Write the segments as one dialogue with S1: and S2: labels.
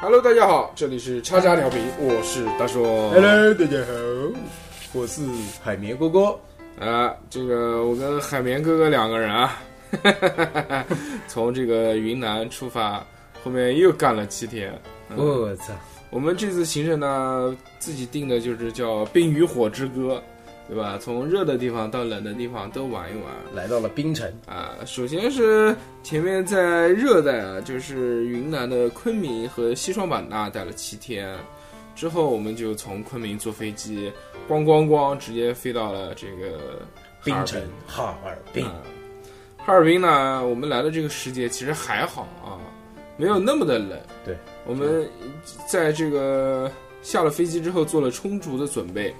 S1: Hello，大家好，这里是叉叉调皮，我是大硕。
S2: Hello，大家好，我是海绵哥哥。
S1: 啊，这个我跟海绵哥哥两个人啊， 从这个云南出发，后面又干了七天。嗯
S2: 我操，
S1: 我们这次行程呢，自己定的就是叫《冰与火之歌》，对吧？从热的地方到冷的地方都玩一玩。
S2: 来到了冰城，
S1: 啊，首先是前面在热带啊，就是云南的昆明和西双版纳待了七天，之后我们就从昆明坐飞机，咣咣咣直接飞到了这个哈尔
S2: 冰城哈尔滨。
S1: 啊哈尔滨呢，我们来的这个时节其实还好啊，没有那么的冷。
S2: 对，
S1: 我们在这个下了飞机之后做了充足的准备，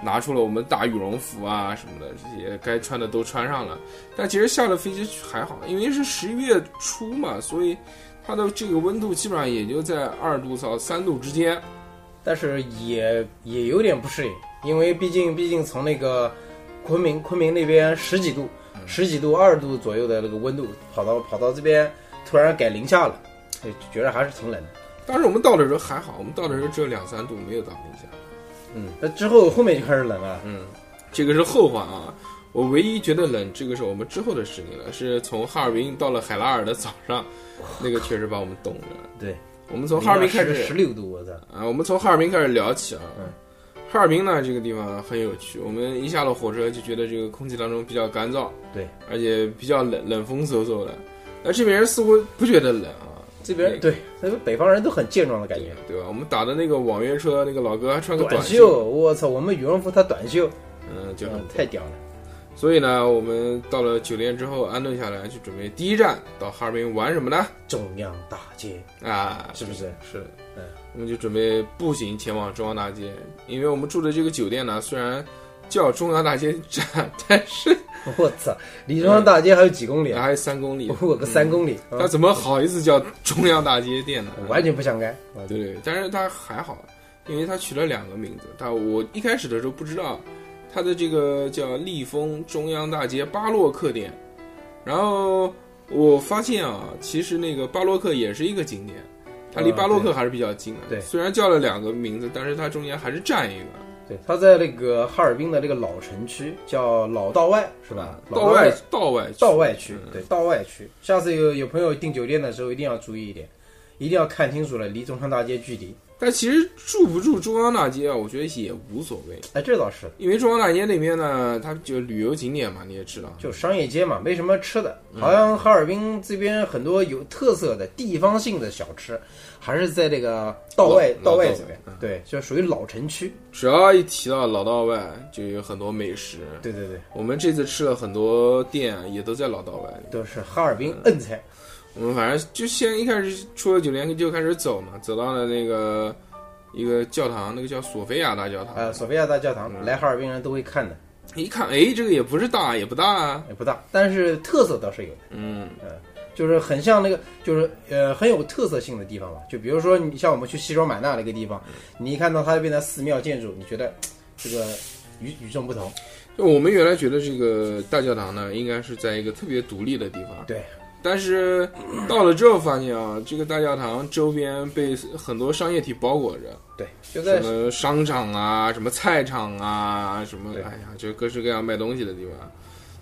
S1: 拿出了我们大羽绒服啊什么的，这些该穿的都穿上了。但其实下了飞机还好，因为是十一月初嘛，所以它的这个温度基本上也就在二度到三度之间。
S3: 但是也也有点不适应，因为毕竟毕竟从那个昆明昆明那边十几度、
S1: 嗯
S3: 十几度、二十度左右的那个温度，跑到跑到这边突然改零下了，就觉得还是挺冷的。
S1: 当时我们到的时候还好，我们到的时候只有两三度，没有到零下。
S3: 嗯，那之后后面就开始冷了。
S1: 嗯这个是后话啊。我唯一觉得冷，这个是我们之后的事情了。是从哈尔滨到了海拉尔的早上，那个确实把我们冻着了。
S3: 对，
S1: 我们从哈尔滨开
S3: 十
S1: 始
S3: 六度，我操！
S1: 啊，我们从哈尔滨开始聊起啊。
S3: 嗯
S1: 哈尔滨呢，这个地方很有趣。我们一下了火车就觉得这个空气当中比较干燥，
S3: 对，
S1: 而且比较冷，冷风嗖嗖的。那这边人似乎不觉得冷啊，
S3: 这
S1: 那
S3: 边对，那个北方人都很健壮的感觉。
S1: 对吧？我们打的那个网约车，那个老哥还穿个
S3: 短
S1: 袖，
S3: 袖，我操！我们羽绒服它短袖，
S1: 嗯，就很
S3: 嗯太屌了。
S1: 所以呢，我们到了酒店之后安顿下来，就准备第一站到哈尔滨玩什么呢？
S3: 中央大街
S1: 啊，
S3: 是不是？
S1: 是，
S3: 嗯
S1: 我们就准备步行前往中央大街，因为我们住的这个酒店呢，虽然叫中央大街站，但是
S3: 我操，离中央大街还有几公里啊？
S1: 还有三公里，
S3: 我个三公里，
S1: 他怎么好意思叫中央大街店呢？
S3: 完全不想干。
S1: 对对，但是他还好，因为他取了两个名字，他我一开始的时候不知道，他的这个叫立丰中央大街巴洛克店，然后我发现啊，其实那个巴洛克也是一个景点，它离
S3: 啊
S1: 巴洛克还是比较近的，
S3: 对
S1: 虽然叫了两个名字，但是它中间还是占一个，
S3: 对，他在那个哈尔滨的那个老城区，叫老道外，是
S1: 是
S3: 吧？
S1: 道
S3: 老
S1: 外道外
S3: 嗯道外区
S1: 嗯，
S3: 对，道外区。下次有有朋友订酒店的时候，一定要注意一点，一定要看清楚了，离中山大街距离。
S1: 但其实住不住中央大街啊，我觉得也无所谓，
S3: 哎，这倒是，
S1: 因为中央大街那边呢，它就旅游景点嘛，你也知道，
S3: 就商业街嘛，没什么吃的，
S1: 嗯
S3: 好像哈尔滨这边很多有特色的地方性的小吃，还是在这个道外
S1: 老
S3: 道
S1: 老
S3: 外
S1: 道
S3: 这边
S1: 嗯，
S3: 对，就属于老城区。
S1: 只要一提到老道外，就有很多美食。
S3: 对对对，
S1: 我们这次吃了很多店，也都在老道外。
S3: 都是哈尔滨
S1: 嗯
S3: 硬菜。
S1: 我们反正就先一开始出了酒店就开始走嘛，走到了那个一个教堂，那个叫索菲亚大教堂。
S3: 呃，索菲亚大教
S1: 嗯
S3: 堂，来哈尔滨人都会看的，
S1: 一看，哎，这个也不是大，也不大啊。
S3: 也不大，但是特色倒是有的。
S1: 嗯，
S3: 就是很像那个，就是呃很有特色性的地方吧。就比如说你像我们去西双版纳那个地
S1: 嗯
S3: 方，你一看到它那边的寺庙建筑，你觉得嘖这个与与众不同。
S1: 就我们原来觉得这个大教堂呢，应该是在一个特别独立的地方。
S3: 对。
S1: 但是到了之后发现啊，这个大教堂周边被很多商业体包裹着，
S3: 对，就在
S1: 什么商场啊，什么菜场啊，什么哎呀，就各式各样卖东西的地方，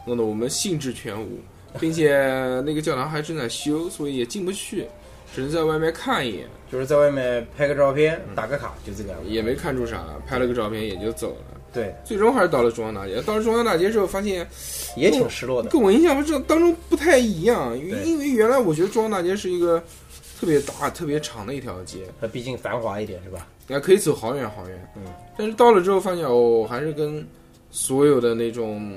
S1: 弄得我们兴致全无，并且那个教堂还正在修，所以也进不去，只能在外面看一眼，
S3: 就是在外面拍个照片，打个卡，就这个样子。
S1: 也没看出啥，拍了个照片也就走了。
S3: 对，
S1: 最终还是到了中央大街，到了中央大街之后，发现
S3: 也挺失落的。
S1: 跟我印象中当中不太一样，因为
S3: 对
S1: 因为原来我觉得中央大街是一个特别大、特别长的一条街，
S3: 它呃毕竟繁华一点是吧？
S1: 也可以走好远好远。
S3: 嗯，
S1: 但是到了之后发现哦，还是跟所有的那种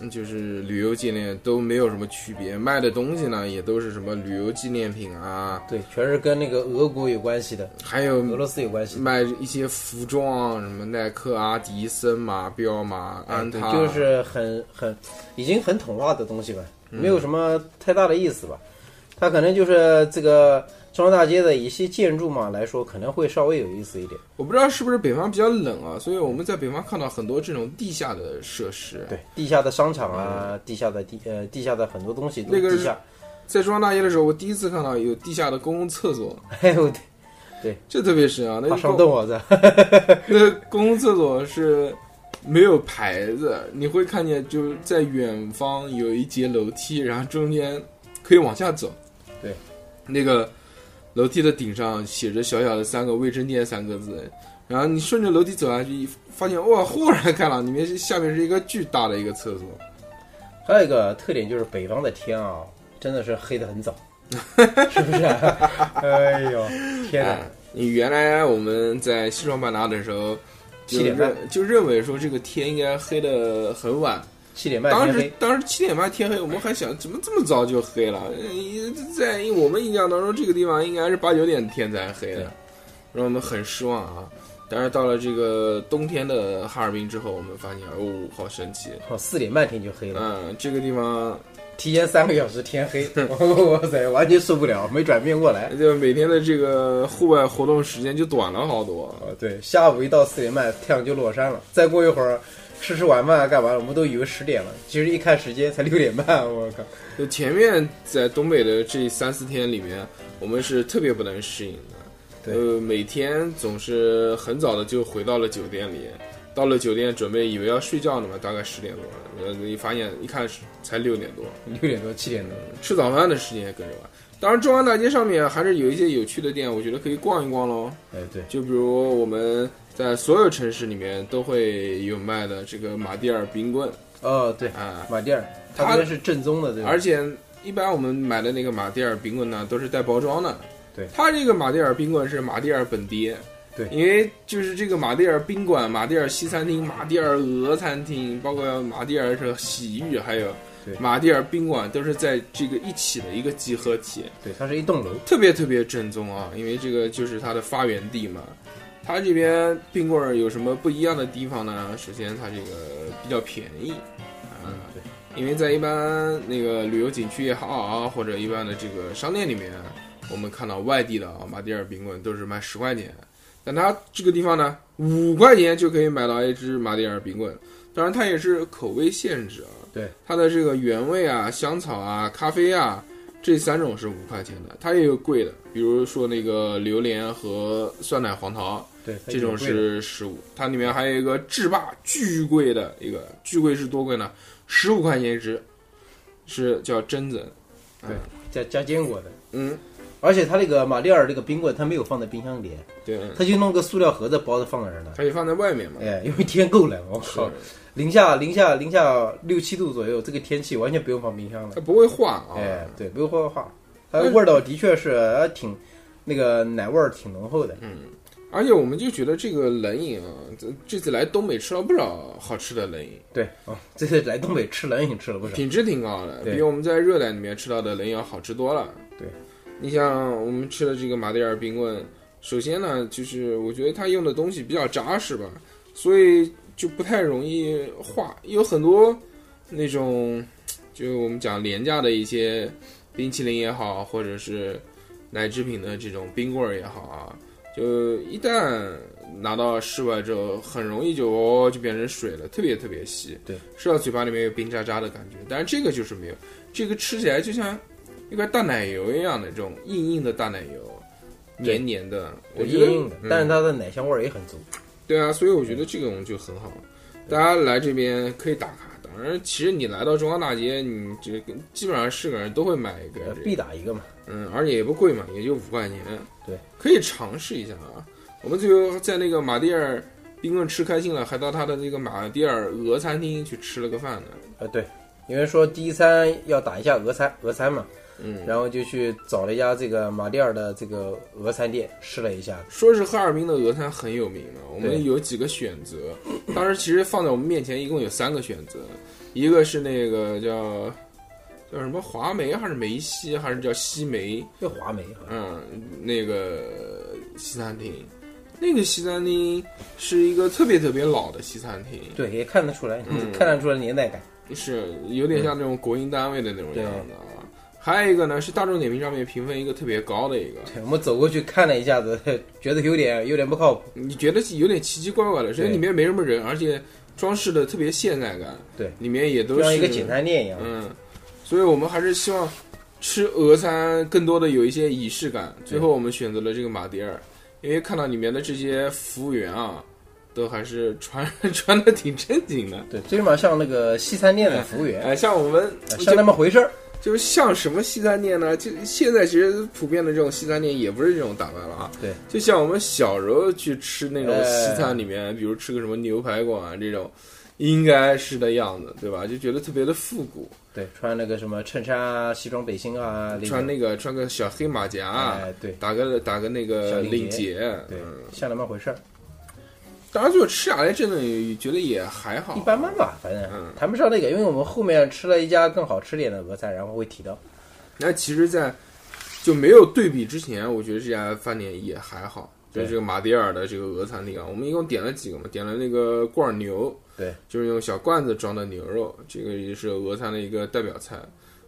S1: 嗯就是旅游景点都没有什么区别，卖的东西呢也都是什么旅游纪念品啊，
S3: 对，全是跟那个俄国有关系的，
S1: 还有
S3: 俄罗斯有关系的。
S1: 卖一些服装，什么耐克、阿迪、森马、彪马、安踏，
S3: 哎对，就是很很已经很统化的东西吧，没有什么太大的意思吧。它可能就是这个中央大街的一些建筑嘛来说，可能会稍微有意思一点。
S1: 我不知道是不是北方比较冷啊，所以我们在北方看到很多这种地下的设施。
S3: 对，地下的商场啊，地下的地呃，地下的很多东西都
S1: 那个
S3: 是
S1: 是
S3: 地下。
S1: 在中央大街的时候，我第一次看到有地下的公共厕所，
S3: 哎呦，对对，
S1: 这特别深啊。那
S3: 怕
S1: 公
S3: 上冻啊，这
S1: 那公共厕所是没有牌子，你会看见就是在远方有一节楼梯，然后中间可以往下走。
S3: 对，
S1: 那个楼梯的顶上写着小小的三个“卫生间”三个字，然后你顺着楼梯走下去，发现哇，豁然开朗，里面是下面是一个巨大的一个厕所。
S3: 还有一个特点就是北方的天啊，真的是黑的 很早，是不是、啊？哎呦，天哪！
S1: 哎你原来我们在西双版纳的时候，就
S3: 七点半
S1: 认就认为说这个天应该黑的很晚，
S3: 七点半
S1: 当
S3: 天
S1: 时
S3: 黑，
S1: 当时七点半天黑，我们还想怎么这么早就黑了？呃在我们印象当中，这个地方应该是八九点天才黑的
S3: 对，
S1: 让我们很失望啊。但是到了这个冬天的哈尔滨之后，我们发现哦，好神奇！
S3: 哦，四点半天就黑了，
S1: 嗯，这个地方
S3: 提前三个小时天黑， 哇塞，完全受不了，没转变过来。
S1: 哎就每天的这个户外活动时间就短了好多。
S3: 哦，对，下午一到四点半，太阳就落山了。再过一会儿，吃吃晚饭啊干嘛，我们都以为十点了，其实一看时间才六点半， 我靠！
S1: 就前面在东北的这三四天里面，我们是特别不能适应的。
S3: 对
S1: 呃，每天总是很早的就回到了酒店里，到了酒店准备以为要睡觉呢嘛，大概十点多了，呃，一发现一看是才六点多，
S3: 六点多七点多，
S1: 吃早饭的时间也跟着晚。当然，中央大街上面还是有一些有趣的店，我觉得可以逛一逛喽。
S3: 哎对，
S1: 就比如我们在所有城市里面都会有卖的这个马迭尔冰棍
S3: 哦对，
S1: 啊，
S3: 马蒂尔，
S1: 他
S3: 他这边是正宗的，对吧？
S1: 而且一般我们买的那个马迭尔冰棍呢，都是带包装的。
S3: 对
S1: 它这个马迭尔冰棍是马迭尔本爹。
S3: 对
S1: 因为就是这个马迭尔宾馆、马迭尔西餐厅、马迭尔俄餐厅，包括马迭尔这洗浴，还有
S3: 对
S1: 马迭尔宾馆，都是在这个一起的一个集合体，
S3: 对，它是一栋楼，
S1: 特别特别正宗啊！因为这个就是它的发源地嘛。它这边冰棍儿有什么不一样的地方呢？首先，它这个比较便宜啊，
S3: 对，
S1: 因为在一般那个旅游景区也好啊，或者一般的这个商店里面，我们看到外地的啊马迭尔冰棍都是卖十块钱，但它这个地方呢，五块钱就可以买到一只马迭尔冰棍。当然，它也是口味限制啊。
S3: 对，
S1: 它的这个原味啊、香草啊、咖啡啊这三种是五块钱的，它也有贵的，比如说那个榴莲和酸奶黄桃。
S3: 对，它
S1: 这种
S3: 有贵的
S1: 是十五，它里面还有一个制霸巨贵的一个，巨贵是多贵呢？十五块钱一只，是叫榛子。
S3: 对加加坚果的，
S1: 嗯，
S3: 而且它那个马蒂尔这个冰棍，它没有放在冰箱里，
S1: 对，
S3: 它就弄个塑料盒子包着放在那儿呢。
S1: 它也放在外面嘛。
S3: 哎， 因为天够冷，我
S1: 是
S3: 靠，零下零下零下六七度左右，这个天气完全不用放冰箱了。
S1: 它不会化啊。
S3: 哎，对，不用画画，它味道的确是呃挺那个奶味儿挺浓厚
S1: 嗯
S3: 的。
S1: 而且我们就觉得这个冷饮啊，这这次来东北吃了不少好吃的冷饮，
S3: 对， 哦，这次来东北吃冷饮吃了不少。
S1: 品质挺高的，
S3: 对
S1: 比我们在热带里面吃到的冷饮要好吃多了。
S3: 对，
S1: 你像我们吃的这个马迭尔冰棍，首先呢，就是我觉得它用的东西比较扎实吧，所以就不太容易化。有很多那种，就我们讲廉价的一些冰淇淋也好，或者是奶制品的这种冰棍儿也好啊，就一旦拿到室外之后，很容易就哦就变成水了，特别特别稀。
S3: 对，
S1: 吃到嘴巴里面有冰渣渣的感觉，但是这个就是没有，这个吃起来就像一块大奶油一样的这种硬硬的大奶油，
S3: 对
S1: 黏黏的，我觉
S3: 硬
S1: 得
S3: 硬的，但是
S1: 嗯
S3: 它的奶香味儿也很足。
S1: 对啊，所以我觉得这种就很好，大家来这边可以打卡。当然，其实你来到中央大街，你这个基本上是个人都会买一个
S3: 呃
S1: 这个
S3: 必打一个嘛。
S1: 嗯，而且也不贵嘛，也就五块钱。
S3: 对，
S1: 可以尝试一下啊。我们最后在那个马迭尔冰棍吃开心了，还到他的那个马迭尔俄餐厅去吃了个饭呢。
S3: 呃，对，因为说第一餐要打一下俄餐，俄餐嘛，
S1: 嗯，
S3: 然后就去找了一家这个马蒂尔的这个俄餐店试了一下。
S1: 说是哈尔滨的俄餐很有名嘛，我们
S3: 对
S1: 有几个选择，当时其实放在我们面前一共有三个选择，一个是那个叫叫什么华梅还是梅西还是叫西梅，
S3: 又华梅啊，
S1: 嗯，那个西餐厅，那个西餐厅是一个特别特别老的西餐厅，
S3: 对，也看得出来，
S1: 嗯
S3: 看得出来年代感。
S1: 是有点像那种国营单位的那种
S3: 对
S1: 样子啊。还有一个呢，是大众点评上面评分一个特别高的一个，
S3: 对我们走过去看了一下子，觉得有点有点不靠谱。
S1: 你觉得有点奇奇怪怪的，所以
S3: 对
S1: 里面没什么人，而且装饰的特别现代感。
S3: 对，
S1: 里面也都
S3: 就像
S1: 是
S3: 一个简餐店一样，
S1: 嗯，所以我们还是希望吃俄餐更多的有一些仪式感。最后我们选择了这个马迭尔，因为看到里面的这些服务员啊，都还是穿 穿的挺正经的。
S3: 对，最起码像那个西餐店的服务员，
S1: 哎，像我们
S3: 像那么回事儿。
S1: 就是像什么西餐店呢？就现在其实普遍的这种西餐店也不是这种打扮了啊。
S3: 对，哎
S1: 就像我们小时候去吃那种西餐里面，比如吃个什么牛排馆啊这种，应该是的样子，对吧？就觉得特别的复古，
S3: 对，穿那个什么衬衫啊、西装背心啊，
S1: 穿
S3: 那
S1: 那个穿个小黑马甲，啊
S3: 种哎，对
S1: 打个打个那
S3: 小
S1: 个
S3: 领
S1: 领
S3: 结
S1: 结，
S3: 对
S1: 嗯，
S3: 像那么回事儿，
S1: 当然最后吃下来真的也觉得也还好
S3: 一，般般吧，反正
S1: 嗯
S3: 谈不上那个，因为我们后面吃了一家更好吃点的俄餐，然后会提到。
S1: 那其实，在就没有对比之前，我觉得这家饭店也还好。就
S3: 对
S1: 是这个马迭尔的这个俄餐厅啊，我们一共点了几个嘛？点了那个罐儿牛，
S3: 对，
S1: 就是用小罐子装的牛肉，这个也是俄餐的一个代表菜。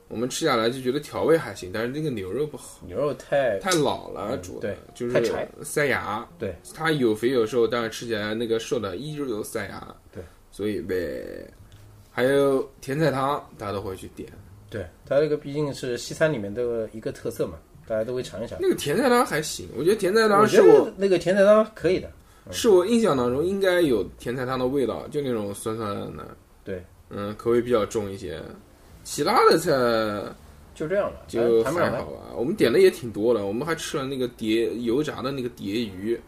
S1: 我们吃下来就觉得调味还行，但是那个牛肉不好，
S3: 牛肉太
S1: 太老了煮的，
S3: 嗯对
S1: 就
S3: 太
S1: 是
S3: 柴
S1: 塞牙。
S3: 对，
S1: 它有肥有瘦，但是吃起来那个瘦的依旧有塞牙。
S3: 对，
S1: 所以呗，还有甜菜汤，大家都会去点。
S3: 对，它这个毕竟是西餐里面的一个特色嘛，大家都会尝一尝。
S1: 那个甜菜汤还行，我觉得甜菜汤
S3: 我
S1: 是
S3: 觉
S1: 我
S3: 得嗯那个甜菜汤可以的，
S1: 是我印象当中应该有甜菜汤的味道，就那种酸酸的，
S3: 对，
S1: 嗯，口味比较重一些。其他的菜
S3: 就这样了，
S1: 就
S3: 谈不
S1: 还
S3: 上
S1: 好
S3: 来。
S1: 吧，我们点的也挺多的，我们还吃了那个碟油炸的那个碟鱼，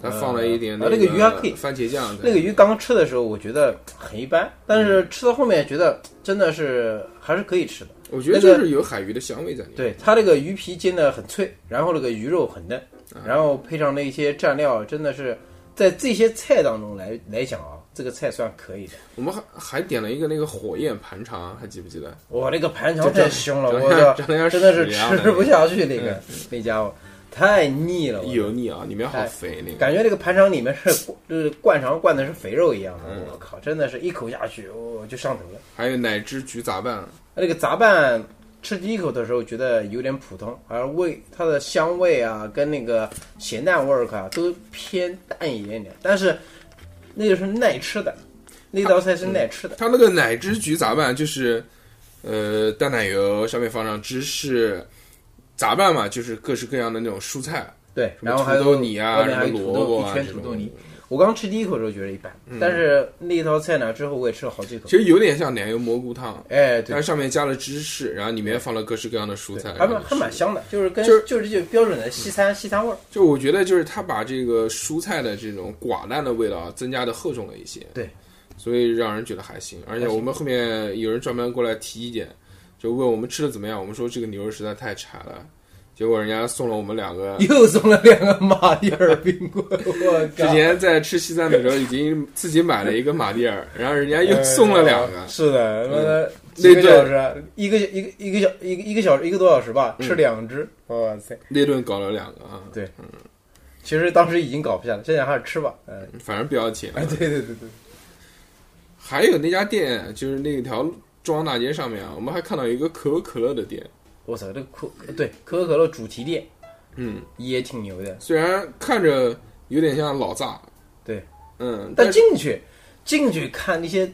S1: 它放了一点
S3: 啊那
S1: 个
S3: 个鱼还可以
S1: 番茄酱的，
S3: 那个鱼刚吃的时候，我觉得很一般，但是吃到后面觉得真的是还是可以吃的。
S1: 我觉得就是有海鱼的香味在里面。
S3: 对，它那个鱼皮煎的很脆，然后那个鱼肉很嫩，然后配上那些蘸料，真的是在这些菜当中来来讲啊，这个菜算可以的。
S1: 我们还还点了一个那个火焰盘肠，还记不记得？
S3: 哇，那个盘肠
S1: 就
S3: 太
S1: 长
S3: 凶了，
S1: 长
S3: 我
S1: 得
S3: 的
S1: 像长得像
S3: 真的是
S1: 屎一样的嗯
S3: 吃不下去那个那家伙，太腻了，我哎
S1: 油腻啊，里面好肥那个。
S3: 感觉这个盘肠里面是就是灌肠灌的是肥肉一样的，
S1: 嗯
S3: 我靠，真的是一口下去，哦，就上头了。
S1: 还有奶汁焗杂拌，
S3: 那这个杂拌吃第一口的时候觉得有点普通，而味它的香味啊，跟那个咸淡味儿啊都偏淡一点点，但是那个是耐吃的，那道菜
S1: 嗯
S3: 是耐吃的。
S1: 它那个奶汁焗杂拌就是，呃，淡奶油上面放上芝士，杂拌嘛，就是各式各样的那种蔬菜，
S3: 对，
S1: 什么
S3: 然后还有
S1: 土豆泥啊，
S3: 外
S1: 什
S3: 面还
S1: 么
S3: 有土
S1: 萝
S3: 豆
S1: 卜
S3: 一
S1: 啊，
S3: 圈
S1: 这
S3: 土
S1: 种
S3: 豆泥。我刚吃第一口的时候觉得一般，但是那道菜呢之后我也吃了好几口
S1: 其。实有点像奶油蘑菇汤，
S3: 哎，对
S1: 但，是上面加了芝士，然后里面放了各式各样的蔬菜，
S3: 还蛮
S1: 然后
S3: 还蛮香的，就是嗯跟
S1: 就是
S3: 就是就标准的西餐西餐味儿。
S1: 就我觉得就是他把这个蔬菜的这种寡淡的味道啊增加的厚重了一些，
S3: 对，
S1: 所以让人觉得还行。而且我们后面有人专门过来提意见，就问我们吃的怎么样，我们说这个牛肉实在太柴了，结果人家送了我们两个。
S3: 又送了两个马蒂尔冰棍， 我
S1: 之
S3: 靠！
S1: 前在吃西餐的时候，已经自己买了一个马蒂尔，然后人
S3: 哎
S1: 家又送了两个
S3: 呃。是的，那个
S1: 那
S3: 几个
S1: 顿
S3: 小时，啊一个一个一个小一个一个小时一个多小时吧，吃两只，哇塞！
S1: 那顿搞了两个啊，
S3: 其实当时已经搞不下了，现在还是吃吧，嗯，
S1: 反正不要钱。
S3: 哎，对对对对，
S1: 还有那家店，就是那条中央大街上面啊，我们还看到一个可口可乐的店。
S3: 我操，这个可对可口可乐主题店
S1: 嗯，
S3: 也挺牛的，
S1: 虽然看着有点像老炸，
S3: 对，
S1: 嗯，
S3: 但
S1: 但
S3: 进去进去看那些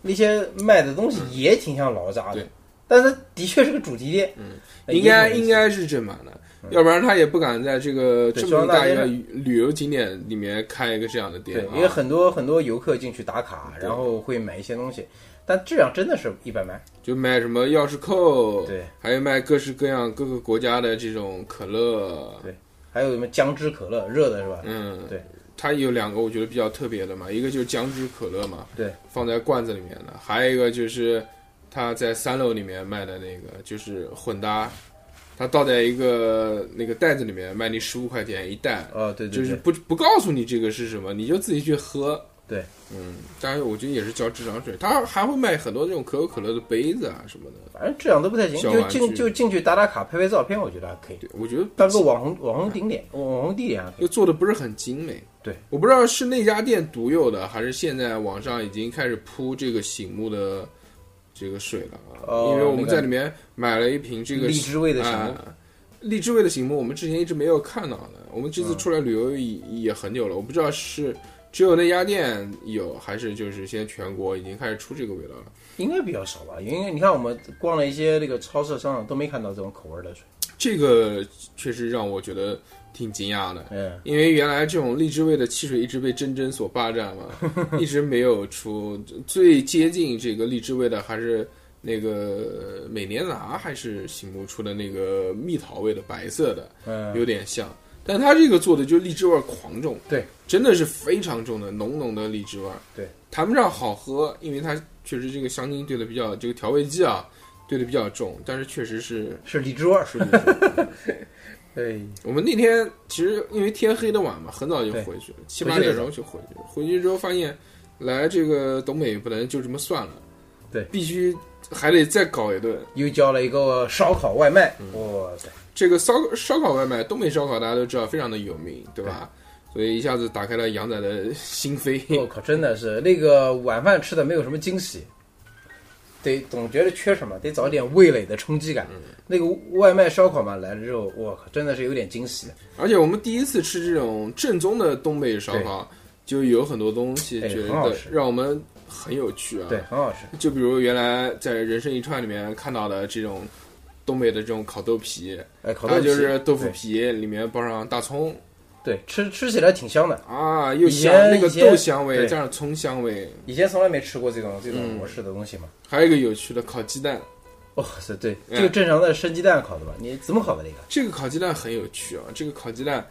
S3: 那些卖的东西也挺像老炸的
S1: 嗯对，
S3: 但它的确是个主题店，嗯
S1: 应该应该是正版的，要不然他也不敢在这个
S3: 对
S1: 这么
S3: 中央大
S1: 大一
S3: 街
S1: 个
S3: 上
S1: 旅游景点里面开一个这样的店
S3: 对，
S1: 啊。
S3: 因为很多很多游客进去打卡，然后会买一些东西，但质量真的是一般般。
S1: 就卖什么钥匙扣，
S3: 对，
S1: 还有卖各式各样各个国家的这种可乐，
S3: 对还有什么姜汁可乐，热的是吧？
S1: 嗯，
S3: 对，
S1: 它有两个我觉得比较特别的嘛，一个就是姜汁可乐嘛，
S3: 对，
S1: 放在罐子里面的，还有一个就是他在三楼里面卖的那个，就是混搭，他倒在一个那个袋子里面卖你十五块钱一袋，
S3: 哦，对
S1: 就
S3: 对
S1: 是
S3: 对，
S1: 不不告诉你这个是什么，你就自己去喝。
S3: 对，
S1: 嗯，当然我觉得也是交智商税，他还会卖很多这种可口可乐的杯子啊什么的。
S3: 反正质量都不太行，
S1: 小
S3: 就
S1: 玩
S3: 进
S1: 具
S3: 就进去打打卡、拍拍照片，我觉得还可以，
S1: 对，我觉得
S3: 当个网红网红景点、网红地点还啊可以。
S1: 又做的不是很精美。
S3: 对，
S1: 我不知道是那家店独有的，还是现在网上已经开始铺这个醒目的这个水了啊。
S3: 哦
S1: 因为我
S3: 那
S1: 们
S3: 个
S1: 在里面买了一瓶这个
S3: 荔枝味的醒目
S1: 啊荔枝味的醒目，我们之前一直没有看到的。我们这
S3: 嗯
S1: 次出来旅游也也很久了，我不知道是只有那家店有，还是就是现在全国已经开始出这个味道了。
S3: 应该比较少吧，因为你看我们逛了一些那个超市、商场都没看到这种口味的水。
S1: 这个确实让我觉得挺惊讶的，
S3: 嗯，
S1: 因为原来这种荔枝味的汽水一直被真真所霸占 嘛，一直没有出。最接近这个荔枝味的还是那个呃美年达还是醒目出的那个蜜桃味的白色的，
S3: 嗯
S1: 有点像。但它这个做的就荔枝味儿狂重，
S3: 对，
S1: 真的是非常重的浓浓的荔枝味儿。
S3: 对，
S1: 谈不上好喝，因为它确实这个香精兑的比较，这个调味剂啊兑的比较重，但是确实是
S3: 是荔枝味儿。
S1: 是荔枝味儿。
S3: 对，
S1: 我们那天其实因为天黑的晚嘛，很早就回去了，七八点钟就回去了。回去之后发现，来这个东北不能就这么算了，
S3: 对
S1: 必须还得再搞一顿。
S3: 又叫了一个烧烤外卖，
S1: 嗯
S3: 哇塞，
S1: 这个烧烧烤外卖，东北烧烤大家都知道，非常的有名，对吧？所以一下子打开了杨仔的心
S3: 我
S1: 扉。
S3: 靠，真的是那个晚饭吃的没有什么惊喜，得总觉得缺什么，得找点味蕾的冲击感。
S1: 嗯
S3: 那个外卖烧烤嘛，来了之后，我靠，真的是有点惊喜。
S1: 而且我们第一次吃这种正宗的东北烧烤，就有很多东西
S3: 哎
S1: 觉
S3: 很好
S1: 得
S3: 吃
S1: 让我们很有趣啊。
S3: 对，很好吃。
S1: 就比如原来在《人生一串》里面看到的这种东北的这种烤豆皮，
S3: 哎，烤
S1: 它
S3: 豆皮
S1: 就是豆腐皮，里面包上大葱
S3: 对，对吃吃起来挺香的。
S1: 啊，又
S3: 以
S1: 香
S3: 前
S1: 那个
S3: 以前
S1: 豆香味，
S3: 对
S1: 加上葱香味，
S3: 以前从来没吃过这种这种
S1: 嗯
S3: 模式的东西嘛。
S1: 还有一个有趣的烤鸡蛋。
S3: 哇塞，对，
S1: 嗯
S3: 这个正常的生鸡蛋烤的吧？你怎么烤的那个？
S1: 这个烤鸡蛋很有趣啊，这个烤鸡蛋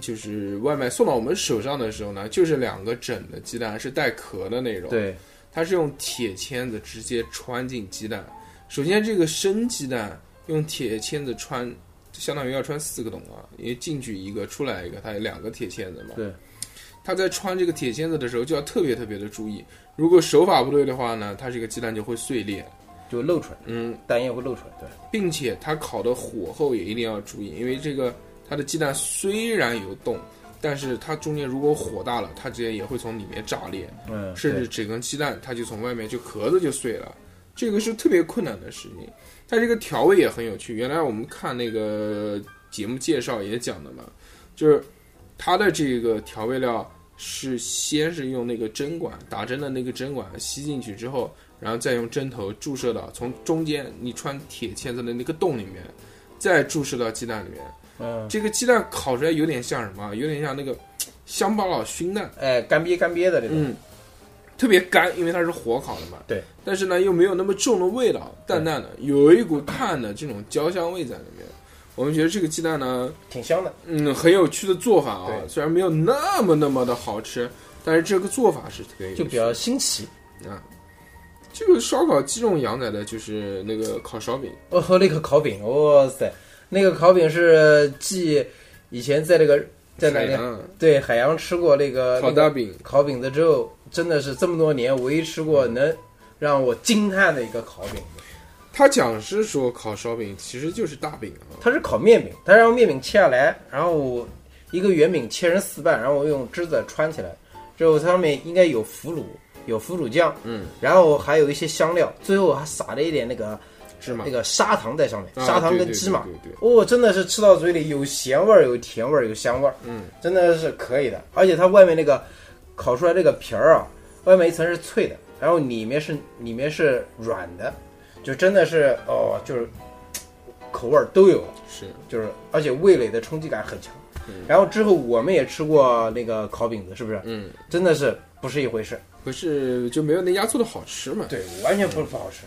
S1: 就是外卖送到我们手上的时候呢，就是两个整的鸡蛋，是带壳的那种。，
S3: 对，
S1: 它是用铁签子直接穿进鸡蛋。首先，这个生鸡蛋用铁签子穿，就相当于要穿四个洞啊，因为进去一个，出来一个，它有两个铁签子嘛。
S3: 对。
S1: 它在穿这个铁签子的时候，就要特别特别的注意。如果手法不对的话呢，它这个鸡蛋就会碎裂。
S3: 就露出来，
S1: 嗯，
S3: 蛋液会露出来。对，
S1: 并且它烤的火候也一定要注意，因为这个它的鸡蛋虽然有洞，但是它中间如果火大了，它直接也会从里面炸裂。
S3: 嗯，
S1: 甚
S3: 对
S1: 至整根鸡蛋它就从外面就壳子就碎了，这个是特别困难的事情。它这个调味也很有趣，原来我们看那个节目介绍也讲的嘛，就是它的这个调味料是先是用那个针管打针的那个针管吸进去之后，然后再用针头注射到从中间你穿铁签子的那个洞里面，再注射到鸡蛋里面。
S3: 嗯，
S1: 这个鸡蛋烤出来有点像什么？啊有点像那个乡巴佬熏蛋。
S3: 哎，干瘪干瘪的这种。
S1: 嗯，特别干，因为它是火烤的嘛。
S3: 对。
S1: 但是呢，又没有那么重的味道，淡淡的，有一股碳的这种焦香味在里面。我们觉得这个鸡蛋呢，
S3: 挺香的。
S1: 嗯，很有趣的做法啊，
S3: 对
S1: 虽然没有那么那么的好吃，但是这个做法是特别有趣
S3: 就
S1: 的
S3: 比较新奇。
S1: 啊。这个烧烤击中羊仔的就是那个烤烧饼，
S3: 哦呵，那个烤饼，哇塞，那个烤饼是继以前在那个在哪
S1: 海
S3: 里？
S1: 洋
S3: 对，海洋吃过那个
S1: 嗯烤
S3: 那个
S1: 大饼，
S3: 烤饼的之后，真的是这么多年唯一吃过能让我惊叹的一个烤饼。
S1: 他讲是说烤烧饼其实就是大饼啊，
S3: 它是烤面饼，它让面饼切下来，然后我一个圆饼切成四瓣，然后我用枝子穿起来，之后它上面应该有腐乳，有腐乳酱，
S1: 嗯，
S3: 然后还有一些香料，最后还撒了一点那个
S1: 芝麻
S3: 那个砂糖在上面，
S1: 啊
S3: 砂糖
S1: 对
S3: 跟
S1: 对
S3: 芝麻
S1: 对对对，
S3: 哦，真的是吃到嘴里有咸味儿，有甜味儿，有香味儿，
S1: 嗯，
S3: 真的是可以的。而且它外面那个烤出来那个皮儿啊，外面一层是脆的，然后里面是里面是软的，就真的是哦，就是嘖口味儿都有，
S1: 是
S3: 就是而且味蕾的冲击感很强。然后之后我们也吃过那个烤饼子，是不是？
S1: 嗯，
S3: 真的是不是一回事？
S1: 可是就没有那家做的好吃嘛。
S3: 对，完全不不好吃。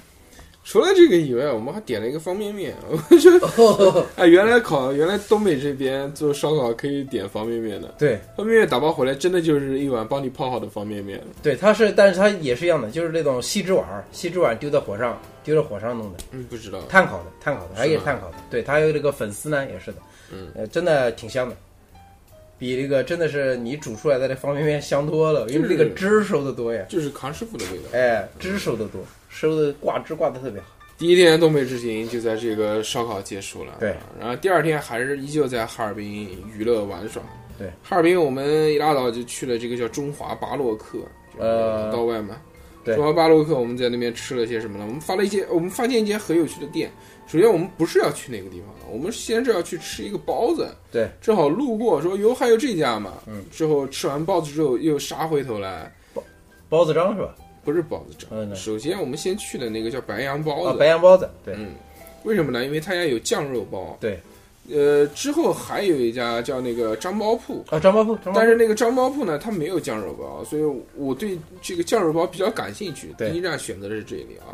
S1: 除了这个以外，我们还点了一个方便面。 我觉得， 哎，原来烤，原来东北这边做烧烤可以点方便面的。
S3: 对
S1: 方便面打包回来，真的就是一碗帮你泡好的方便面。
S3: 对，它是，但是它也是一样的，就是那种锡纸碗儿，锡纸碗丢在火上，丢在火上弄的，
S1: 嗯，不知道。
S3: 炭烤的，炭烤的，还
S1: 是
S3: 有
S1: 吗
S3: 炭烤的。对，它有这个粉丝呢，也是的，嗯，呃，真的挺香的。比那个真的是你煮出来的那方便面香多了，因为那个
S1: 嗯
S3: 汁儿收的多呀，
S1: 就是康师傅的味道。
S3: 哎，汁收的多，收的挂汁挂的特别好。
S1: 第一天东北之行就在这个烧烤结束了，
S3: 对。
S1: 然后第二天还是依旧在哈尔滨娱乐玩耍，
S3: 对。
S1: 哈尔滨我们一大早就去了这个叫中华巴洛克，就是
S3: 呃
S1: 道外嘛。
S3: 对
S1: 中华巴洛克我们在那边吃了些什么呢？我们发了一些，我们发现一间很有趣的店。首先我们不是要去那个地方，我们先是要去吃一个包子，
S3: 对，
S1: 正好路过说哟还有这家嘛，
S3: 嗯。
S1: 之后吃完包子之后又杀回头来，
S3: 包子张是吧？
S1: 不是包子长。
S3: 嗯
S1: 首先我们先去的那个叫白杨包
S3: 啊，
S1: 子，
S3: 白杨包子，对，
S1: 嗯，为什么呢？因为他家有酱肉包。啊
S3: 对，
S1: 呃，之后还有一家叫那个张包铺，
S3: 啊，张包铺，张包
S1: 但
S3: 铺
S1: 是那个张包铺呢，它没有酱肉包，所以我对这个酱肉包比较感兴趣。第
S3: 对嗯
S1: 一站选择的是这里啊。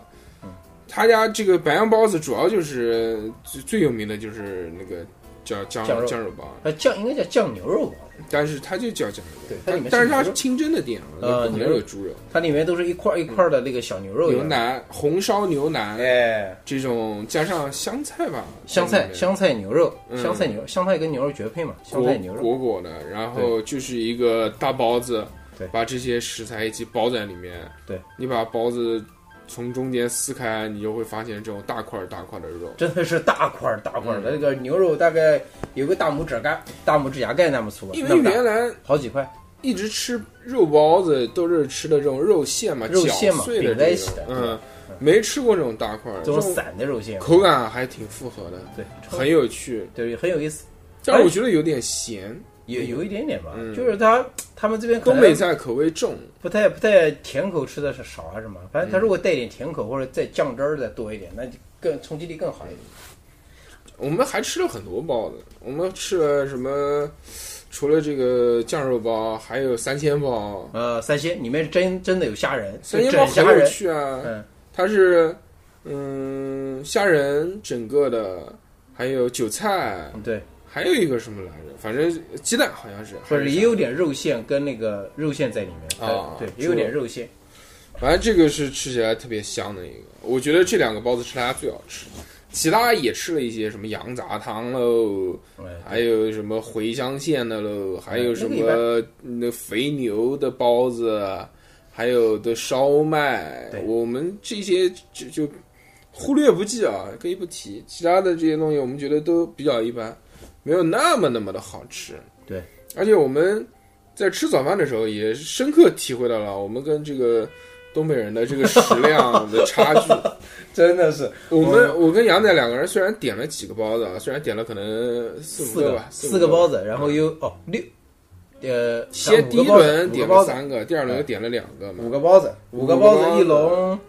S1: 他家这个白杨包子主要就是呃最最有名的就是那个叫酱
S3: 酱肉
S1: 酱肉包，
S3: 呃酱应该叫酱牛肉吧？
S1: 但是它就叫酱肉包，
S3: 对它
S1: 但
S3: 里面
S1: 但是它是
S3: 是牛肉
S1: 清真的店啊，
S3: 呃
S1: 不可能
S3: 牛肉
S1: 有猪肉、
S3: 它里面都是一
S1: 嗯
S3: 块儿一块儿的那个小牛肉一
S1: 牛
S3: 样的，
S1: 腩、红烧牛腩
S3: 哎，
S1: 这种加上香菜吧，
S3: 香菜
S1: 嗯
S3: 香菜牛肉，
S1: 嗯
S3: 香菜牛香菜跟牛肉绝配嘛，香
S1: 裹
S3: 菜牛肉，
S1: 裹裹的，然后就是一个大包子，
S3: 对
S1: 把这些食材一起包在里面。
S3: 对，
S1: 你把包子从中间撕开，你就会发现这种大块儿大块儿的肉。
S3: 真的是大块儿大块
S1: 嗯
S3: 儿的，那个牛肉大概有个大拇指盖，大拇指牙盖那么粗吧，
S1: 因
S3: 那
S1: 为
S3: 么大
S1: 原来
S3: 好几块，
S1: 一直吃肉包子都是吃的这种肉馅嘛，
S3: 肉馅嘛
S1: 搅碎的
S3: 饼在
S1: 这
S3: 一起
S1: 种
S3: 的，
S1: 嗯，没吃过这种大块儿，
S3: 这种散的肉哎馅，
S1: 口感还挺复合的，
S3: 对，
S1: 很有趣。
S3: 对，很有意思，
S1: 但是我觉得有点咸，
S3: 也有一点点吧，
S1: 嗯
S3: 就是它他们这边可
S1: 东
S3: 能
S1: 北菜口味重，
S3: 不太不太甜口吃的是少还是什么？反正它如果带一点甜口或者再酱汁儿再多一点，那就更冲击力更好一点。
S1: 我们还吃了很多包子，我们吃了什么？除了这个酱肉包，还有三鲜包。
S3: 呃，三鲜里面真真的有虾仁，
S1: 嗯三
S3: 就
S1: 鲜包
S3: 整
S1: 很
S3: 虾
S1: 有
S3: 仁，
S1: 趣啊，
S3: 嗯，
S1: 它是嗯虾仁整个的，还有韭菜，
S3: 对，
S1: 还有一个什么来着？反正鸡蛋好像是，
S3: 或
S1: 还
S3: 者
S1: 是
S3: 也
S1: 啥
S3: 有点肉馅跟那个肉馅在里面，
S1: 啊
S3: 对，
S1: 猪
S3: 也有点肉馅。
S1: 反正这个是吃起来特别香的一个。我觉得这两个包子是他家最好吃的，其他也吃了一些什么羊杂汤喽，
S3: 哎，
S1: 还有什么茴香馅的喽，还有什
S3: 那个
S1: 么那肥牛的包子，啊还有的烧麦
S3: 对，
S1: 我们这些就就忽略不计啊，可以不提。其他的这些东西我们觉得都比较一般，没有那么那么的好吃。
S3: 对，
S1: 而且我们在吃早饭的时候也深刻体会到了我们跟这个东北人的这个食量的差距。
S3: 真的是
S1: 我们我跟杨仔两个人虽然点了几个包子啊，虽然点了可能四五
S3: 四
S1: 个
S3: 个
S1: 吧，
S3: 四个包
S1: 子。嗯
S3: 子，然后又哦六，呃，
S1: 先
S3: 五
S1: 第一
S3: 个包子
S1: 轮
S3: 五个
S1: 点
S3: 包
S1: 了
S3: 子，哎
S1: 三个，第二轮又点了两个嘛
S3: 五。个包子，五个
S1: 五个包
S3: 包子
S1: 子
S3: 一笼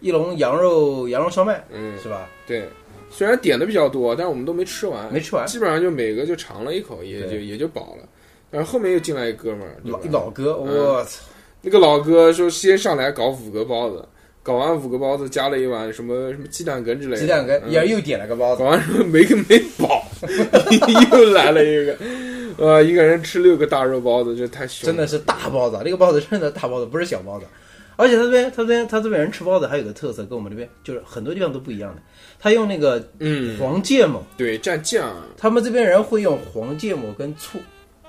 S3: 一笼羊肉羊肉烧麦
S1: 嗯，
S3: 是吧？
S1: 对。虽然点的比较多，但是我们都没吃完，
S3: 没吃完
S1: 基本上就每个就尝了一口，也
S3: 对
S1: 就也就饱了。但是后面又进来一哥们儿，对
S3: 老
S1: 吧
S3: 老哥，
S1: 嗯
S3: 我操！
S1: 那个老哥说先上来搞五个包子，搞完五个包子加了一碗什么什么鸡蛋羹之类的，
S3: 鸡蛋羹，
S1: 嗯
S3: 也又点了个包
S1: 搞
S3: 子，
S1: 完之后没没饱， 又来了一个，呃，一个人吃六个大肉包子，这太凶
S3: 真
S1: 了，
S3: 的是大包子，那个包子真的大包子，不是小包子。而且他这边，他这边，他这边人吃包子还有个特色，跟我们这边就是很多地方都不一样的。他用那个
S1: 嗯，
S3: 黄芥末，
S1: 对，蘸酱，
S3: 他们这边人会用黄芥末跟醋，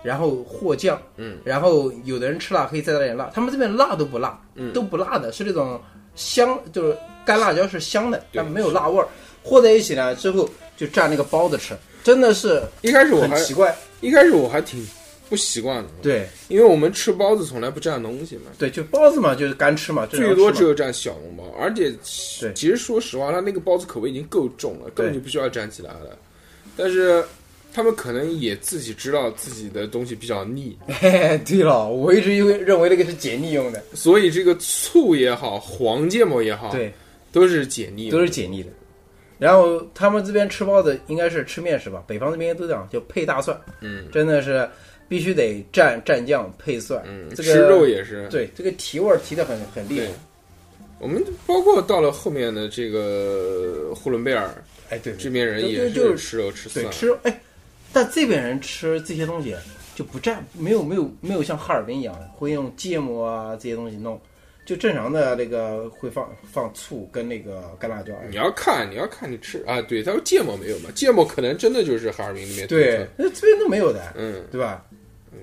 S3: 然后和酱，
S1: 嗯，
S3: 然后有的人吃辣可以再来点辣，他们这边辣都不辣，
S1: 嗯
S3: 都不辣的，是那种香，就是干辣椒是香的，
S1: 对
S3: 但没有辣味儿，和在一起呢之后就蘸那个包子吃，真的是
S1: 一开始我
S3: 很
S1: 还
S3: 奇怪，
S1: 一开始我还挺不习惯的，
S3: 对。
S1: 因为我们吃包子从来不蘸东西嘛，
S3: 对，就包子嘛，就是干吃嘛，正常
S1: 最多
S3: 吃
S1: 只
S3: 嘛
S1: 有蘸小笼包，而且
S3: 对
S1: 其实说实话，他那个包子口味已经够重了，根本
S3: 对
S1: 就不需要蘸其他的。但是他们可能也自己知道自己的东西比较 腻，
S3: 嘿，对了，我一直以为认为那个是解腻用的，
S1: 所以这个醋也好，黄芥末也好，
S3: 对，
S1: 都是解腻的。
S3: 都是解腻的。然后他们这边吃包子应该是吃面食吧，北方这边都这样，就配大蒜，
S1: 嗯
S3: 真的是必须得蘸蘸酱配蒜，
S1: 嗯，
S3: 这
S1: 吃
S3: 个
S1: 肉也是。
S3: 对这个提味儿提的很很厉害
S1: 对。我们包括到了后面的这个呼伦贝尔
S3: 哎，对，
S1: 这边人也
S3: 对就是
S1: 吃肉吃
S3: 对
S1: 蒜，
S3: 吃哎，但这边人吃这些东西啊就不蘸，没有没有没有像哈尔滨一样会用芥末啊这些东西弄，就正常的那个会放放醋跟那个干辣椒。
S1: 你要看，你要看你吃啊。对，他说芥末没有嘛？芥末可能真的就是哈尔滨那边独
S3: 对
S1: 特。，
S3: 那这边都没有的，
S1: 嗯，
S3: 对吧？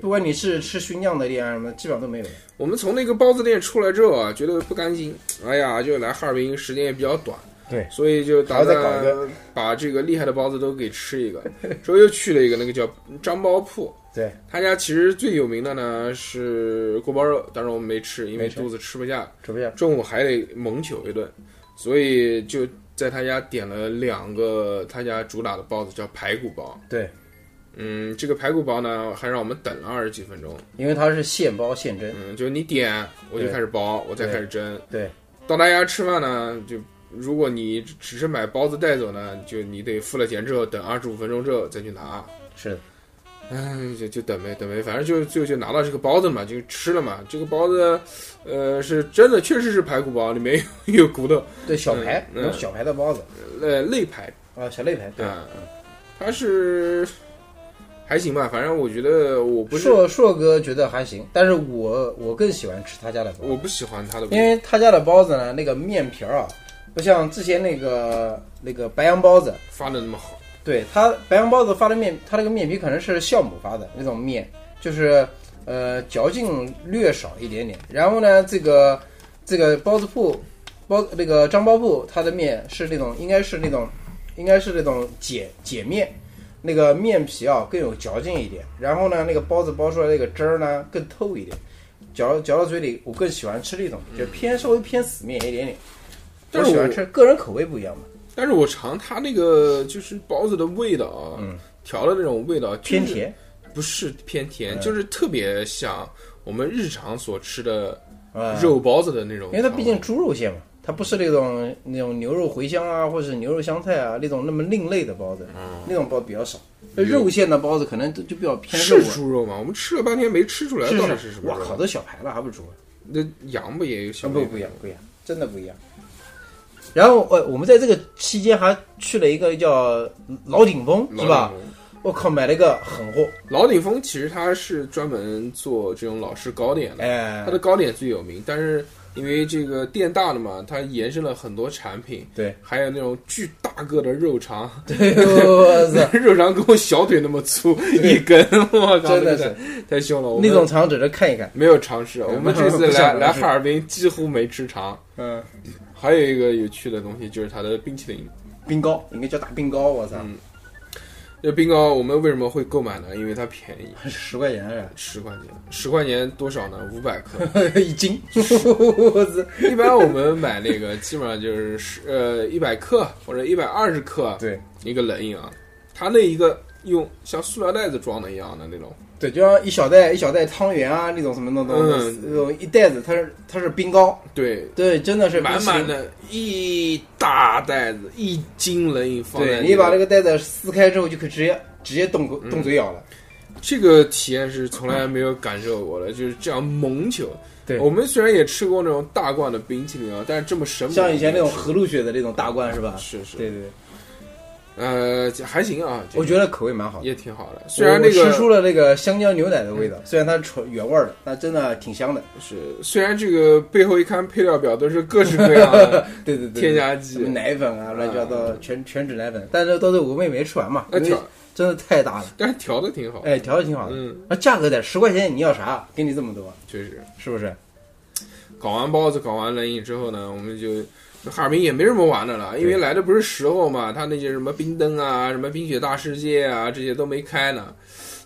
S3: 不管你是吃熏酿的店啊什么，基本上都没有的。
S1: 我们从那个包子店出来之后啊，觉得不甘心，哎呀，就来哈尔滨时间也比较短，
S3: 对
S1: 所以就打
S3: 还要再搞一
S1: 算把这个厉害的包子都给吃一个。之后又去了一个那个叫张包铺，
S3: 对，
S1: 他家其实最有名的呢是锅包肉，但是我们没吃，因为
S3: 没吃
S1: 肚子吃不下，
S3: 吃不下。
S1: 中午还得猛求一顿，所以就在他家点了两个他家主打的包子，叫排骨包。
S3: 对，
S1: 嗯，这个排骨包呢，还让我们等了二十几分钟。
S3: 因为它是现包现蒸。
S1: 嗯，就是你点，我就
S3: 对
S1: 开始包，我再
S3: 对
S1: 开始蒸。
S3: 对，
S1: 到大家吃饭呢，就如果你只只是买包子带走呢，就你得付了钱之后，等二十五分钟之后再去拿。
S3: 是的，
S1: 嗯，就就等呗，等呗，反正就就就拿到这个包子嘛，就吃了嘛。这个包子，呃，是真的，确实是排骨包，里面 有有骨头，
S3: 对小排，
S1: 嗯
S3: 有小排的包子
S1: 呃，肋排
S3: 啊，小肋排，对，
S1: 啊、它是还行吧，反正我觉得我不是
S3: 硕硕哥觉得还行，但是我我更喜欢吃他家的包子，
S1: 我不喜欢它的味道，
S3: 因为他家的包子呢，那个面皮儿啊，不像之前那个那个白杨包子，
S1: 发的那么好，
S3: 对它白杨包子发的面，它那个面皮可能是酵母发的那种面，就是呃嚼劲略少一点点。然后呢，这个这个包子铺包那个张包铺，它的面是那种应该是那种应该是那种碱碱面，那个面皮啊更有嚼劲一点。然后呢，那个包子包出来那个汁儿呢更透一点，嚼嚼到嘴里，我更喜欢吃那种，就偏稍微偏死面一点点。
S1: 但
S3: 我
S1: 是
S3: 喜
S1: 我
S3: 欢吃，个人口味不一样嘛，
S1: 但是我尝它那个就是包子的味道啊，
S3: 嗯
S1: 调的那种味道、就是
S3: 偏，甜。
S1: 不是偏甜，
S3: 嗯
S1: 就是特别像我们日常所吃的
S3: 啊。
S1: 肉包子的那种调
S3: 因
S1: 味，
S3: 为它毕竟猪肉馅嘛，它不是那种那种牛肉茴香啊，或者是牛肉香菜啊那种那么另类的包子，
S1: 嗯
S3: 那种包比较少。那肉馅的包子可能就就比较偏肉啊
S1: 是
S3: 味。
S1: 猪肉吗？我们吃了半天没吃出来
S3: 是
S1: 到底
S3: 是
S1: 是什么
S3: 我
S1: 肉。
S3: 靠，都小排了还不是猪啊？
S1: 那羊不也有小
S3: 啊
S1: 妹
S3: 不
S1: 妹
S3: 不一样，不一样，真的不一样。然后呃，我们在这个期间还去了一个叫老顶峰，
S1: 老
S3: 是
S1: 顶
S3: 吧？
S1: 峰
S3: 我靠，买了一个狠货，
S1: 老顶峰其实它是专门做这种老式糕点的，
S3: 哎
S1: 嗯它，的糕点最有名。但是因为这个店大了嘛，它延伸了很多产品，
S3: 对，
S1: 还有那种巨大个的肉肠，
S3: 对，我 操，
S1: 肉肠跟我小腿那么粗一根， 我靠，
S3: 真的
S1: 那个
S3: 是
S1: 太太凶了。我们
S3: 那种肠只能看一看，
S1: 没有尝试，我们这次
S3: 不想
S1: 来
S3: 尝试
S1: 来哈尔滨几乎没吃肠。
S3: 嗯，
S1: 还有一个有趣的东西就是它的冰淇淋。
S3: 冰糕应该叫大冰糕，我操，
S1: 这冰糕我们为什么会购买呢？因为它便宜，
S3: 十块钱啊是
S1: 十块钱，十块钱多少呢？五百 克。
S3: 吧一斤，我操。
S1: 一般我们买那个基本上就是十呃一百克或者一百二十克
S3: 对
S1: 一个冷饮啊，它那一个用像塑料袋子装的一样的那种，
S3: 对，就像一小袋一小袋汤圆啊那种什么那种、
S1: 嗯
S3: 那种一袋子，它是它是冰糕，
S1: 对，
S3: 对，真的是
S1: 满满。的一大袋子一斤冷饮放在
S3: 对
S1: 里面
S3: 你把那个袋子撕开之后，就可以直接直接动口
S1: 嗯
S3: 动嘴咬了。
S1: 这个体验是从来没有感受过 的，就是这样蒙球。
S3: 对
S1: 我们虽然也吃过那种大罐的冰淇淋啊，但是这么神猛
S3: 像以前那种
S1: 没有吃
S3: 和路雪的那种大罐是吧
S1: 过？是是，
S3: 对对对，
S1: 呃，还行啊，这个
S3: 我觉得口味蛮好的。
S1: 也挺好的。虽然那
S3: 我我吃
S1: 个
S3: 出了那个香蕉牛奶的味道，虽然它是纯原味儿的，但真的挺香的。
S1: 是虽然这个背后一看配料表都是各式各样 的
S3: 对对对，
S1: 添加
S3: 什
S1: 剂
S3: 么，奶粉啊，乱七八糟
S1: 嗯，
S3: 全全脂奶粉，但是到最后我们也没吃完嘛，
S1: 那
S3: 因为
S1: 调
S3: 真的太大了。
S1: 但是调的挺好。
S3: 哎，调的挺好的。
S1: 嗯，
S3: 那价格在十块钱，你要啥？给你这么多，
S1: 确实。
S3: 是不是？
S1: 搞完包子，搞完冷饮之后呢，我们就哈尔滨也没什么玩的了，因为
S3: 对
S1: 来的不是时候嘛。他那些什么冰灯啊、什么冰雪大世界啊，这些都没开呢。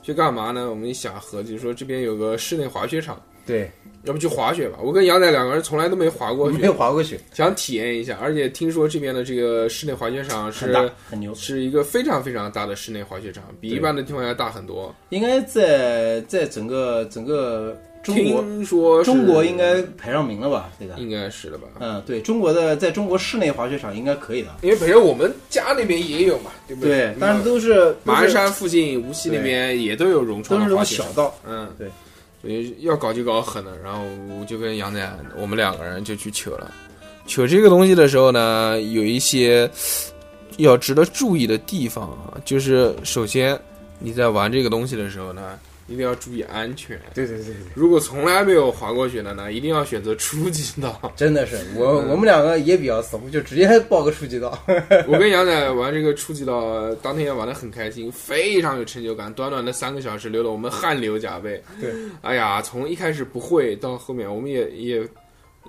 S1: 去干嘛呢？我们一想，合计说这边有个室内滑雪场，
S3: 对，
S1: 要不去滑雪吧？我跟杨仔两个人从来都没滑
S3: 我
S1: 过
S3: 没
S1: 雪
S3: 有，滑过雪，
S1: 想体验一下。而且听说这边的这个室内滑雪场
S3: 很
S1: 是
S3: 大很牛，
S1: 是一个非常非常大的室内滑雪场，比一
S3: 对
S1: 般的地方要大很多。
S3: 应该在在整个整个中国
S1: 听说是
S3: 中国应该排上名了吧？这个，
S1: 应该是的吧？
S3: 嗯，对中国的在中国室内滑雪场应该可以的，
S1: 因为本身我们家那边也有嘛，对不
S3: 对，但
S1: 那
S3: 是都是
S1: 马鞍
S3: 都是
S1: 山附近、无锡那边也都有融
S3: 都
S1: 创
S3: 是那
S1: 的
S3: 种
S1: 滑雪
S3: 小
S1: 场，
S3: 道，
S1: 嗯，
S3: 对，
S1: 所以要搞就搞狠的。然后我就跟杨仔，我们两个人就去扯了。扯这个东西的时候呢，有一些要值得注意的地方啊，就是首先你在玩这个东西的时候呢，一定要注意安全。
S3: 对对对对，
S1: 如果从来没有滑过雪的呢，一定要选择初级道。
S3: 真的是我我们两个也比较怂，就直接报个初级道，
S1: 我跟杨仔玩这个初级道，当天玩的很开心，非常有成就感。短短的三个小时，流了我们汗流浃背。
S3: 对，
S1: 哎呀，从一开始不会到后面，我们也也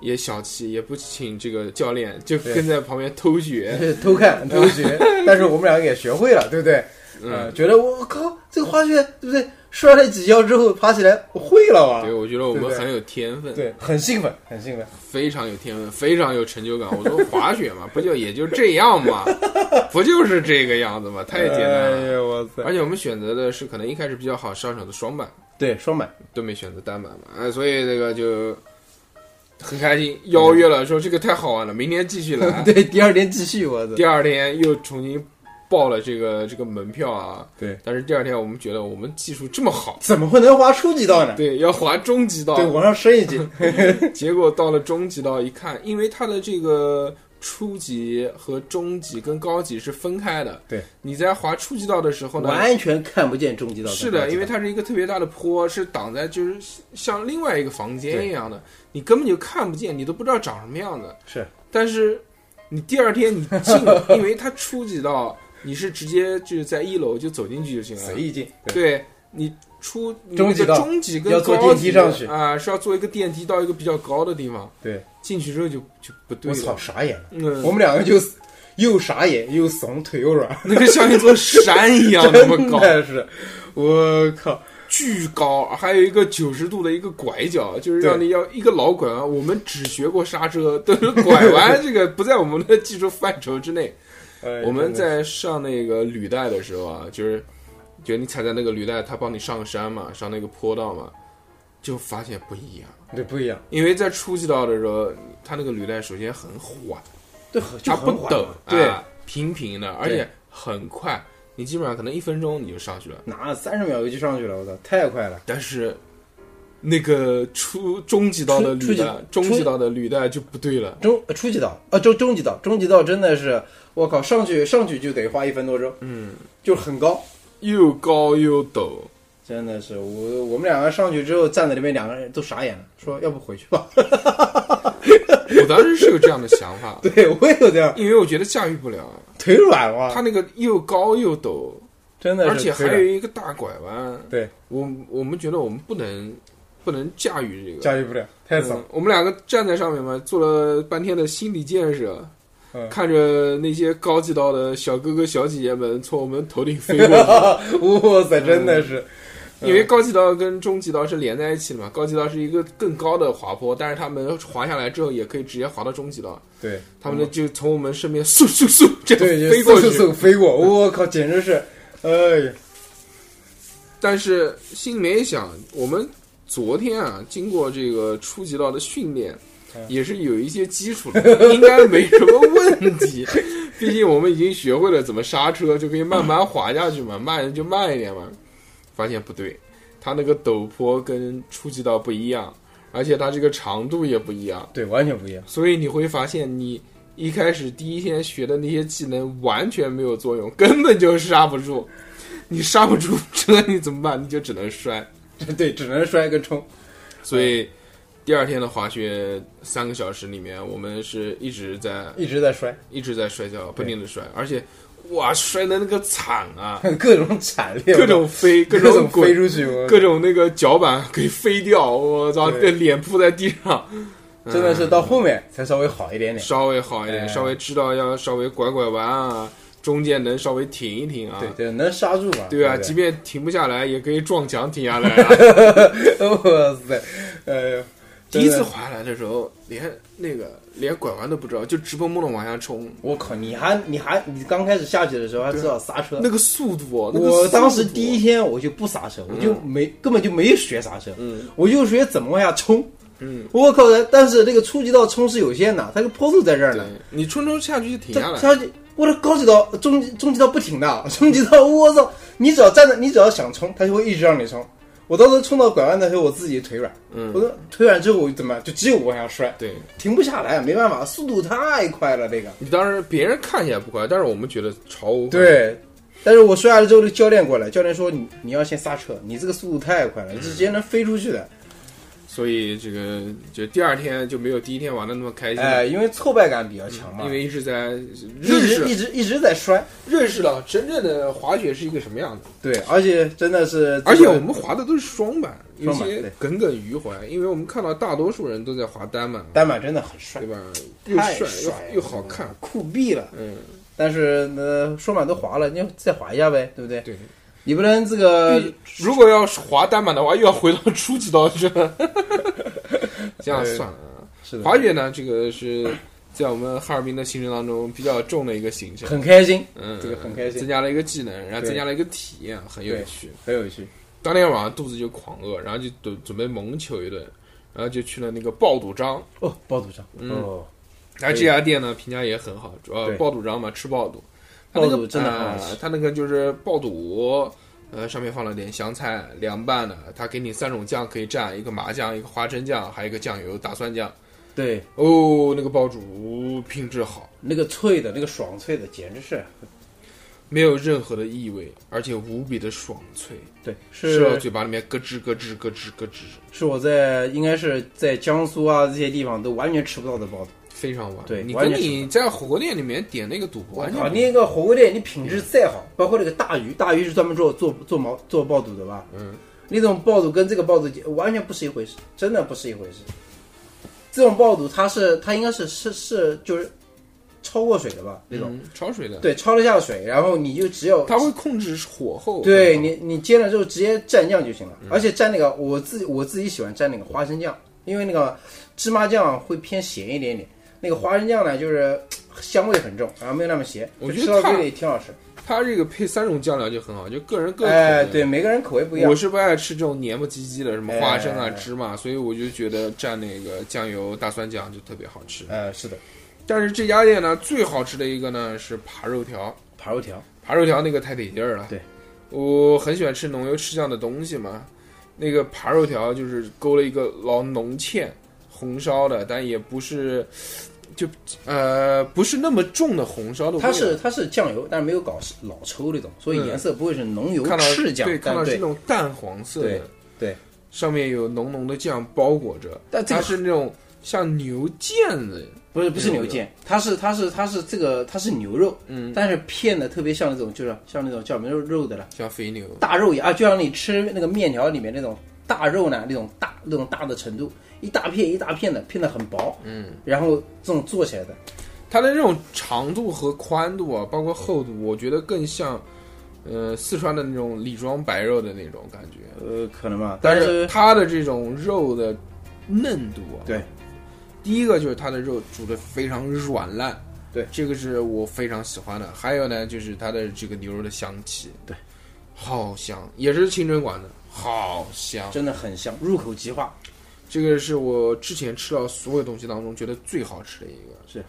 S1: 也小气，也不请这个教练，就
S3: 对
S1: 跟在旁边偷学。
S3: 偷看偷 学，但是我们两个也学会了，对不对？
S1: 嗯
S3: 嗯，，觉得我靠，这个滑雪对不对？摔了几跤之后爬起来，我会了哇！
S1: 对，我觉得我们
S3: 对对
S1: 很有天分，
S3: 对，很兴奋，很兴奋。
S1: 非常有天分，非常有成就感。我说滑雪嘛， 不就也就这样 嘛，不就是这个样子嘛，太简单了。
S3: 哎
S1: 哎
S3: 呀，我操！
S1: 而且我们选择的是可能一开始比较好上手的双板。
S3: 对，双板
S1: 都没选择单板嘛，哎，所以这个就很开心，邀约了，说这个太好玩了，明天继续来。
S3: 对，第二天继续，我操，
S1: 第二天又重新报了这个这个门票啊，
S2: 对，
S1: 但是第二天我们觉得我们技术这么好，
S3: 怎么会能滑初级道呢？
S1: 对，要滑中级道
S3: 对，，往上升 一级，
S1: 结果到了中级道一看，因为它的这个初级和中级跟高级是分开的。
S2: 对，
S1: 你在滑初级道的时候呢，
S3: 完全看不见中级道跟
S1: 是
S3: 高级道。
S1: 的，因为它是一个特别大的坡，是挡在就是像另外一个房间一样的，你根本就看不见，你都不知道长什么样子。
S3: 是，
S1: 但是你第二天你进，因为它初级道你是直接就是在一楼就走进去就行了，
S2: 随意进，对
S1: 对你出你
S3: 中
S1: 那
S3: 级
S1: 个
S3: 道
S1: 中级跟
S3: 要坐电梯
S1: 高
S3: 上
S1: 级
S3: 去
S1: 啊、是要坐一个电梯到一个比较高的地方。
S2: 对，
S1: 进去之后就就不对
S3: 我
S1: 了
S3: 操，。傻眼了，
S1: 嗯，
S3: 我们两个就又傻眼又怂，腿又软，
S1: 那个像一座山一样那么
S3: 真
S1: 高，
S3: 的是，我靠，
S1: 巨高，还有一个九十度的一个拐角，就是让
S2: 对
S1: 你要一个老拐弯。我们只学过刹车，都是拐弯这个不在我们的技术范畴之内。
S2: 哎
S1: 我们
S2: 真的
S1: 在上那个履带的时候啊，就是觉得你踩在那个履带，它帮你上山嘛，上那个坡道嘛，就发现不一样。
S3: 对，不一样，
S1: 因为在初级道的时候，它那个履带首先很缓，
S3: 对，
S1: 它不
S3: 陡
S1: 陡，，
S3: 对，
S1: 啊平平的，而且很快，你基本上可能一分钟你就上去了。
S3: 拿三十秒就上去了，我操，太快了，
S1: 但是那个初中级道的履带，中
S3: 初初级
S1: 级道的履带就不对了。
S3: 中呃初级道啊，中中级道，中级道真的是，我靠，上去上去就得花一分多钟，嗯，就是很高。
S1: 又高又陡，
S3: 真的是，我我们两个上去之后站在里面，两个人都傻眼了，说要不回去吧？，
S1: 我当时是有这样的想法
S3: 对我也有这样，
S1: 因为我觉得驾驭不了，
S3: 腿软
S2: 啊
S3: 了，
S1: 它那个又高又陡，
S3: 真的是
S1: 而且
S3: 腿
S1: 还
S3: 软
S1: 有一个大拐弯。
S2: 对，
S1: 我我们觉得我们不能不能驾驭这个，
S2: 驾驭不了，太早
S1: 嗯，我们两个站在上面嘛，做了半天的心理建设，
S2: 嗯
S1: 看着那些高级道的小哥哥小姐姐们从我们头顶飞过去。
S2: 哇塞，真的是，
S1: 因
S3: 嗯
S1: 为高级道跟中级道是连在一起的嘛，高级道是一个更高的滑坡，但是他们滑下来之后也可以直接滑到中级道，
S2: 对
S1: 他们呢就从我们身边嗖嗖嗖这样
S3: 嗯对，就
S1: 飞过去。
S3: 嗖嗖嗖飞过，我靠，简直是，哎呀，
S1: 但是心里面一想，我们昨天啊，经过这个初级道的训练，也是有一些基础的， 应该没什么问题。毕竟我们已经学会了怎么刹车，就可以慢慢滑下去嘛，慢就慢一点嘛。发现不对，它那个陡坡跟初级道不一样，而且它这个长度也不一样，
S3: 对，完全不一样，
S1: 所以你会发现你。一开始第一天学的那些技能完全没有作用，根本就刹不住。你刹不住车，你怎么办？你就只能摔。
S3: 对，只能摔跟冲，
S1: 所以第二天的滑雪三个小时里面，我们是一直在
S3: 一直在摔，
S1: 一直在摔跤，不停的摔，而且哇，摔的那个惨啊，
S3: 各种惨烈，
S1: 各种飞，
S3: 各
S1: 种
S3: 种飞
S1: 滚，
S3: 出去，我
S1: 各种那个脚板给飞掉，我操，
S2: 对
S1: 脸扑在地上，
S3: 真的是到后面才稍微好一点点，
S1: 稍微好一点，
S3: 哎
S1: 稍微知道要稍微拐拐弯啊，中间能稍微停一停啊
S3: 对。对，能刹住嘛？
S1: 对
S3: 对
S1: 啊，
S3: 不
S1: 即
S3: 对
S1: 便停不下来，也可以撞墙停下来 啊。
S3: 哇塞，哎呦，
S1: 第一次
S3: 真的
S1: 滑来的时候，连那个连拐弯都不知道，就直蹦蹦的往下冲。
S3: 我靠，你还你还你刚开始下去的时候还知道刹车，
S1: 那个速度嗯哦，那个
S3: 我
S1: 速
S3: 当时
S1: 度
S3: 第一天我就不刹车，我就没根本就没学刹车，我就学怎么往下冲。
S1: 嗯，
S3: 我靠！但是那个初级道冲是有限的，它个坡度在这儿
S1: 对
S3: 呢。，
S1: 你冲冲下去就停下
S3: 它
S1: 来，
S3: 它我的高级道、中级中级道不停 的，啊中级道我操！你只要站着，你只要想冲，它就会一直让你冲。我到时候冲到拐弯的时候，我自己腿软，
S1: 嗯
S3: 我说腿软之后我就怎么办？就只有往下摔，
S1: 对
S3: 停不下来，没办法，速度太快了，这个。
S1: 你当时别人看起来不快，但是我们觉得超快，
S3: 对，但是我摔下来之后，那个教练过来，教练说你你要先刹车，你这个速度太快了，你直接能飞出去的。
S1: 所以这个就第二天就没有第一天玩的那么开心，
S3: 哎，因为挫败感比较强嘛，
S1: 因嗯为一直在
S3: 一
S1: 认
S3: 直
S1: 识
S3: 一直一直在摔。
S1: 认识到真正的滑雪是一个什么样子，
S3: 对，而且真的是，
S1: 而且我们滑的都是双板，有
S3: 双板
S1: 些
S3: 对
S1: 耿耿于怀，因为我们看到大多数人都在滑单板，
S3: 单板真的很帅
S1: 对，吧？又
S3: 太
S1: 又
S3: 了
S1: 又好看，，
S3: 酷毙了。
S1: 嗯，
S3: 但是呃，双板都滑了，你就再滑一下呗，对不对？
S1: 对。
S3: 你不能这个
S1: 如果要是滑单板的话，又要回到初级道 去了，这样算了啊。
S3: 是的
S1: 滑雪呢，这个是在我们哈尔滨的行程当中比较重的一个行程，
S3: 很开心，
S1: 嗯，
S3: 这个很开心
S1: 增加了一个技能，然后
S3: 对
S1: 增加了一个体验，很有趣。
S3: 很有趣。
S1: 当天晚上肚子就狂饿，然后就准准备猛求一顿，然后就去了那个爆肚张，
S3: 哦，爆肚上，哦，
S1: 然后这家店呢评价也很好，主要
S3: 对
S1: 爆肚张嘛，吃爆肚，它那个
S3: 爆肚真的很好
S1: 呃
S3: 吃
S1: 它那个就是爆肚，呃，上面放了点香菜，凉拌的，它给你三种酱可以蘸，一个麻酱，一个花生酱，还有一个酱油大蒜酱。
S3: 对，
S1: 哦，那个爆肚品质好，
S3: 那个脆的，那个爽脆的，简直是，
S1: 没有任何的异味，而且无比的爽脆，
S3: 对，
S1: 吃到
S3: 是
S1: 嘴巴里面咯吱咯吱咯吱咯吱，
S3: 是我在应该是在江苏啊这些地方都完全吃不到的爆肚。
S1: 非常完。
S3: 对
S1: 你
S3: 完
S1: 跟
S3: 全
S1: 你在火锅店里面点那个肚
S3: 我
S1: 完
S3: 靠，
S1: 全不
S3: 那个火锅店，你品质再
S1: 嗯
S3: 好，包括那个大鱼，大鱼是专门做做做毛做爆肚的吧？
S1: 嗯，
S3: 那种爆肚跟这个爆肚完全不是一回事，真的不是一回事。这种爆肚它是它应该是是是就是焯过水的吧？那种、
S1: 嗯焯水的，
S3: 对，焯了一下水，然后你就只有
S1: 它会控制火候。
S3: 对你，你煎了之后直接蘸酱就行
S1: 嗯
S3: 了，而且蘸那个我自我自己喜欢蘸那个花生酱，因为那个芝麻酱会偏咸一点点，那个花生酱呢就是嘖香味很重，然后没有那么咸，
S1: 我
S3: 就
S1: 觉
S3: 吃
S1: 得
S3: 到
S1: 它
S3: 嘴里挺好吃。
S1: 它这个配三种酱料就很好，就个人各口
S3: 哎，
S1: 味。
S3: 对，每个人口味不一样
S1: 我。是不爱吃这种黏不唧唧的，什么花生啊、
S3: 哎
S1: 芝麻，所以我就觉得蘸那个酱油、大蒜酱就特别好吃。
S3: 呃，是的，
S1: 但是这家店呢，最好吃的一个呢是扒肉条，
S3: 扒肉条，
S1: 扒肉条那个太得劲儿了。
S3: 对，
S1: 我很喜欢吃浓油赤酱的东西嘛，那个扒肉条就是勾了一个老浓芡，红烧的，但也不是。就呃不是那么重的红烧的味道，
S3: 它是它是酱油，但是没有搞老抽那种，所以
S1: 嗯
S3: 颜色不会是浓油
S1: 看到
S3: 赤酱
S1: 对，，看
S3: 但
S1: 到是那
S3: 对
S1: 种淡黄色的
S3: 对，对
S1: 上面有浓浓的酱包裹着，
S3: 但这个
S1: 它是那种像牛腱子，
S3: 不是不是
S1: 牛
S3: 牛腱，它是它是它是这个它是牛肉，
S1: 嗯，
S3: 但是片的特别像那种就是像那种叫什么肉肉的了。
S1: 像肥牛，
S3: 大肉也啊，就像你吃那个面条里面那种大肉呢，那种大那种大的程度，一大片一大片的，片的很薄，
S1: 嗯，
S3: 然后这种做起来的，
S1: 它的这种长度和宽度啊，包括厚度，我觉得更像，呃，四川的那种李庄白肉的那种感觉，
S3: 呃，可能吧，
S1: 但
S3: 是
S1: 它的这种肉的嫩度啊，
S3: 对，
S1: 第一个就是它的肉煮的非常软烂，
S3: 对，
S1: 这个是我非常喜欢的。还有呢，就是它的这个牛肉的香气，
S3: 对，
S1: 好香，也是清真馆的，好香。
S3: 真的很香，入口即化。
S1: 这个是我之前吃到所有东西当中觉得最好吃的一个。
S3: 是，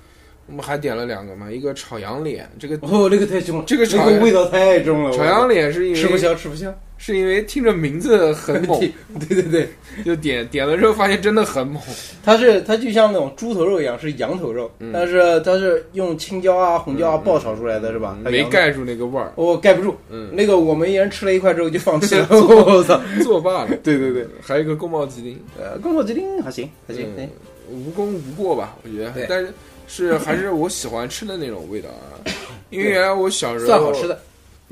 S1: 我们还点了两个嘛，一个炒羊脸，这个
S3: 哦，那个太重了，
S1: 这个
S3: 这
S1: 炒
S3: 个味道太重了，
S1: 炒羊脸是
S3: 我
S1: 因
S3: 呃吃不
S1: 为
S3: 消，吃不消。
S1: 是因为听着名字 很猛，
S3: 哦对对对，
S1: 就点点了之后发现真的很猛。
S3: 它是它就像那种猪头肉一样，是羊头肉，但是它是用青椒啊、红椒啊爆炒出来的，是吧？它
S1: 没
S3: 羊肉，
S1: 盖住那个味儿，
S3: 我盖不住。
S1: 嗯，
S3: 那个我们一人吃了一块之后就放弃 了，我操！
S1: 作罢了。
S3: 对对对，
S1: 还有一个宫保鸡丁，
S3: 呃，嗯宫保鸡丁还行，还行，哎
S1: 嗯
S3: 行。
S1: 无功无过吧，我觉得
S3: 对，
S1: 但是是还是我喜欢吃的那种味道啊。因为原来我小时候
S3: 算好吃的。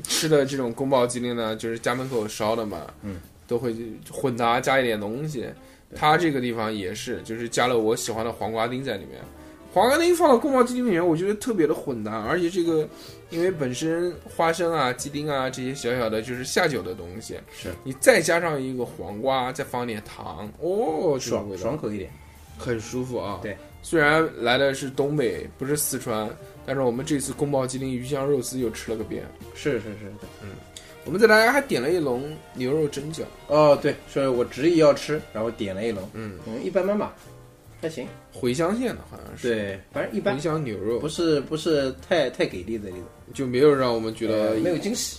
S1: 吃的这种宫保鸡丁呢，就是家门口烧的嘛，
S3: 嗯，
S1: 都会混杂加一点东西。它这个地方也是，就是加了我喜欢的黄瓜丁在里面。黄瓜丁放到宫保鸡丁里面，我觉得特别的混搭，而且这个因为本身花生啊、鸡丁啊这些小小的就是下酒的东西，
S3: 是
S1: 你再加上一个黄瓜，再放一点糖，哦，这种
S3: 爽
S1: 味道
S3: 爽口一点。
S1: 很舒服啊。
S3: 对，
S1: 虽然来的是东北，不是四川，但是我们这次宫保鸡丁鱼香肉丝又吃了个遍。
S3: 是是是，对
S1: 我们在大家还点了一笼牛肉蒸饺，
S3: 哦对，所以我执意要吃，然后点了一笼，
S1: 嗯，
S3: 嗯，一般般吧，还行。
S1: 茴香县的好像是，
S3: 对，反正一般
S1: 茴，香牛肉
S3: 不是不是太太给力的那种，
S1: 就没有让我们觉得
S3: 呃没有惊喜。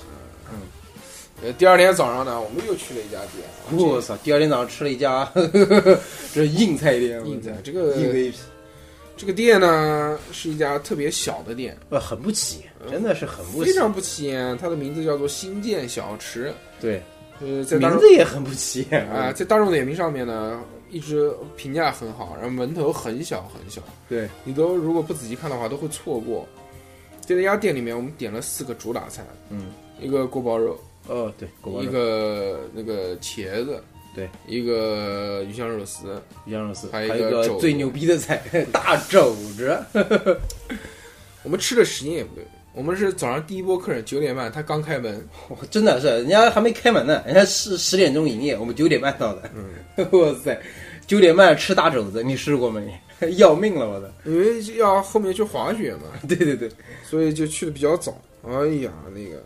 S1: 呃第二天早上呢，我们又去了一家店，
S3: 我操！第二天早上吃了一家，这硬菜店，我
S1: 嗯
S3: 操
S1: 印在这
S3: 硬的
S1: 个
S3: 一批，
S1: 这个店呢是一家特别小的店，
S3: 呃，很不起眼，真的是很不
S1: 非
S3: 起眼，
S1: 常不起眼，它的名字叫做新建小吃，
S3: 对，
S1: 呃，在大
S3: 名
S1: 众
S3: 字也很不起眼
S1: 啊、在大众点评上面呢一直评价很好，然后门头很小很小，
S3: 对，
S1: 你都如果不仔细看的话，都会错过。在这家店里面，我们点了四个主打菜，
S3: 嗯，
S1: 一个锅包肉，
S3: 哦对，狗包
S1: 一
S3: 肉
S1: 个那个茄子，
S3: 对，
S1: 一个鱼香肉丝，
S3: 羊肉丝，
S1: 还有
S3: 还
S1: 一个
S3: 有一个
S1: 肘
S3: 最
S1: 子
S3: 牛逼的菜，大肘子。
S1: 我们吃的时间也不对，我们是早上第一波客人九点半，他刚开门，
S3: 我真的是，人家还没开门呢，人家是十点钟营业，我们九点半到的。嗯， 哇塞，九点半吃大肘子，你试过吗？你 要命了，我的！
S1: 因为要后面去滑雪嘛，
S3: 对对 对，
S1: 所以就去的比较早。哎呀，那个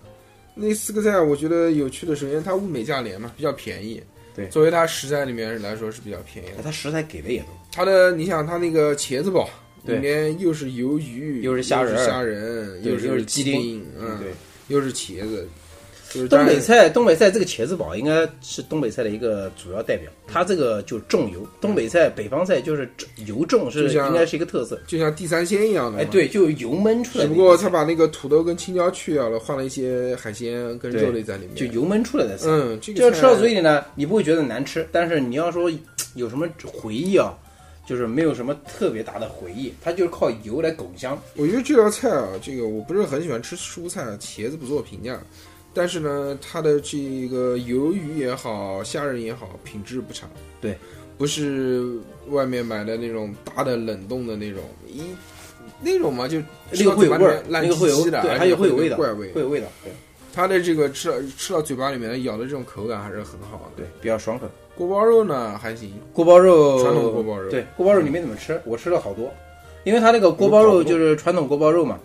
S1: 那四个菜，我觉得有趣的，首先它物美价廉嘛，比较便宜。
S3: 对
S1: 作为它食材里面来说是比较便宜的。
S2: 它食材给的也多，
S1: 它的你想，它那个茄子煲
S3: 对
S1: 里面又是鱿鱼，
S3: 又是虾仁儿
S1: 又是虾仁，
S3: 对
S1: 又
S3: 又是
S1: 鸡
S3: 鸡
S1: 丁，嗯，
S2: 对，
S1: 又是茄子，就是
S3: 东
S1: 当
S3: 北
S1: 然
S3: 菜，东北菜这个茄子煲应该是东北菜的一个主要代表。它这个就重油，东北菜、北方菜就是重油重是
S1: 就像
S3: 应该是一个特色。
S1: 就像地三鲜一样的，
S3: 哎，，对，就油焖出来
S1: 只不
S3: 的一个
S1: 过
S3: 菜。
S1: 他把那个土豆跟青椒去掉了，换了一些海鲜跟肉类在里面，
S3: 就油焖出来的菜，
S1: 嗯，这个
S3: 就是吃到
S1: 菜
S3: 嘴里呢，你不会觉得难吃，但是你要说嘖有什么回忆啊，就是没有什么特别大的回忆，它就是靠油来拱香。
S1: 我觉得这道菜啊，这个我不是很喜欢吃蔬菜，茄子不做评价。但是呢，它的这个鱿鱼也好，虾仁也好，品质不差。
S3: 对，
S1: 不是外面买的那种大的冷冻的那种，一那种嘛，就
S3: 那个会有味儿，
S1: 烂
S3: 那个会有
S1: 唧唧
S3: 味，
S1: 的，啊
S3: 对，
S1: 而
S3: 它
S1: 且
S3: 也会有
S1: 那
S3: 味
S1: 个
S3: 道，
S1: 怪味
S3: 会。有味道，对
S1: 它的这个吃到吃到嘴巴里面咬的这种口感还是很好的。
S3: 对，比较爽口。
S1: 锅包肉呢还行，
S3: 锅包肉，
S1: 传统锅包肉
S3: 对，锅包肉你没怎么吃，我吃了好多，因为它那个锅包肉就是传统锅包肉嘛，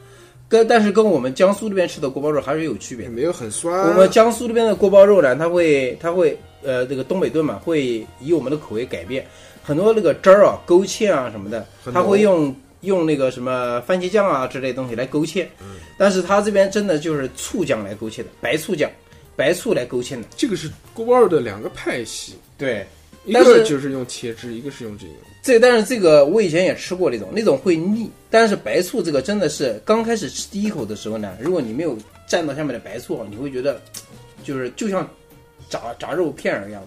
S3: 跟但是跟我们江苏这边吃的锅包肉还是有区别
S1: 也
S3: 的。
S1: 没有很酸。
S3: 我们江苏这边的锅包肉呢，它会它会呃这个东北炖嘛，会以我们的口味改变很多那个汁儿啊、勾芡啊什么的，
S1: 很
S3: 它
S1: 浓
S3: 会用用那个什么番茄酱啊之类的东西来勾芡，
S1: 嗯
S3: 但是它这边真的就是醋酱来勾芡的，白醋酱、白醋来勾芡的。
S1: 这个是锅包肉的两个派系，
S3: 对，
S1: 一
S3: 但
S1: 个
S3: 是
S1: 就是用茄汁，一个是用这个。
S3: 这但是这个我以前也吃过那种，那种会腻，但是白醋这个真的是刚开始吃第一口的时候呢，如果你没有蘸到下面的白醋，你会觉得就是就像炸炸肉片儿一样。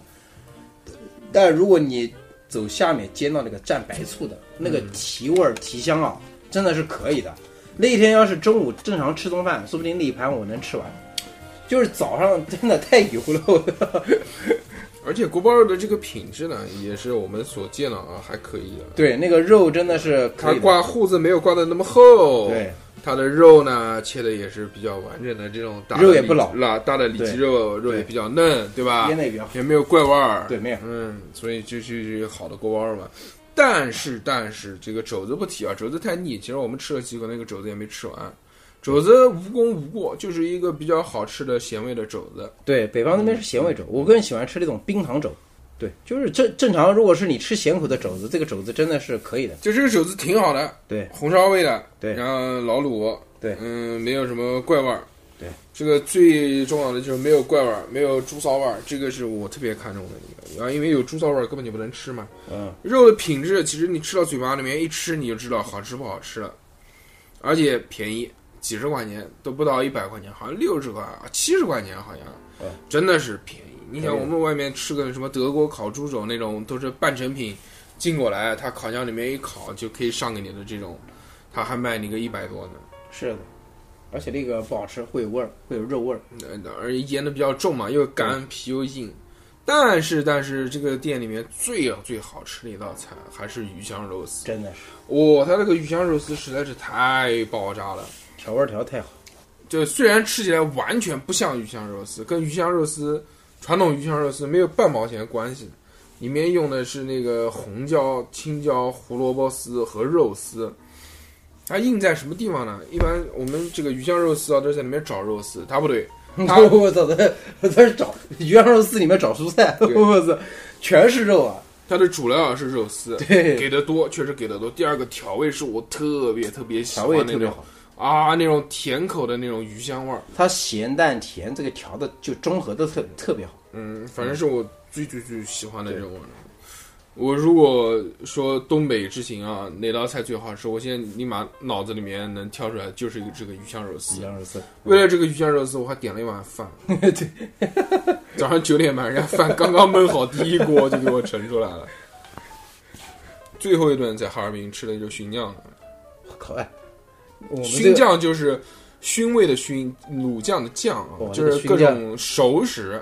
S3: 但如果你走下面煎到那个蘸白醋的那个提味儿提香啊，真的是可以的。那一天要是中午正常吃中饭，说不定那一盘我能吃完。就是早上真的太油了，我
S1: 而且锅包肉的这个品质呢，也是我们所见的啊，还可以的。
S3: 对那个肉真的是可
S1: 它
S3: 以的，
S1: 挂糊子没有啊挂的那么厚，
S3: 对，
S1: 它的肉呢切的也是比较完整的，这种大的
S3: 肉也不
S1: 里
S3: 老
S1: 啦，大的里脊
S3: 对
S1: 肉肉也比较嫩，对吧
S3: 腌？的也比较好，
S1: 也没有怪味儿，
S3: 对，没有。
S1: 嗯，所以就去好的锅包肉嘛。但是但是这个肘子不提啊，肘子太腻，其实我们吃了几口，那个肘子也没吃完。肘子无功无过，就是一个比较好吃的咸味的肘子。
S3: 对，北方那边是咸味肘，我更喜欢吃那种冰糖肘。对，就是正正常，如果是你吃咸口的肘子，这个肘子真的是可以的。
S1: 就这个肘子挺好的，
S3: 对，
S1: 红烧味的，
S3: 对
S1: 然后老卤，
S3: 对
S1: 嗯，没有什么怪味儿，
S3: 对，
S1: 这个最重要的就是没有怪味儿，没有猪骚味儿，这个是我特别看重的一个，啊然后因为有猪骚味儿根本就不能吃嘛，
S3: 嗯，
S1: 肉的品质其实你吃到嘴巴里面一吃你就知道好吃不好吃了，而且便宜，几十块钱都不到一百块钱，好像六十块、啊七十块钱好像，
S3: 嗯
S1: 真的是便宜。你想
S3: 对
S1: 我们外面吃个什么德国烤猪肘那种都是半成品进过来，它烤箱里面一烤就可以上给你的这种，它还卖你个一百多呢。
S3: 是的，而且那个不好吃，会有味儿，会有肉味儿。
S1: 那而且腌的比较重嘛，又干皮又硬。但是但是这个店里面最最好吃的一道菜还是鱼香肉丝。
S3: 真的是
S1: 哇、它这个鱼香肉丝实在是太爆炸了。
S3: 调味儿调得太好。
S1: 就虽然吃起来完全不像鱼香肉丝，跟鱼香肉丝传统鱼香肉丝没有半毛钱关系。里面用的是那个红椒、青椒、胡萝卜丝和肉丝。它硬在什么地方呢？一般我们这个鱼香肉丝啊，都是在里面找肉丝，它不对，它
S3: 我操，他他在找鱼香肉丝里面找蔬菜，
S1: 对
S3: 我操，全是肉啊！
S1: 它的主料是肉丝，
S3: 对，
S1: 给的多，确实给的多。第二个调味是我特别特别喜
S3: 调
S1: 欢
S3: 味
S1: 那
S3: 特别
S1: 种
S3: 好，
S1: 啊，那种甜口的那种鱼香味儿。
S3: 它咸淡甜这个调的就中和的特特别好。
S1: 嗯，反正是我最最最喜欢的这种味儿。我如果说东北之行啊，哪道菜最好吃，我现在立马脑子里面能跳出来就是一个这个鱼香肉
S3: 鱼
S1: 丝。
S3: 香肉丝，
S1: 嗯为了这个鱼香肉丝，我还点了一碗饭。对，早上九点半，人家饭刚刚焖好，第一锅就给我盛出来了。最后一顿在哈尔滨吃的就是熏酱的，
S3: 我靠哎，我们这
S1: 熏
S3: 个
S1: 酱就是熏味的熏，卤酱的酱啊
S3: 哇，
S1: 就是
S3: 这
S1: 各
S3: 个熏酱嗯
S1: 种熟食，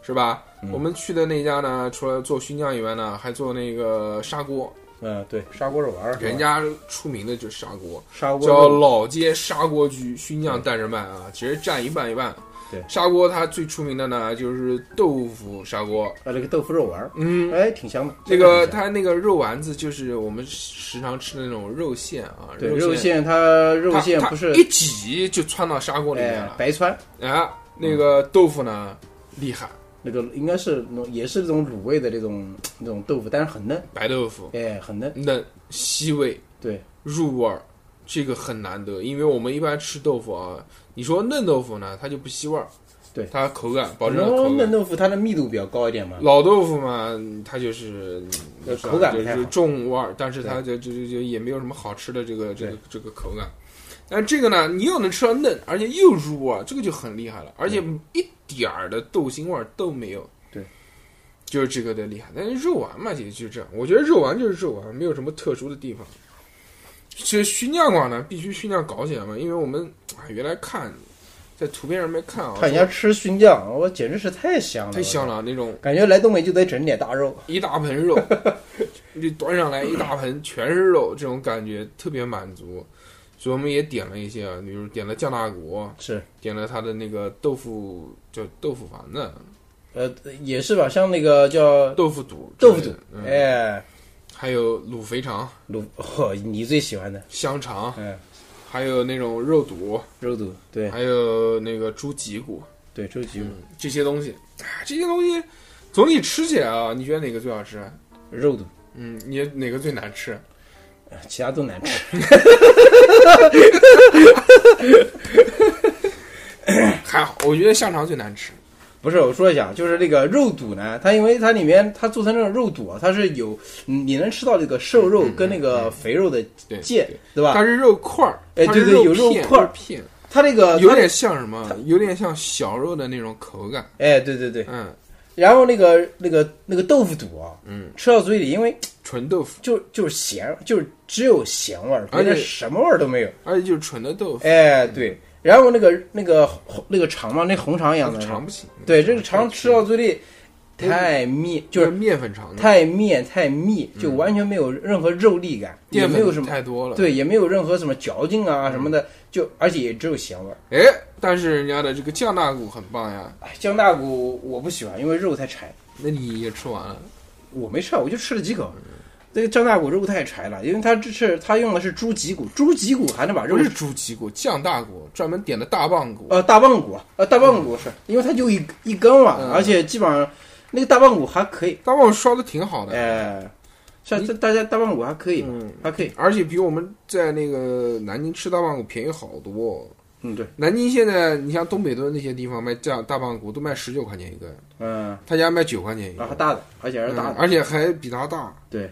S1: 是吧？我们去的那家呢，除了做熏酱以外呢，还做那个砂锅。
S3: 嗯对，砂锅肉丸儿是吧，
S1: 人家出名的就是砂锅，
S3: 砂锅
S1: 叫
S3: 肉
S1: 老街砂锅居熏酱蛋仁饭啊，其实占一半一半。
S3: 对
S1: 砂锅它最出名的呢就是豆腐砂锅，
S3: 啊，这个豆腐肉丸儿，
S1: 嗯，
S3: 哎，挺香的。
S1: 这
S3: 真的
S1: 个
S3: 挺香
S1: 它那个肉丸子就是我们时常吃的那种肉馅啊，
S3: 对
S1: 肉
S3: 肉馅，它肉
S1: 它
S3: 馅
S1: 它
S3: 不是
S1: 一挤就窜到砂锅里面啊
S3: 哎
S1: 了。
S3: 白川，
S1: 啊，那个豆腐呢厉害，
S3: 那个应该是那种也是这种卤味的这种那种豆腐，但是很嫩，
S1: 白豆腐
S3: 哎，很嫩。
S1: 嫩吸味
S3: 对，
S1: 入味儿，这个很难得，因为我们一般吃豆腐啊，你说嫩豆腐呢，它就不吸味儿，
S3: 对
S1: 它口感保
S3: 很
S1: 证了
S3: 多
S1: 口
S3: 嫩
S1: 感。
S3: 豆腐它的密度比较高一点嘛，
S1: 老豆腐嘛，它就是
S3: 呃
S1: 就是啊
S3: 口感
S1: 就
S3: 不太
S1: 是
S3: 好
S1: 重味儿，但是它就就就就也没有什么好吃的这个这个这个口感。但这个呢，你又能吃到嫩，而且又入味儿，这个就很厉害了，而且一点儿的豆腥味儿都没有。
S3: 对，
S1: 就是这个的厉害。但是肉丸嘛，其实就是这样，我觉得肉丸就是肉丸，没有什么特殊的地方。其实熏酱馆呢，必须熏酱搞起来嘛，因为我们啊原来看在图片上面看啊，
S3: 看人家吃熏酱，我简直是太香了，
S1: 太香了那种。
S3: 感觉来东北就得整点大肉。
S1: 一大盆肉，你端上来一大盆全是肉，这种感觉特别满足。所以我们也点了一些啊，比如点了酱大骨，
S3: 是，
S1: 点了它的那个豆腐叫豆腐丸子、
S3: 呃，也是吧，像那个叫
S1: 豆腐肚、
S3: 豆腐肚，
S1: 嗯，
S3: 哎，
S1: 还有卤肥肠、
S3: 卤、哦，你最喜欢的，
S1: 香肠，
S3: 嗯，
S1: 还有那种肉肚，
S3: 肉肚，对
S1: 还有那个猪脊骨，
S3: 对，周吉
S1: 嗯，这些东西啊，这些东西总体吃起来啊，你觉得哪个最好吃？
S3: 肉肚，
S1: 嗯，你哪个最难吃？
S3: 其他都难吃。
S1: 还好，我觉得香肠最难吃。
S3: 不是，我说一下，就是那个肉肚呢，它因为它里面它做成这种肉肚啊，它是有嗯你能吃到这个瘦肉跟那个肥肉的
S1: 对，
S3: 界，
S1: 对
S3: 对吧？
S1: 它是肉块儿，
S3: 哎
S1: 它是
S3: 对对有
S1: 肉
S3: 肉
S1: 片
S3: 块儿啊
S1: 片，
S3: 它那个
S1: 有
S3: 它
S1: 点像什么？有点像小肉的那种口感。
S3: 哎，对对对，
S1: 嗯
S3: 然后那个那个那个豆腐肚啊，
S1: 嗯，
S3: 吃到嘴里，因为
S1: 纯豆腐，
S3: 就就是咸，就是只有咸味儿，
S1: 而且
S3: 别的什么味儿都没有。
S1: 而且就是纯的豆腐，
S3: 哎，对，然后那个那个红那个肠嘛，那红肠一样的，
S1: 肠不行。
S3: 对，这个肠吃到嘴里太密，就
S1: 就是
S3: 是
S1: 面粉肠的，
S3: 太面太密，就完全没有任何肉粒感，
S1: 嗯
S3: 也
S1: 淀
S3: 没有什
S1: 粉
S3: 么
S1: 太多了。，
S3: 对，也没有任何什么嚼劲
S1: 嗯
S3: 啊什么的，就而且也只有咸味儿。
S1: 哎，但是人家的这个酱大骨很棒呀，
S3: 哎，酱大骨我不喜欢，因为肉太柴，
S1: 那你也吃完了。
S3: 我没吃，啊我就吃了几口。
S1: 嗯
S3: 这个酱大骨肉太柴了，因为它这是它用的是猪脊骨，猪脊骨还能把肉
S1: 不是猪脊骨，酱大骨专门点的大棒骨，
S3: 呃，大棒骨，呃，大棒骨是因为它就一一根嘛，
S1: 嗯
S3: 而且基本上那个大棒骨还可以，
S1: 大棒骨烧的挺好的。
S3: 哎，像这大家大棒骨还可以，
S1: 嗯，
S3: 还可以，
S1: 而且比我们在那个南京吃大棒骨便宜好多。
S3: 嗯，对，
S1: 南京现在，你像东北墩那些地方卖酱大棒骨都卖十九块钱一根，
S3: 嗯，
S1: 他家卖九块钱一
S3: 然
S1: 根
S3: 后，大的，而啊且还是大
S1: 嗯
S3: 的，
S1: 而且还比他大。
S3: 对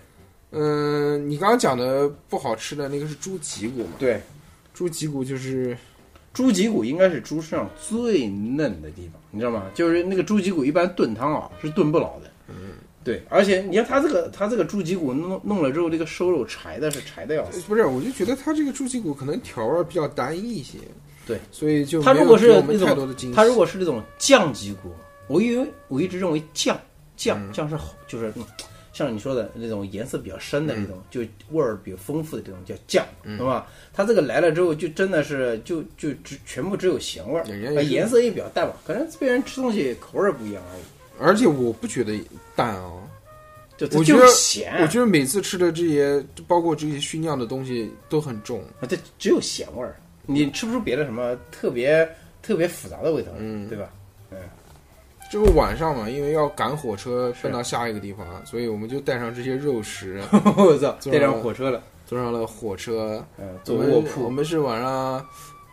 S1: 嗯、你刚刚讲的不好吃的那个是猪脊骨嘛？
S3: 对，
S1: 猪脊骨就是
S3: 猪脊骨应该是猪身上最嫩的地方，你知道吗？就是那个猪脊骨一般炖汤啊是炖不老的，嗯，对，而且你看它这个它这个猪脊骨弄弄了之后，这个瘦肉柴的是柴的要死，
S1: 不是？我就觉得它这个猪脊骨可能调味儿比较单一一些，
S3: 对，
S1: 所以就
S3: 它
S1: 没
S3: 如
S1: 有
S3: 果是
S1: 给我们
S3: 那种
S1: 太多的惊喜。
S3: 它如果是那种酱脊骨，我以为我一直认为酱酱酱是好，就是嗯像你说的那种颜色比较深的那
S1: 嗯
S3: 种，就味儿比较丰富的这种叫酱，懂吧？它这个来了之后，就真的是就就只全部只有咸味儿，
S1: 人家也
S3: 呃
S1: 是
S3: 颜色也比较淡吧。可能别人吃东西口味儿不一样而已，
S1: 而且我不觉得淡啊、
S3: 就它
S1: 我觉
S3: 就
S1: 得
S3: 是咸，
S1: 我觉得每次吃的这些，包括这些熏酿的东西都很重。
S3: 啊，它只有咸味儿，你吃不出别的什么特别特别复杂的味道，
S1: 嗯
S3: 对吧？
S1: 这不晚上嘛，因为要赶火车
S3: 是
S1: 奔到下一个地方，所以我们就带上这些肉食， 啊
S3: 我操，
S1: 坐
S3: 带上
S1: 上
S3: 火车了，
S1: 坐上了火车。
S3: 嗯，坐
S1: 我
S3: 卧
S1: 们我
S3: 铺，
S1: 们是晚上，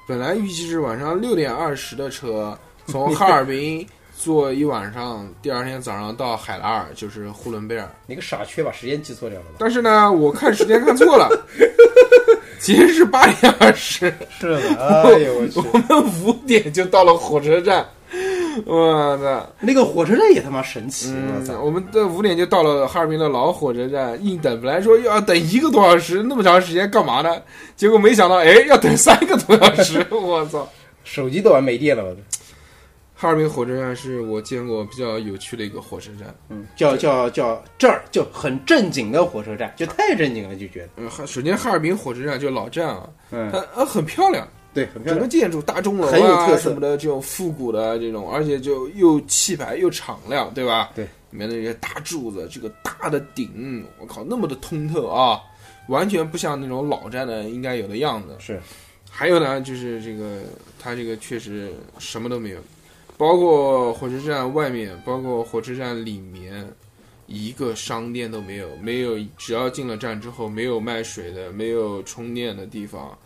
S1: 本来预计是晚上六点二十的 车，从哈尔滨坐一晚上，第二天早上到海拉尔，就是呼伦贝尔。
S3: 你个傻缺把时间记错掉了吧？
S1: 但是呢，我看时间看错了，其实是八点二十，
S3: 是的，哎呦我去，
S1: 我们五点就到了火车站。我操！
S3: 那个火车站也他妈神奇，我
S1: 嗯，
S3: 操！
S1: 我们的五点就到了哈尔滨的老火车站，硬等。本来说要等一个多小时，那么长时间干嘛呢？结果没想到，哎，要等三个多小 时，我操！
S3: 手机都玩没电了，我操
S1: 哈尔滨火车站是我见过比较有趣的一个火车站。
S3: 嗯，叫叫叫这儿就很正经的火车站，就太正经了，就觉得，
S1: 嗯，哈，首先哈尔滨火车站就老站啊，它
S3: 嗯，
S1: 呃很漂亮，
S3: 对，很漂
S1: 整个
S3: 亮，
S1: 建筑大钟楼
S3: 很有
S1: 啊
S3: 特色
S1: 什么的，这种复古的这种，而且就又气派又敞亮，对吧？
S3: 对，
S1: 里面的这些大柱子，这个大的顶，我靠，那么的通透啊，完全不像那种老站的应该有的样子。
S3: 是
S1: 还有呢，就是这个它这个确实什么都没有，包括火车站外面，包括火车站里面，一个商店都没有，没有，只要进了站之后，没有卖水的，没有充电的地方，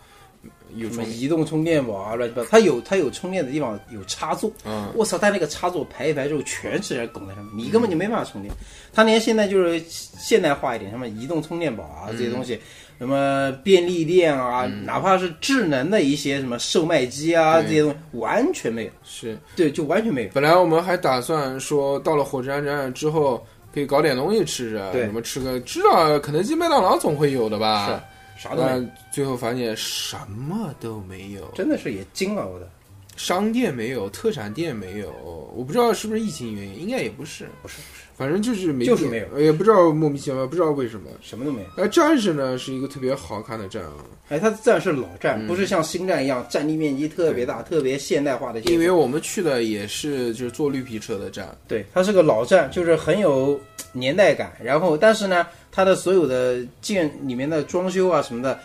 S1: 有
S3: 什
S1: 充
S3: 么，移动充电宝啊，乱七八糟，它有它有充电的地方，有插座。
S1: 嗯，
S3: 我操，它那个插座排一排之后，全是人拱在上面，你
S1: 嗯
S3: 根本就没办法充电。它连现在就是现代化一点，什么移动充电宝啊这些东西，什么便利店啊，哪怕是智能的一些什么售卖机啊
S1: 嗯对
S3: 这些东西，完全没有。
S1: 是。
S3: 对，就完全没有。
S1: 本来我们还打算说，到了火车站之后可以搞点东西吃吃，
S3: 对
S1: 什么吃个知道肯德基、麦当劳总会有的吧？
S3: 啥都没有，
S1: 但最后发现什么都没有，
S3: 真的是也惊了我的。
S1: 商店没有，特产店没有，我不知道是不是疫情原因，应该也不是，
S3: 不是不是，
S1: 反正就是没
S3: 就是
S1: 店
S3: 没有
S1: 呃也不知道莫名其妙，不知道为什么。
S3: 什么都没有。
S1: 呃，战士呢是一个特别好看的站啊，
S3: 哎，它的站是老站，
S1: 嗯
S3: 不是像新站一样占地面积特别大、特别现代化的建筑。
S1: 因为我们去的也是就是坐绿皮车的站，
S3: 对，它是个老站，就是很有年代感。然后，但是呢，它的所有的建里面的装修啊什么的，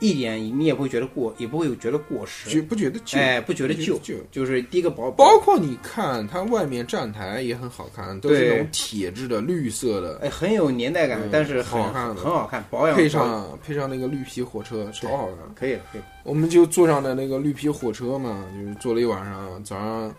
S3: 一点你也不会觉得过，也不会有觉得过时
S1: 觉，不觉得旧？
S3: 哎，不觉得
S1: 不
S3: 旧。
S1: 旧。
S3: 就是第一个保
S1: 包括你看它外面站台也很好看，都是
S3: 对
S1: 那种铁质的绿色的，
S3: 哎，很有年代感，
S1: 嗯
S3: 但是很
S1: 好看的
S3: 很好看，保养
S1: 配
S3: 保养
S1: 上配上那个绿皮火车，超好看。
S3: 可以了，可以了。
S1: 我们就坐上的那个绿皮火车嘛，就是坐了一晚上，早上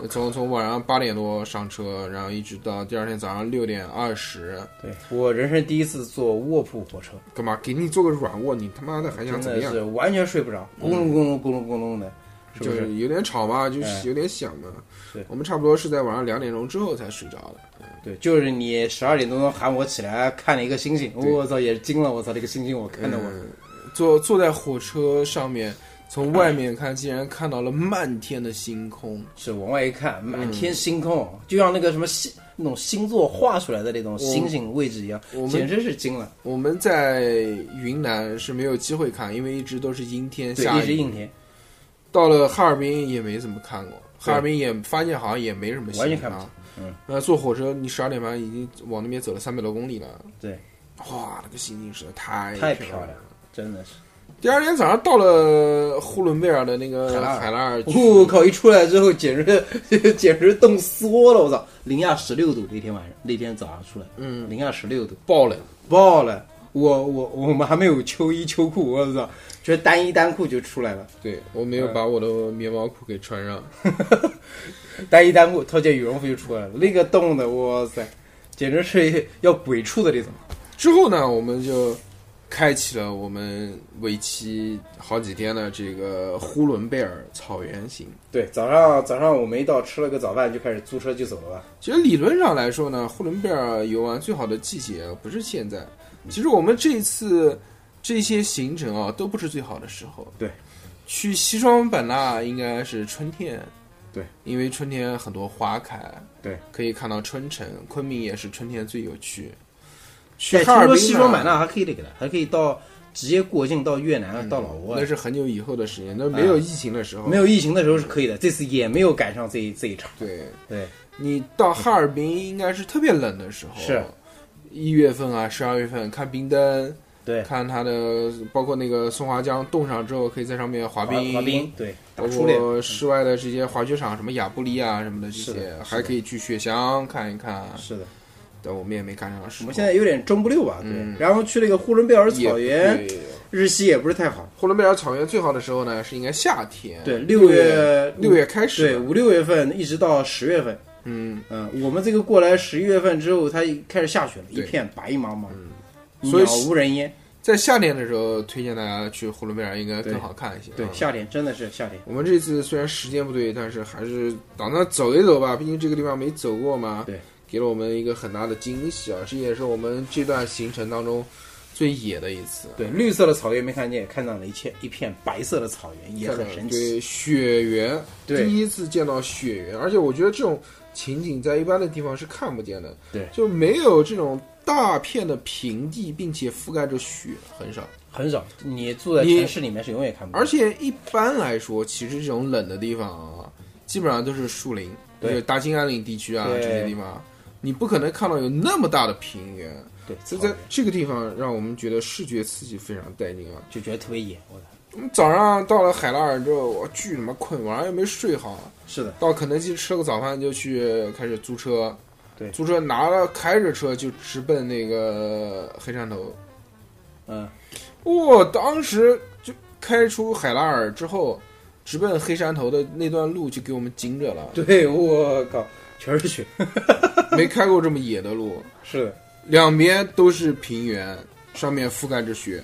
S1: 呃从从晚上八点多上车，然后一直到第二天早上六点二十。
S3: 对我人生第一次坐卧铺火车，
S1: 干嘛？给你做个软卧，你他妈的还想
S3: 真
S1: 怎么
S3: 的
S1: 样？嗯
S3: 是完全睡不着，咕噜咕噜咕噜咕噜的，是不？
S1: 就是是有点吵嘛，就
S3: 哎
S1: 是有点响嘛。
S3: 是
S1: 我们差不多是在晚上两点钟之后才睡着的。
S3: 对，就是你十二点多钟喊我起来看了一个星星，我操也是惊了，我操这个星星我看的我
S1: 嗯坐坐在火车上面，从外面看，竟然看到了漫天的星空。
S3: 是往外一看，满天星空，
S1: 嗯
S3: 就像那个什么星那种星座画出来的那种星星位置一样
S1: 我，们
S3: 简直是惊了。
S1: 我们在云南是没有机会看，因为一直都是阴天
S3: 对，
S1: 下
S3: 一直
S1: 雨。
S3: 阴天，
S1: 到了哈尔滨也没怎么看过，
S3: 对
S1: 哈尔滨也发现好像也没什么星
S3: 完全看不
S1: 啊。
S3: 嗯，
S1: 那坐火车你十二点半已经往那边走了三百多公里了。
S3: 对，
S1: 哇，那个星星实在太
S3: 太
S1: 漂
S3: 漂
S1: 亮
S3: 亮了。，真的是。
S1: 第二天早上到了呼伦贝尔的那个
S3: 海拉尔哦
S1: 海拉尔区，
S3: 我靠！一出来之后，简直 简直冻缩了，我操！零下十六度那天晚上，那天早上出来，
S1: 嗯，
S3: 零下十六度，
S1: 爆冷。
S3: 爆了！我我我们还没有秋衣秋裤，我操，就是单衣单裤就出来了，
S1: 对我没有把我的棉毛裤给穿上。
S3: 单衣单裤套件羽绒服就出来了，那个冻的，哇塞，简直是要鬼畜的那种。
S1: 之后呢，我们就开启了我们为期好几天的这个呼伦贝尔草原行。
S3: 对，早上早上我们一到吃了个早饭，就开始租车就走了吧。
S1: 其实理论上来说呢，呼伦贝尔游玩最好的季节不是现在。
S3: 嗯
S1: 其实我们这次这些行程啊，都不是最好的时候。
S3: 对，
S1: 去西双版纳应该是春天。
S3: 对，
S1: 因为春天很多花开。
S3: 对，
S1: 可以看到春城，昆明也是春天最有趣。去
S3: 对，
S1: 哈
S3: 听
S1: 尔
S3: 说
S1: 滨
S3: 西双版
S1: 呢
S3: 纳还可以那个的，还可以到直接过境到越南、到老挝
S1: 那
S3: 啊。
S1: 是很久以后的时间，那没有疫情的时候。
S3: 嗯没有疫情的时候是可以的，这次也没有赶上这一这一场。
S1: 对
S3: 对，
S1: 你到哈尔滨应该是特别冷的时候，
S3: 是
S1: 一月份啊，十二月份看冰灯，
S3: 对，
S1: 看它的包括那个松花江冻上之后，可以在上面滑冰，
S3: 滑冰，对，打
S1: 包
S3: 出来。
S1: 括室外的这些滑雪场，什么亚布力啊什么的这
S3: 是的
S1: 些
S3: 是，的
S1: 还可以去雪乡看一看。
S3: 是的，
S1: 但我们也没赶上时候
S3: 我们现在有点中不溜吧？对，
S1: 嗯
S3: 然后去了一个呼伦贝尔草原，
S1: 也对
S3: 日期也不是太好。
S1: 呼伦贝尔草原最好的时候呢，是应该夏天，
S3: 对，
S1: 六
S3: 月
S1: 六月开始，
S3: 对，五六月份一直到十月份，
S1: 嗯，
S3: 嗯，我们这个过来十一月份之后，它开始下雪了，一
S1: 对
S3: 片白茫茫，
S1: 所以
S3: 鸟无人烟。
S1: 在夏天的时候，推荐大家去呼伦贝尔应该更好看一些。
S3: 对
S1: 嗯，
S3: 夏天真的是夏天。
S1: 我们这次虽然时间不对，但是还是打算走一走吧，毕竟这个地方没走过嘛。
S3: 对，
S1: 给了我们一个很大的惊喜啊！这也是我们这段行程当中最野的一次。
S3: 对，绿色的草原没看见，看到了一片一片白色的草原，也很神奇。
S1: 对，雪原，
S3: 对
S1: 第一次见到雪原，而且我觉得这种情景在一般的地方是看不见的。
S3: 对
S1: 就没有这种大片的平地，并且覆盖着雪，很少。
S3: 很少，你住在
S1: 你
S3: 城市里面是永远看不到。
S1: 而且一般来说，其实这种冷的地方啊，基本上都是树林，就
S3: 对
S1: 是大兴安岭地区啊
S3: 对
S1: 这些地方，你不可能看到有那么大的平原。
S3: 对，
S1: 所以
S3: 草
S1: 在
S3: 原
S1: 这个地方，让我们觉得视觉刺激非常带劲啊！
S3: 就觉得特别野，我操！
S1: 早上到了海拉尔之后，我巨他妈困，晚上又没睡好。
S3: 是的，
S1: 到肯德基吃了个早饭，就去开始租车。
S3: 对
S1: 租车拿了开着车就直奔那个黑山头。
S3: 嗯，
S1: 我、当时就开出海拉尔之后，直奔黑山头的那段路就给我们惊着 了，
S3: 对我靠，全是雪，
S1: 没开过这么野的路，
S3: 是的，
S1: 两边都是平原，上面覆盖着雪，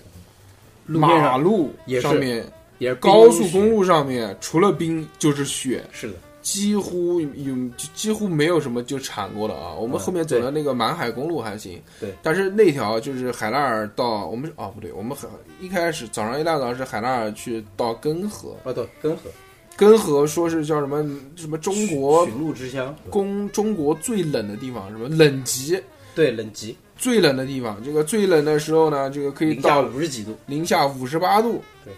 S3: 路面
S1: 马
S3: 上
S1: 路
S3: 也是
S1: 上面
S3: 也是
S1: 高速公
S3: 路，
S1: 路上面除了冰就是雪，
S3: 是的，
S1: 几乎有几乎没有什么就铲过了啊。我们
S3: 嗯
S1: 后面走的那个满海公路还行，
S3: 对，
S1: 但是那条就是海拉尔到我们哦不对，我们很一开始早上一大早是海拉尔去到根河，
S3: 啊对，根河，
S1: 根河说是叫什么什么中国
S3: 寻路之乡，
S1: 公中国最冷的地方，什么冷极
S3: 对，冷极，
S1: 最冷的地方，这个最冷的时候呢，这个可以
S3: 零下
S1: 到
S3: 五十几度，
S1: 零下五十八度，
S3: 对，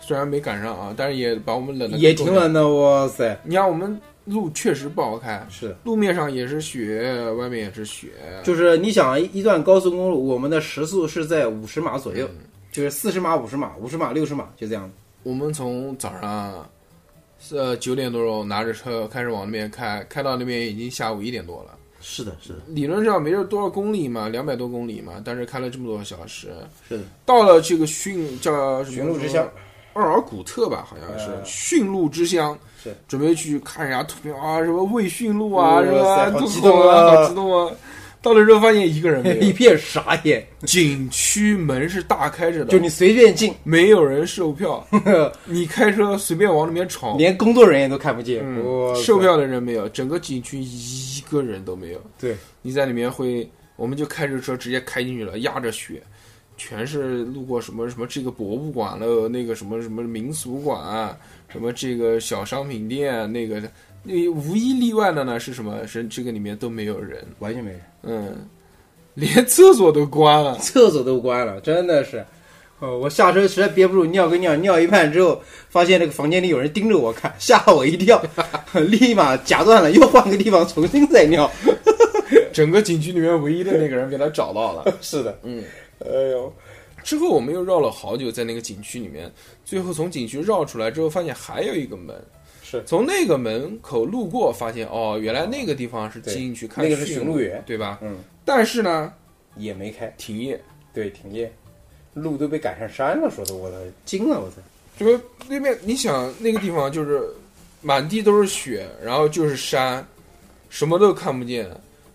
S1: 虽然没赶上啊，但是也把我们冷的
S3: 也挺。冷的，哇塞，
S1: 你看我们路确实不好开，
S3: 是的。
S1: 路面上也是雪，外面也是雪，
S3: 就是你想啊一一段高速公路，我们的时速是在五十码左右，就是四十码、五十码、五十码、六十码，就这样子。
S1: 我们从早上，呃九点多钟拿着车开始往那边开，开到那边已经下午一点多了。
S3: 是的，是的，
S1: 理论上没有多少公里嘛，两百多公里嘛，但是开了这么多小时，
S3: 是的。
S1: 到了这个驯叫什么
S3: 寻路之乡，
S1: 鄂尔古特吧，好像是
S3: 呃
S1: 驯鹿之乡。
S3: 是
S1: 准备去看人家图片啊，什么喂驯鹿啊，
S3: 哇
S1: 什么
S3: 塞好
S1: 都
S3: 激动啊
S1: 好激动啊！到了之后发现一个人没
S3: 一
S1: 有，
S3: 片傻眼，
S1: 景区门是大开着的，
S3: 就你随便进，
S1: 没有人售 票，你开车随便往里面闯，
S3: 连工作人员都看不见。
S1: 嗯
S3: 我，
S1: 售票的人没有，整个景区一个人都没有。
S3: 对，
S1: 你在里面会，我们就开着车直接开进去了，压着雪，全是路过什么什么这个博物馆了，那个什么什么民俗馆，什么这个小商品店，那个那无一例外的呢是什么？是这个里面都没有人，
S3: 完全没人，
S1: 嗯，连厕所都关了。
S3: 厕所都关了，真的是。哦，我下车实在憋不住，尿个尿，尿一半之后，发现那个房间里有人盯着我看，吓我一跳， 立马夹断了，又换个地方重新再尿。
S1: 整个景区里面唯一的那个人被他找到了。
S3: 是的，
S1: 嗯，
S3: 哎呦，
S1: 之后我们又绕了好久，在那个景区里面，最后从景区绕出来之后，发现还有一个门，
S3: 是
S1: 从那个门口路过，发现哦，原来那个地方是
S3: 对
S1: 进去看
S3: 那个是
S1: 驯
S3: 驯鹿园
S1: 对吧？
S3: 嗯，
S1: 但是呢，
S3: 也没开。
S1: 停业，
S3: 对，停业，路都被赶上山了，说的我操，惊了，我操！
S1: 这个那边你想那个地方就是满地都是雪，然后就是山，什么都看不见，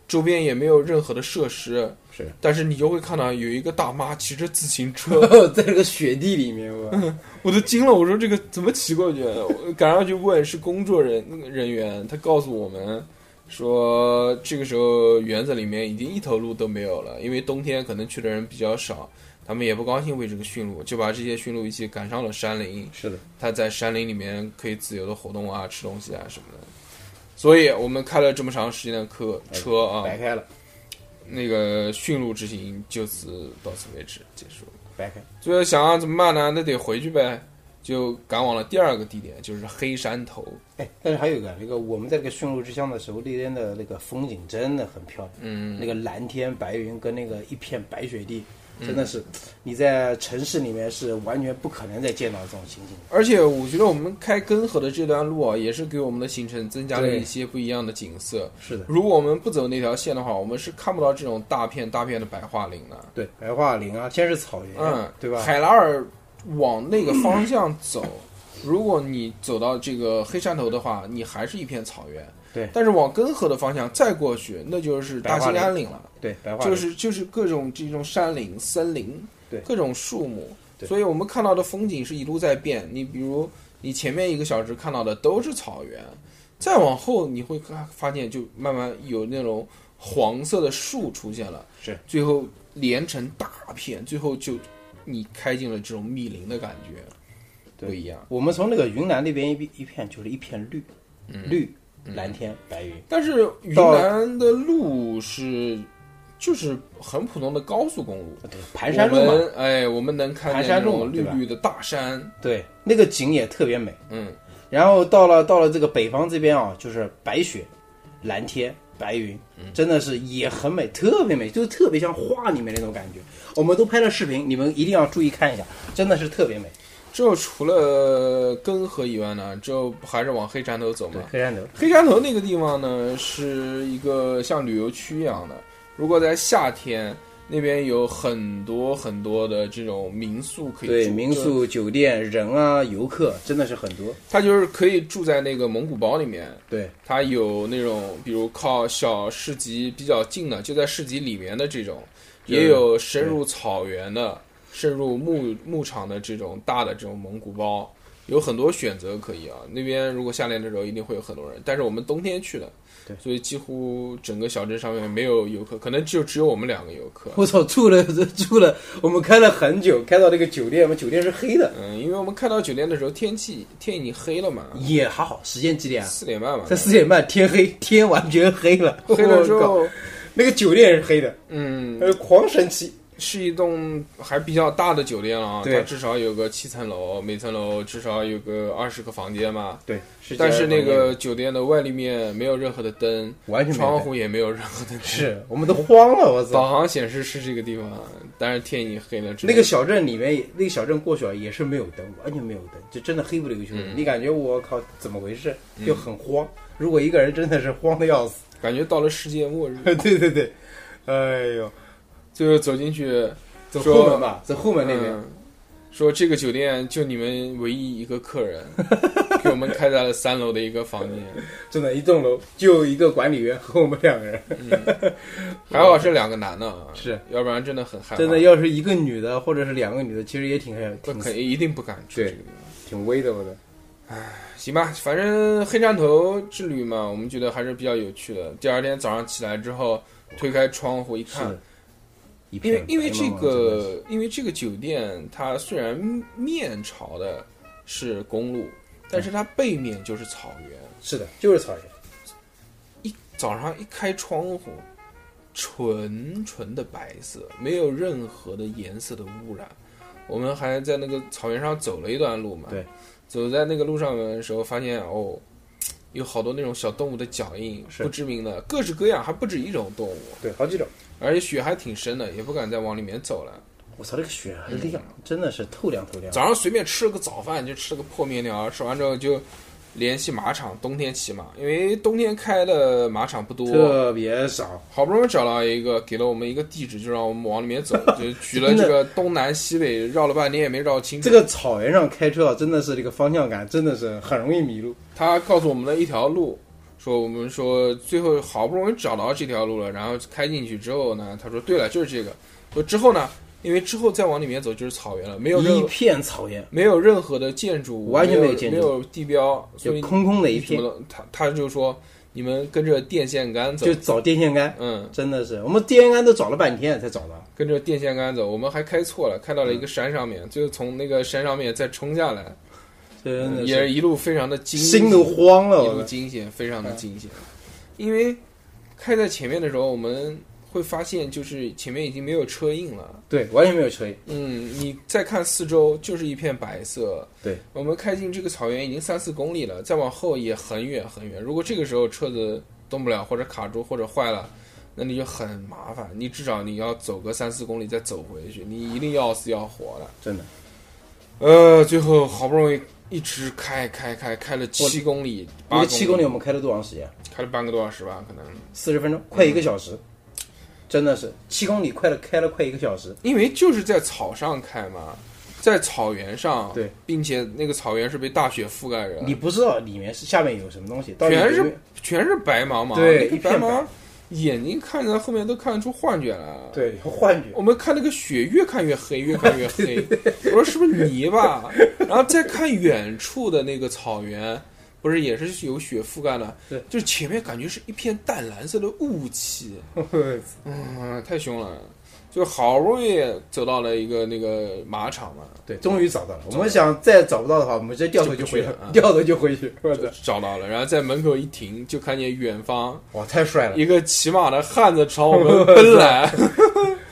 S1: 周边也没有任何的设施，
S3: 是，
S1: 但是你就会看到有一个大妈骑着自行车，
S3: 在这个雪地里面，我
S1: 我都惊了，我说这个怎么骑过去？我赶上去问是工作人人员，他告诉我们说，这个时候园子里面已经一头鹿都没有了，因为冬天可能去的人比较少，他们也不高兴喂这个驯鹿，就把这些驯鹿一起赶上了山林。
S3: 是的，
S1: 它在山林里面可以自由的活动啊，吃东西啊什么的。所以我们开了这么长时间的课车啊，
S3: 白开了，
S1: 那个驯鹿之行就此到此为止结束。
S3: 白开，
S1: 最后想啊，怎么办呢？那得回去呗，就赶往了第二个地点，就是黑山头。
S3: 哎，但是还有一个，那个我们在这个驯鹿之乡的时候，那边的那个风景真的很漂亮，嗯，那个蓝天白云跟那个一片白雪地，真的是、你在城市里面是完全不可能再见到这种情景。
S1: 而且我觉得我们开根河的这段路啊，也是给我们的行程增加了一些不一样的景色。
S3: 是的，
S1: 如果我们不走那条线的话，我们是看不到这种大片大片的白桦林的。
S3: 对，白桦林啊，先是草原，
S1: 嗯，
S3: 对吧？
S1: 海拉尔往那个方向走， 如果你走到这个黑山头的话，你还是一片草原。
S3: 对
S1: 但是往根河的方向再过去，那就是大
S3: 白桦
S1: 兴
S3: 林
S1: 安岭了。
S3: 对，白桦林
S1: 就是就是各种这种山林、森林，
S3: 对
S1: 各种树木，
S3: 对
S1: 所以我们看到的风景是一路在变。你比如你前面一个小时看到的都是草原，再往后你会看发现就慢慢有那种黄色的树出现了，
S3: 是
S1: 最后连成大片，最后就你开进了这种密林的感觉，
S3: 对
S1: 不一样。
S3: 我们从那个云南那边一片一片就是一片绿，绿蓝天白云。
S1: 但是云
S3: 到
S1: 南的路是就是很普通的高速公路。
S3: 对，盘山路
S1: 我
S3: 嘛，
S1: 们哎，我们能看
S3: 盘
S1: 见
S3: 山
S1: 那
S3: 路
S1: 种绿
S3: 对吧
S1: 绿的大山，
S3: 对，那个景也特别美。
S1: 嗯，
S3: 然后到了到了这个北方这边啊，就是白雪、蓝天、白云，真的是也很美，特别美，就特别像画里面那种感觉。我们都拍了视频，你们一定要注意看一下，真的是特别美。
S1: 之后除了根河以外呢，之后还是往黑山头走嘛
S3: 对，。黑山头，
S1: 黑山头那个地方呢，是一个像旅游区一样的。如果在夏天，那边有很多很多的这种民宿可以住，
S3: 对民
S1: 就
S3: 宿、酒店、人啊、游客真的是很多。
S1: 它就是可以住在那个蒙古包里面。
S3: 对，
S1: 它有那种比如靠小市集比较近的，就在市集里面的这种，
S3: 就是
S1: 也有深入草原的、深入牧牧场的这种大的这种蒙古包，有很多选择可以啊。那边如果夏天的时候一定会有很多人，但是我们冬天去的，
S3: 对
S1: 所以几乎整个小镇上面没有游客，可能就只有我们两个游客。
S3: 我操，住了 住了，我们开了很久，开到那个酒店，我们酒店是黑的，
S1: 嗯，因为我们开到酒店的时候，天气天已经黑了嘛，
S3: 也还好。时间几点啊？
S1: 四点半吧
S3: 才，四点半，天黑，天完全黑了。
S1: 黑了之
S3: 我靠，
S1: 后，
S3: 那个酒店也是黑的，
S1: 嗯，
S3: 呃，狂神奇。
S1: 是一栋还比较大的酒店了啊，
S3: 对
S1: 它至少有个七层楼，每层楼至少有个二十个房间嘛。
S3: 对，
S1: 但是那个酒店的外立面没有任何的灯，
S3: 完全没有
S1: 窗户也没嗯有任何的灯，
S3: 是我们都慌了，我操！
S1: 导航显示是这个地方，但是天已经黑了。只
S3: 那个小镇里面也，那个小镇过去了也是没有灯，完全没有灯，就真的黑不溜秋
S1: 嗯
S3: 的。你感觉我靠，怎么回事？就很慌。如果一个人真的是慌的要死，
S1: 感觉到了世界末日。
S3: 对对对，哎呦，
S1: 最后走进去，
S3: 走
S1: 说
S3: 后门吧，走后门那边。
S1: 嗯说这个酒店就你们唯一一个客 人，给我们开在了三楼的一个房间，
S3: 真的，一栋楼就一个管理员和我们两个人。
S1: 还好是两个男的啊，
S3: 是，
S1: 要不然真的很害怕。
S3: 真的，要是一个女的或者是两个女的，其实也挺
S1: 不
S3: 挺
S1: 可以，一定不敢去
S3: 对
S1: 这个地方。
S3: 挺危的，我的。
S1: 行吧，反正黑山头之旅嘛，我们觉得还是比较有趣的。第二天早上起来之后，推开窗户一看，
S3: 的，一
S1: 因
S3: 片
S1: 为因为
S3: 白
S1: 这
S3: 茫茫真的是
S1: 个因为这个酒店，它虽然面朝的是公路，但是它背面就是草原。
S3: 是的，就是草原。
S1: 早上一开窗户，纯纯的白色，没有任何的颜色的污染。我们还在那个草原上走了一段路嘛，
S3: 对，
S1: 走在那个路上的时候，发现哦，有好多那种小动物的脚印，
S3: 是
S1: 不知名的，各式各样，还不止一种动物，
S3: 对，好几种。
S1: 而且雪还挺深的，也不敢再往里面走了。
S3: 我操，这个雪还亮，真的是透亮透亮。
S1: 啊早上随便吃了个早饭，就吃了个破面条，吃完之后就联系马场，冬天骑马，因为冬天开的马场不多，
S3: 特别少，
S1: 好不容易找到一个，给了我们一个地址，就让我们往里面 走，就举了这个东南西北，绕了半天也没绕清 楚。
S3: 这个草原上开车啊，真的是这个方向感真的是很容易迷路。
S1: 他告诉我们了一条路，说我们说最后好不容易找到这条路了，然后开进去之后呢，他说对了，就是这个。说之后呢，因为之后再往里面走就是草原了，没有任
S3: 一
S1: 何
S3: 片草原，
S1: 没有任何的建筑物，
S3: 完全
S1: 没
S3: 没
S1: 有
S3: 有建筑
S1: 没有地标，所
S3: 就
S1: 以
S3: 空空的一
S1: 什么
S3: 片，
S1: 都他他就说你们跟着电线杆走
S3: 就，找电线杆，
S1: 嗯，
S3: 真的是我们电线杆都找了半天才找到。
S1: 跟着电线杆走，我们还开错了，开到了一个山上面，就是从那个山上面再冲下来，
S3: 真的
S1: 嗯也
S3: 是
S1: 是一路非常的惊
S3: 心都慌了，
S1: 一路
S3: 我
S1: 惊险，非常的惊险。因为开在前面的时候，我们会发现就是前面已经没有车印了。
S3: 对，完全没有吹，
S1: 嗯，你再看四周就是一片白色。
S3: 对，
S1: 我们开进这个草原已经三四公里了，再往后也很远很远。如果这个时候车子动不了，或者卡住，或者坏了。那你就很麻烦，你至少你要走个三四公里再走回去，你一定要死要活的。
S3: 真的。
S1: 呃，最后好不容易一直开开开开了七公里，
S3: 一
S1: 八
S3: 个七公里我们开了多长时间？
S1: 开了半个多小时吧，可能。
S3: 四十分钟，
S1: 嗯
S3: 快一个小时，真的是七公里，快了开了快一个小时。
S1: 因为就是在草上开嘛，在草原上，
S3: 对，
S1: 并且那个草原是被大雪覆盖着，
S3: 你不知道里面是下面有什么东西，到底有
S1: 全
S3: 没有
S1: 是全是白茫茫，
S3: 对
S1: 那
S3: 一
S1: 个
S3: 片
S1: 白
S3: 白
S1: 茫，眼睛看着后面都看得出幻觉来了。，
S3: 对幻觉，
S1: 我们看那个雪越看越黑，越看 越黑，我说是不是泥巴？然后再看远处的那个草原。不是，也是有雪覆盖的
S3: 对，
S1: 就是前面感觉是一片淡蓝色的雾气， 嗯，太凶了，就好不容易走到了一个那个马场嘛，
S3: 对，终于找到了。我们想再找不到的话，我们直接掉头
S1: 就
S3: 就回
S1: 不去了啊
S3: 掉头就回去。我操！
S1: 找到了，然后在门口一停，就看见远方
S3: 哇，太帅了，
S1: 一个骑马的汉子朝我 们奔来，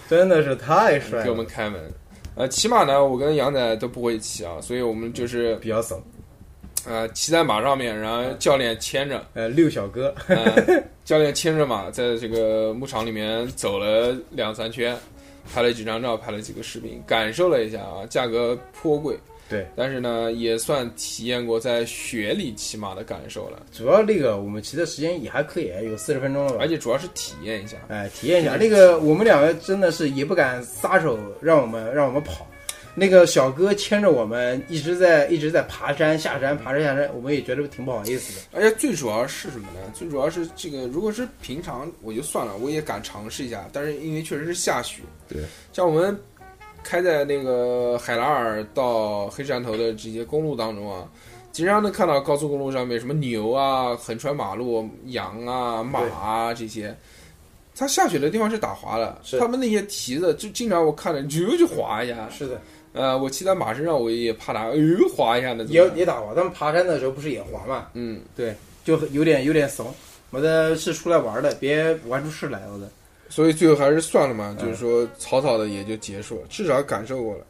S3: 真的是太帅
S1: 给我们
S3: 了，
S1: 开门。呃，骑马呢，我跟杨仔都不会骑啊，所以我们就是
S3: 比较怂。
S1: 呃骑在马上面，然后教练牵着，
S3: 呃，六小哥，
S1: 呃、教练牵着马在这个牧场里面走了两三圈，拍了几张照，拍了几个视频，感受了一下啊，价格颇贵，
S3: 对，
S1: 但是呢，也算体验过在雪里骑马的感受了，
S3: 主要这个我们骑的时间也还可以，有四十分钟了吧
S1: 而？且主要是体验一下。
S3: 哎，体验一下。那个我们两个真的是也不敢撒手，让我们让我们跑。那个小哥牵着我们一直在一直在爬山下山爬山下山，我们也觉得挺不好意思的。
S1: 而且最主要是什么呢？最主要是这个，如果是平常我就算了，我也敢尝试一下。但是因为确实是下雪，
S2: 对，
S1: 像我们开在那个海拉尔到黑山头的这些公路当中啊，经常能看到高速公路上面什么牛啊、横穿马路、羊啊、马啊这些。它下雪的地方是打滑的，
S3: 是
S1: 他们那些蹄子就经常我看着就就滑一下。
S3: 是的，
S1: 呃，我骑在马身上我也怕它，哎呦滑一下那怎么
S3: 也
S1: 办
S3: 也打滑。他们爬山的时候不是也滑嘛？
S1: 嗯，
S3: 对，就有点有点怂。我的是出来玩的，别玩出事来。我的，
S1: 所以最后还是算了嘛，
S3: 嗯
S1: 就是说草草的也就结束了，至少感受过了。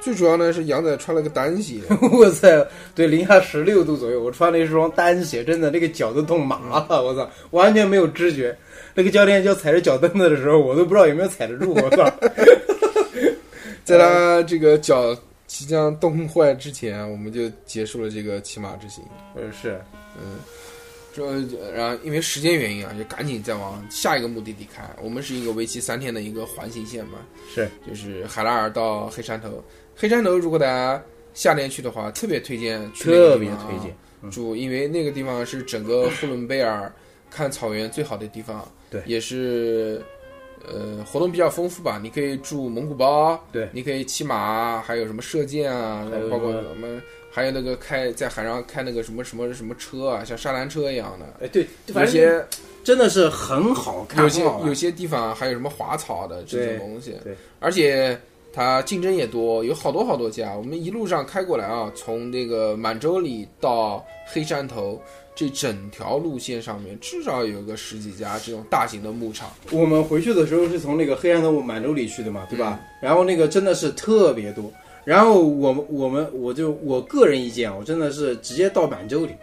S1: 最主要呢是杨仔穿了个单 鞋，
S3: 我操！对，零下十六度左右，我穿了一双单鞋，真的那个脚都冻麻了。我操，完全没有知觉。那个教练叫踩着脚蹬子的时候，我都不知道有没有踩得住。我 操！
S1: 在他这个脚即将冻坏之前，我们就结束了这个骑马之行。
S3: 呃，是，
S1: 嗯，这然后因为时间原因啊，就赶紧再往下一个目的地开。我们是一个为期三天的一个环形线嘛，
S3: 是
S1: 就是海拉尔到黑山头。黑山头如果大家夏天去的话，特别推荐去那个
S3: 特
S1: 地
S3: 别
S1: 方啊
S3: 推荐。
S1: 住，因为那个地方是整个呼伦贝尔看草原最好的地方，
S3: 对
S1: 也是呃活动比较丰富吧。你可以住蒙古包，
S3: 对
S1: 你可以骑马，还有什么射箭啊
S3: 还有，
S1: 包括
S3: 什么
S1: 我们还有那个开在海上开那个什么什么什么车啊，像沙滩车一样的。
S3: 哎，对，
S1: 有
S3: 反正
S1: 些
S3: 真的是很好看，
S1: 有些
S3: 很好玩
S1: 有些地方还有什么滑草的这
S3: 对
S1: 种东西，
S3: 对
S1: 而且它竞争也多，有好多好多家。我们一路上开过来啊，从那个满洲里到黑山头，这整条路线上面至少有个十几家这种大型的牧场。
S3: 我们回去的时候是从那个黑山头满洲里去的嘛，对吧？
S1: 嗯
S3: 然后那个真的是特别多。然后我们我们我就我个人意见啊，我真的是直接到满洲里，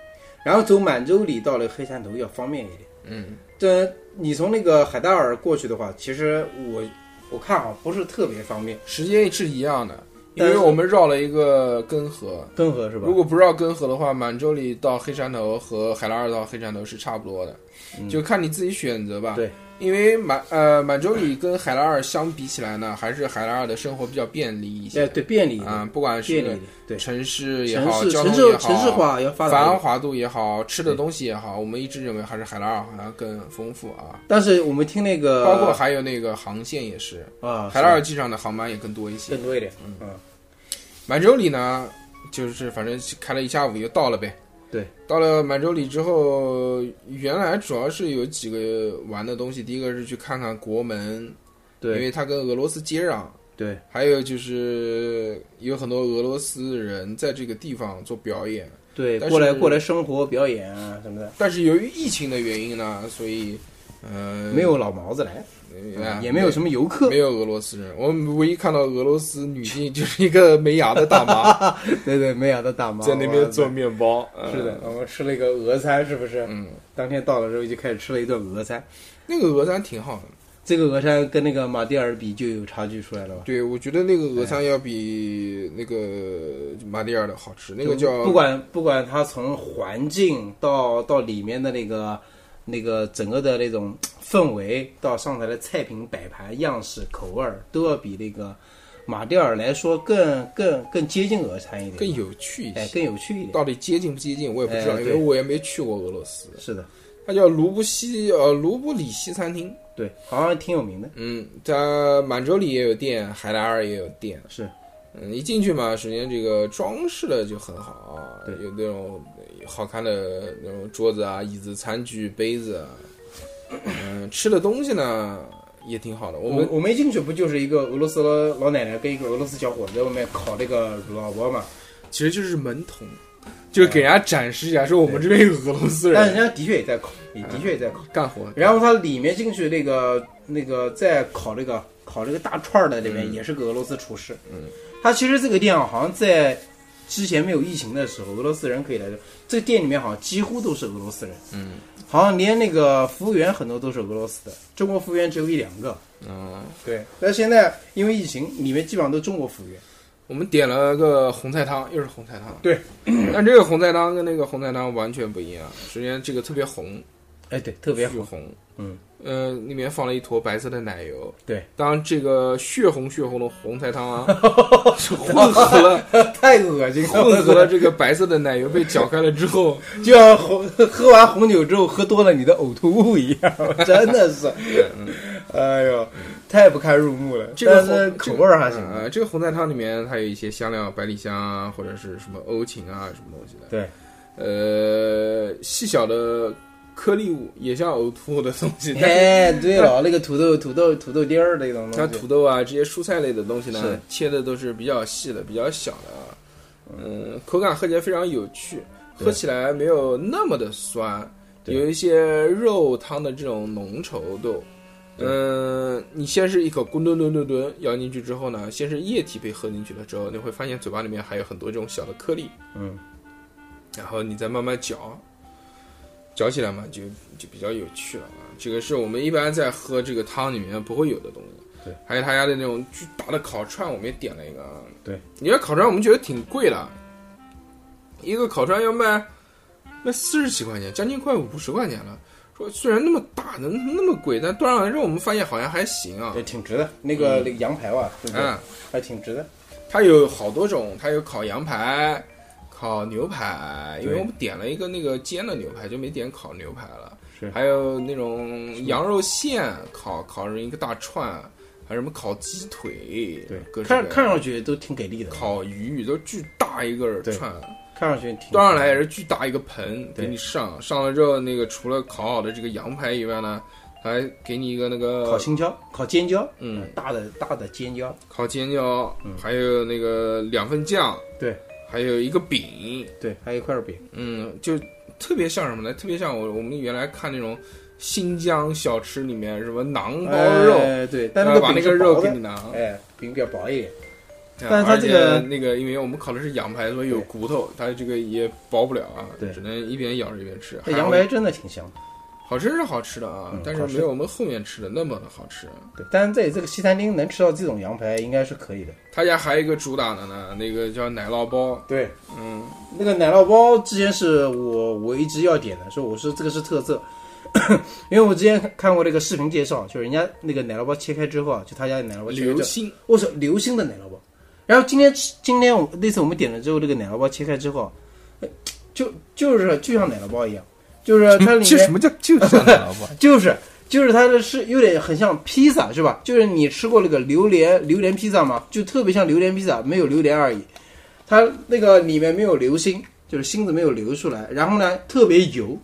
S3: 然后走满洲里到了黑山头要方便一点。
S1: 嗯，
S3: 这你从那个海达尔过去的话，其实我我看啊不是特别方便，
S1: 时间是一样的，因
S3: 但
S1: 为
S3: 是
S1: 我们绕了一个根河。
S3: 根河是吧
S1: 如？果不绕根河的话，满洲里到黑山头和海拉尔到黑山头是差不多的，
S3: 嗯
S1: 就看你自己选择吧。
S3: 对，
S1: 因为满呃满洲里跟海拉尔相比起来呢，还是海拉尔的生活比较便利一
S3: 哎
S1: 些。
S3: 对，便利一点
S1: 啊、不管
S3: 便利
S1: 是
S3: 一点，对，
S1: 城市也
S3: 城
S1: 好，
S3: 市
S1: 交
S3: 城
S1: 通
S3: 市
S1: 也好，
S3: 城市化要发达一点
S1: 繁华度也好，吃的东西也好，我们一直认为还是海拉尔好像更丰富啊。
S3: 但是我们听那个
S1: 包括还有那个航线也是，
S3: 啊，
S1: 海拉尔机场的航班也更多一
S3: 是
S1: 些。
S3: 更多一点，
S1: 满洲里呢，就是反正开了一下午又到了呗。
S3: 对，
S1: 到了满洲里之后，原来主要是有几个玩的东西，第一个是去看看国门，因
S3: 对
S1: 为它跟俄罗斯接壤。
S3: 对，
S1: 还有就是有很多俄罗斯人在这个地方做表演，
S3: 对，
S1: 但
S3: 过来
S1: 是
S3: 过来生活表演啊什么的，
S1: 但是由于疫情的原因呢，所以呃
S3: 没有老毛子来，
S1: 呃
S3: 也没有什么游客
S1: 没。有俄罗斯人。我们唯一看到俄罗斯女性就是一个没牙的大 妈
S3: 对对，没有的大妈
S1: 在那边做。面包。
S3: 哇
S1: 呃
S3: 是的，，我们吃了一个俄餐，是不是？
S1: 嗯，
S3: 当天到了之后就开始吃了一顿俄餐。
S1: 那个俄餐挺好的。
S3: 这个俄餐跟那个马蒂尔比就有差距出来了吧？
S1: 对，我觉得那个
S3: 哎
S1: 俄餐要比那个马蒂尔的好吃。那个
S3: 就
S1: 叫
S3: 不管不管它从环境到到里面的那个那个整个的那种氛围，到上台的菜品摆盘样式口味儿，都要比那个马蒂尔来说更更更接近俄餐一点，
S1: 更有趣一
S3: 哎
S1: 些。
S3: 更有趣一点。
S1: 到底接近不接近我也不知道，
S3: 哎
S1: 因
S3: 对
S1: 为我也没去过俄罗斯。
S3: 是的，
S1: 它叫卢布西呃卢布里西餐厅，
S3: 对，好像挺有名的。
S1: 嗯，在满洲里也有店，海拉尔也有店。
S3: 是
S1: 嗯，一进去嘛，首先这个装饰的就很好啊，
S3: 对
S1: 有那种好看的那种桌子啊、椅子、餐具、杯子啊。嗯，吃的东西呢也挺好的。我
S3: 我
S1: 们
S3: 我们一进去不就是一个俄罗斯老老奶奶跟一个俄罗斯小伙子在外面烤那个乳酪包嘛？
S1: 其实就是门童，就是给人家展示一下，说我们这边有俄罗斯
S3: 但人
S1: 人
S3: 家的确也在烤，也的确也在烤。
S1: 干活。
S3: 然后它里面进去那个那个在烤那个烤那个大串儿的那边
S1: 嗯
S3: 也是个俄罗斯厨师。
S1: 嗯，
S3: 他其实这个店啊好像在之前没有疫情的时候，俄罗斯人可以来这。这个店里面好像几乎都是俄罗斯人，
S1: 嗯
S3: 好像连那个服务员很多都是俄罗斯的，中国服务员只有一两个。
S1: 嗯，
S3: 对，但现在因为疫情，里面基本上都中国服务员。
S1: 我们点了个红菜汤，又是红菜汤。
S2: 对，
S1: 但这个红菜汤跟那个红菜汤完全不一样。首先，这个特别红，
S3: 哎，对，特别
S1: 血
S3: 好，
S1: 红，
S3: 嗯，
S1: 呃，里面放了一坨白色的奶油。
S3: 对，
S1: 当这个血红血红的红菜汤 啊，是混合了
S3: 太恶心了，
S1: 混合了这个白色的奶油被搅开了之后，
S3: 就像红喝完红酒之后喝多了你的呕吐物一样， 真的是，哎呦，太不堪入目了。
S1: 这个
S3: 但是
S1: 红
S3: 呃口味儿还行，
S1: 呃，这个红菜汤里面它有一些香料，百里香啊，或者是什么欧芹啊，什么东西的。
S3: 对，
S1: 呃，细小的颗粒物也像呕吐的东西，但是
S3: 哎，对 了，那个土豆、土豆、土豆丁儿那种
S1: 像
S3: 东
S1: 土
S3: 西，
S1: 豆啊这些蔬菜类的东西呢
S3: 是，
S1: 切的都是比较细的、比较小的啊。嗯，口感喝起来非常有趣，
S3: 对
S1: 喝起来没有那么的酸，
S3: 对
S1: 有一些肉汤的这种浓稠度。
S3: 对
S1: 嗯，你先是一口咕咚咚咚咚咬进去之后呢，先是液体被喝进去了之后，你会发现嘴巴里面还有很多这种小的颗粒，
S3: 嗯，
S1: 然后你再慢慢嚼，嚼起来嘛，就就比较有趣了啊。这个是我们一般在喝这个汤里面不会有的东西。
S3: 对，
S1: 还有他家的那种巨大的烤串，我们也点了一个啊。
S3: 对，
S1: 你要烤串，我们觉得挺贵的，一个烤串要卖卖四十几块钱，将近快五十块钱了。说虽然那么大的那么贵，但端上来之后我们发现好像还行啊
S3: 也。挺值的。那个那个羊排吧，对不对？
S1: 嗯，
S3: 还挺值的。
S1: 它有好多种，它有烤羊排、烤牛排，因为
S3: 对
S1: 我们点了一个那个煎的牛排，就没点烤牛排了。
S3: 是
S1: 还有那种羊肉馅烤烤成一个大串，还有什么烤鸡腿，各式各
S3: 看
S1: 样
S3: 看上去都挺给力的，
S1: 烤鱼都巨大一个
S3: 对
S1: 串，
S3: 看上去挺
S1: 端上来也是巨大一个盆
S3: 对
S1: 给你上，上了之后那个除了烤好的这个羊排以外呢，还给你一个那个
S3: 烤青椒、烤尖椒，
S1: 嗯，
S3: 大的大的尖椒，
S1: 烤煎饺，还有那个两份酱，
S3: 嗯对，
S1: 还有一个饼，
S3: 对，还有一块饼，
S1: 嗯，就特别像什么呢？特别像我我们原来看那种新疆小吃里面什么馕包肉，
S3: 哎对，但
S1: 然后
S3: 那个
S1: 把
S3: 饼
S1: 那
S3: 是
S1: 个肉
S3: 薄
S1: 给
S3: 的
S1: 你拿。
S3: 哎，饼比较薄一点，
S1: 哎
S3: 但是它
S1: 而且
S3: 这个
S1: 那个，因为我们烤的是羊排，所以有
S3: 对
S1: 骨头，它这个也薄不了啊，
S3: 对
S1: 只能一边咬着一边吃。
S3: 那羊
S1: 还有
S3: 排真的挺香的。
S1: 好吃是好吃的啊，
S3: 嗯
S1: 但是
S3: 好吃
S1: 没有我们后面吃的那么的好吃。
S3: 对，但是在这个西餐厅能吃到这种羊排，应该是可以的。
S1: 他家还有一个主打的呢，那个叫奶酪包，
S3: 对，
S1: 嗯，
S3: 那个奶酪包之前是我我一直要点的，说我说这个是特色， 因为我之前看过那个视频介绍，就人家那个奶酪包切开之后啊，就他家的奶酪包切开
S1: 流
S3: 之后，
S1: 心，
S3: 我操，流心的奶酪包。然后今天吃今天我那次我们点了之后，这个奶酪包切开之后啊，呃就就是就像奶酪包一样，就是它里面
S2: 嗯这什么叫就像奶酪包？
S3: 就是就是它的是有点很像披萨是吧？就是你吃过那个榴莲榴莲披萨吗？就特别像榴莲披萨，没有榴莲而已。它那个里面没有流心，就是芯子没有流出来，然后呢特别油，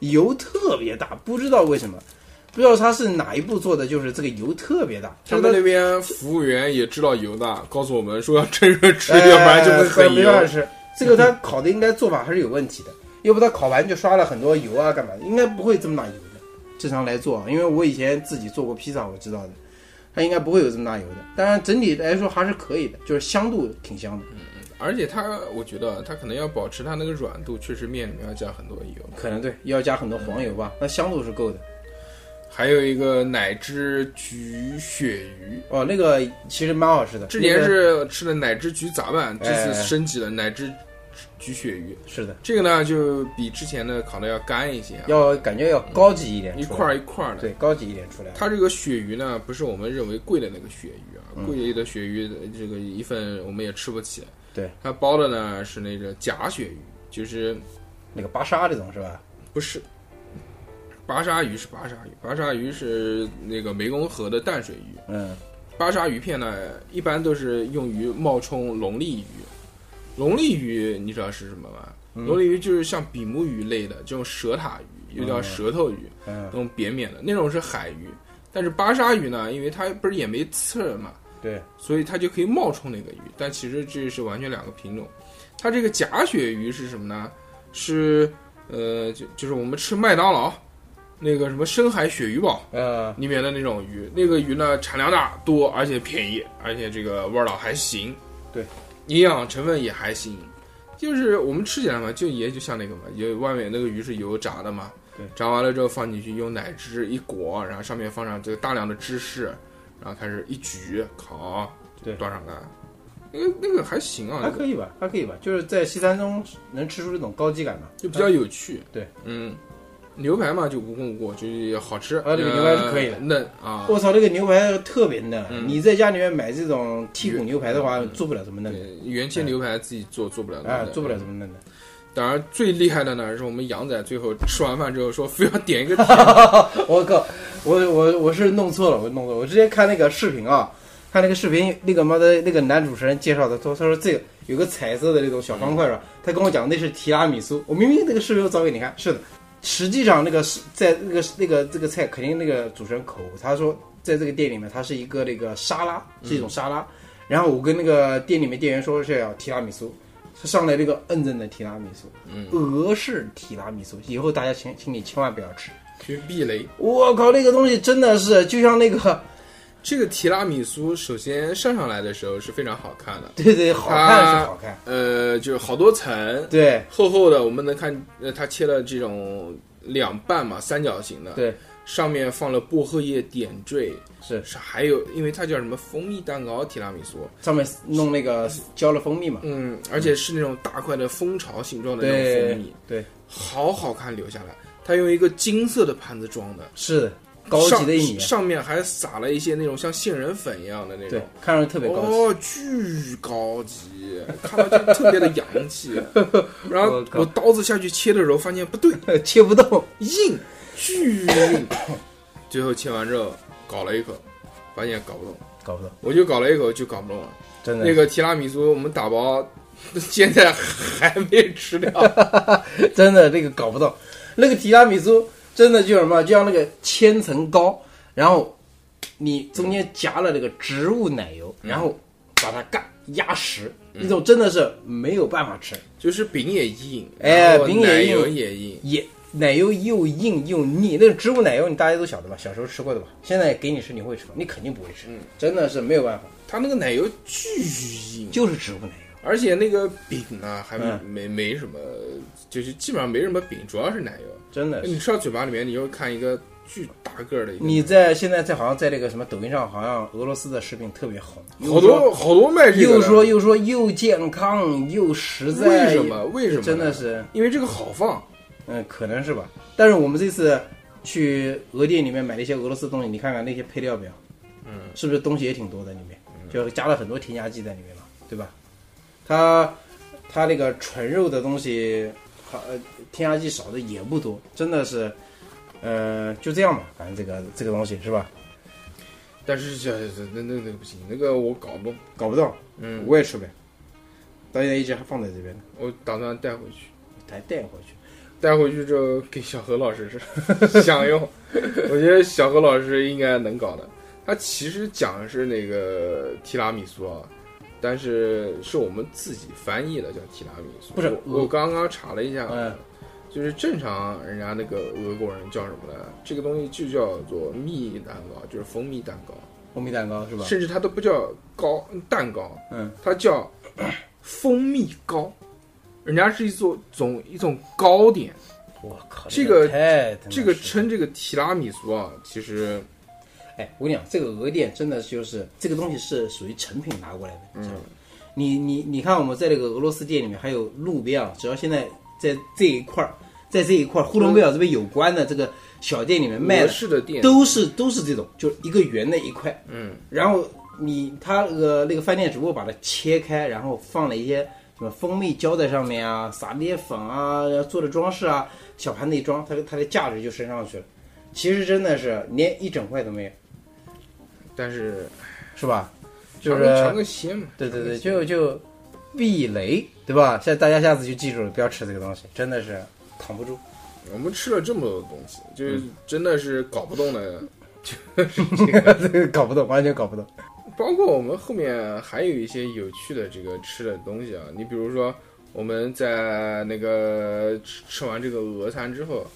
S3: 油特别大，不知道为什么，不知道它是哪一步做的，就是这个油特别大。
S1: 他们
S3: 就
S1: 那
S3: 是
S1: 边服务员也知道油大，告诉我们说要趁热 吃，
S3: 它
S1: 要不然就会
S3: 哎
S1: 很
S3: 没
S1: 油。
S3: 办法吃。这个它烤的应该做法还是有问题的，要不它烤完就刷了很多油啊，干嘛的？应该不会这么大油的。正常来做，啊因为我以前自己做过披萨，我知道的，它应该不会有这么大油的。当然整体来说还是可以的，就是香度挺香
S1: 嗯
S3: 的，
S1: 而且它，我觉得它可能要保持它那个软度，确实面里面要加很多油。
S3: 可能对要加很多黄油吧，那香度是够的。
S1: 还有一个奶汁焗鳕鱼，
S3: 哦，那个其实蛮好吃的，
S1: 之前
S3: 那个
S1: 是吃的奶汁焗杂拌，这
S3: 哎
S1: 次升级了奶汁焗鳕鱼。
S3: 是的，
S1: 这个呢，就比之前的烤的要干一些啊，
S3: 要感觉要高级一点
S1: 一
S3: 出来，
S1: 块儿一块儿的。
S3: 对高级一点出来。
S1: 它这个鳕鱼呢，不是我们认为贵的那个鳕鱼啊，
S3: 嗯
S1: 贵的鳕鱼这个一份我们也吃不起。
S3: 对，
S1: 它包的呢是那个假鳕鱼，就是
S3: 那个巴沙这种是吧？
S1: 不是，巴沙鱼是巴沙鱼，巴沙鱼是那个湄公河的淡水鱼。
S3: 嗯，
S1: 巴沙鱼片呢，一般都是用于冒充龙利鱼。龙利鱼你知道是什么吗？龙利鱼就是像比目鱼类的这种舌塔鱼，又叫舌头鱼，
S3: 嗯
S1: 那，种扁扁的那种是海鱼。但是巴沙鱼呢，因为它不是也没刺儿嘛，
S3: 对，
S1: 所以它就可以冒充那个鱼，但其实这是完全两个品种。它这个假鳕鱼是什么呢？是呃，就就是我们吃麦当劳那个什么深海鳕鱼堡
S3: 呃，
S1: 里面的那种鱼，那个鱼呢产量大多，而且便宜，而且这个味儿道还行，
S3: 对，
S1: 营养成分也还行。就是我们吃起来嘛，就也就像那个嘛，也外面那个鱼是油炸的嘛，
S3: 对
S1: 炸完了之后放进去，用奶汁一裹，然后上面放上这个大量的芝士，然后开始一举烤，
S3: 对
S1: 端上来，那个那个还行啊，
S3: 还
S1: 那个
S3: 可以吧，还可以吧，就是在西餐中能吃出这种高级感嘛。
S1: 就比较有趣。
S3: 对，
S1: 嗯，牛排嘛就无功无过，就是好吃。
S3: 啊这个牛排是可以的
S1: 呃嫩啊。
S3: 我操，这个牛排特别嫩，啊
S1: 嗯
S3: 你在家里面买这种剔骨牛排的话，
S1: 嗯
S3: 做不了这么嫩的，
S1: 对，原切牛排自己做做不了，
S3: 哎，
S1: 对
S3: 做不了这么嫩的。
S1: 当然，最厉害的呢是我们杨仔最后吃完饭之后说，非要点一个甜
S3: 我靠，我我我是弄错了，我弄错了，我直接看那个视频啊，看那个视频，那个妈的那个男主持人介绍的，他他说这个有个彩色的那种小方块是吧？他跟我讲那是提拉米苏，我明明那个视频我找给你看，是的，实际上那个是在那个那个这个菜肯定那个主持人口误，他说在这个店里面它是一个那个沙拉，是一种沙拉，然后我跟那个店里面店员说是要提拉米苏。上来这个摁摁的提拉米苏，
S1: 嗯
S3: 俄式提拉米苏，以后大家请请你千万不要吃，
S1: 去避雷。
S3: 我靠，那个东西真的是就像那个，
S1: 这个提拉米苏首先上上来的时候是非常好看的，
S3: 对对，好看是好看，
S1: 呃，就是好多层，
S3: 对
S1: 厚厚的，我们能看，呃，它切了这种两半嘛，三角形的，
S3: 对
S1: 上面放了薄荷叶点缀，
S3: 是，
S1: 是还有，因为它叫什么蜂蜜蛋糕提拉米苏，
S3: 上面弄那个浇了蜂蜜嘛，
S1: 嗯，而且是那种大块的蜂巢形状的那种
S3: 对
S1: 蜂蜜，
S3: 对，
S1: 好好看，留下来。它用一个金色的盘子装的，
S3: 是的高级的一米啊
S1: 上，上面还撒了一些那种像杏仁粉一样的那
S3: 对
S1: 种，，
S3: 看上去特别高级，
S1: 哦，巨高级，看到就特别的洋 气。然后
S3: 我靠
S1: 我刀子下去切的时候，发现不对，
S3: 切不动，
S1: 硬，巨 硬。最后切完之后，搞了一口，发现搞不动，
S3: 搞不动，
S1: 我就搞了一口就搞不动了。
S3: 真的，
S1: 那个提拉米苏我们打包， 现在还没吃掉。
S3: 真的那个搞不动，那个提拉米苏真的就是什么，就像那个千层糕，然后你中间夹了那个植物奶油，
S1: 嗯
S3: 然后把它嘎压实，那种真的是没有办法吃，
S1: 就是饼也硬，
S3: 哎
S1: 然后
S3: 饼也
S1: 奶
S3: 硬
S1: 油也硬，
S3: 也奶油又硬又腻，那个植物奶油你大家都晓得吧？小时候吃过的吧？现在给你吃你会吃吗？你肯定不会吃，嗯真的是没有办法，
S1: 它那个奶油巨硬，
S3: 就是植物奶油。
S1: 而且那个饼呢还没、
S3: 嗯
S1: 没没什么，就是基本上没什么饼，主要是奶油。
S3: 真的是，
S1: 你吃到嘴巴里面，你就看一个巨大个儿的一个，
S3: 哎你在现在在好像在那个什么抖音上，好像俄罗斯的食品特别红，
S1: 好多好多卖这个的
S3: 又说又说又健康又实在，
S1: 为什么？为什么？
S3: 真的，是，
S1: 因为这个好放，
S3: 嗯，可能是吧。但是我们这次去俄店里面买了一些俄罗斯东西，你看看那些配料表，嗯，是不是东西也挺多在里面？就加了很多添加剂在里面嘛，对吧？它它那个纯肉的东西，好、呃添加剂少的也不多，真的是，呃，就这样吧，反正这个这个东西是吧，
S1: 但是这这那那那不行，那个我搞不懂。
S3: 搞不到，
S1: 嗯，
S3: 我也吃不了，到现在一直还放在这边呢，
S1: 我打算带回去，
S3: 还带回去。
S1: 带回去之后给小何老师吃， 享用。我觉得小何老师应该能搞的。他其实讲的是那个提拉米苏啊，但是是我们自己翻译的叫提拉米苏。
S3: 不是
S1: 我，
S3: 我
S1: 我刚刚查了一下，
S3: 嗯
S1: 就是正常人家那个俄国人叫什么呢？这个东西就叫做蜜蛋糕，就是蜂蜜蛋糕，
S3: 蜂蜜蛋糕是吧？
S1: 甚至它都不叫糕蛋糕，
S3: 嗯，
S1: 它叫 蜂蜜糕。人家是一种总一种糕点，
S3: 我靠，
S1: 这个
S3: 太他妈
S1: 这个
S3: 是
S1: 称这个提拉米苏啊，其实
S3: 哎，我跟你讲，这个俄店真的就是这个东西是属于成品拿过来的，你知道吗？你你你看，我们在那个俄罗斯店里面，还有路边啊，只要现在在这一块儿，在这一块儿呼伦贝尔这边有关的这个小店里面卖
S1: 俄
S3: 的，
S1: 式的店，
S3: 都是都是这种，就是一个圆的一块，
S1: 嗯，
S3: 然后你他那个那个饭店只不过把它切开，然后放了一些什么蜂蜜浇在上面啊，撒点粉啊，做的装饰啊，小盘子一装，它的它的价值就升上去了。其实真的是连一整块都没有，
S1: 但是
S3: 是吧？就
S1: 尝个尝
S3: 是
S1: 个鲜嘛，
S3: 对对对，
S1: 尝个
S3: 就就避雷，对吧？现在大家下次就记住了，不要吃这个东西，真的是扛不住。
S1: 鲜我们吃了这么多东西，就是
S3: 嗯
S1: 真的是搞不动的，就是这个。
S3: 这个搞不懂，完全搞不懂。
S1: 包括我们后面还有一些有趣的这个吃的东西啊，你比如说我们在那个吃吃完这个俄餐之后，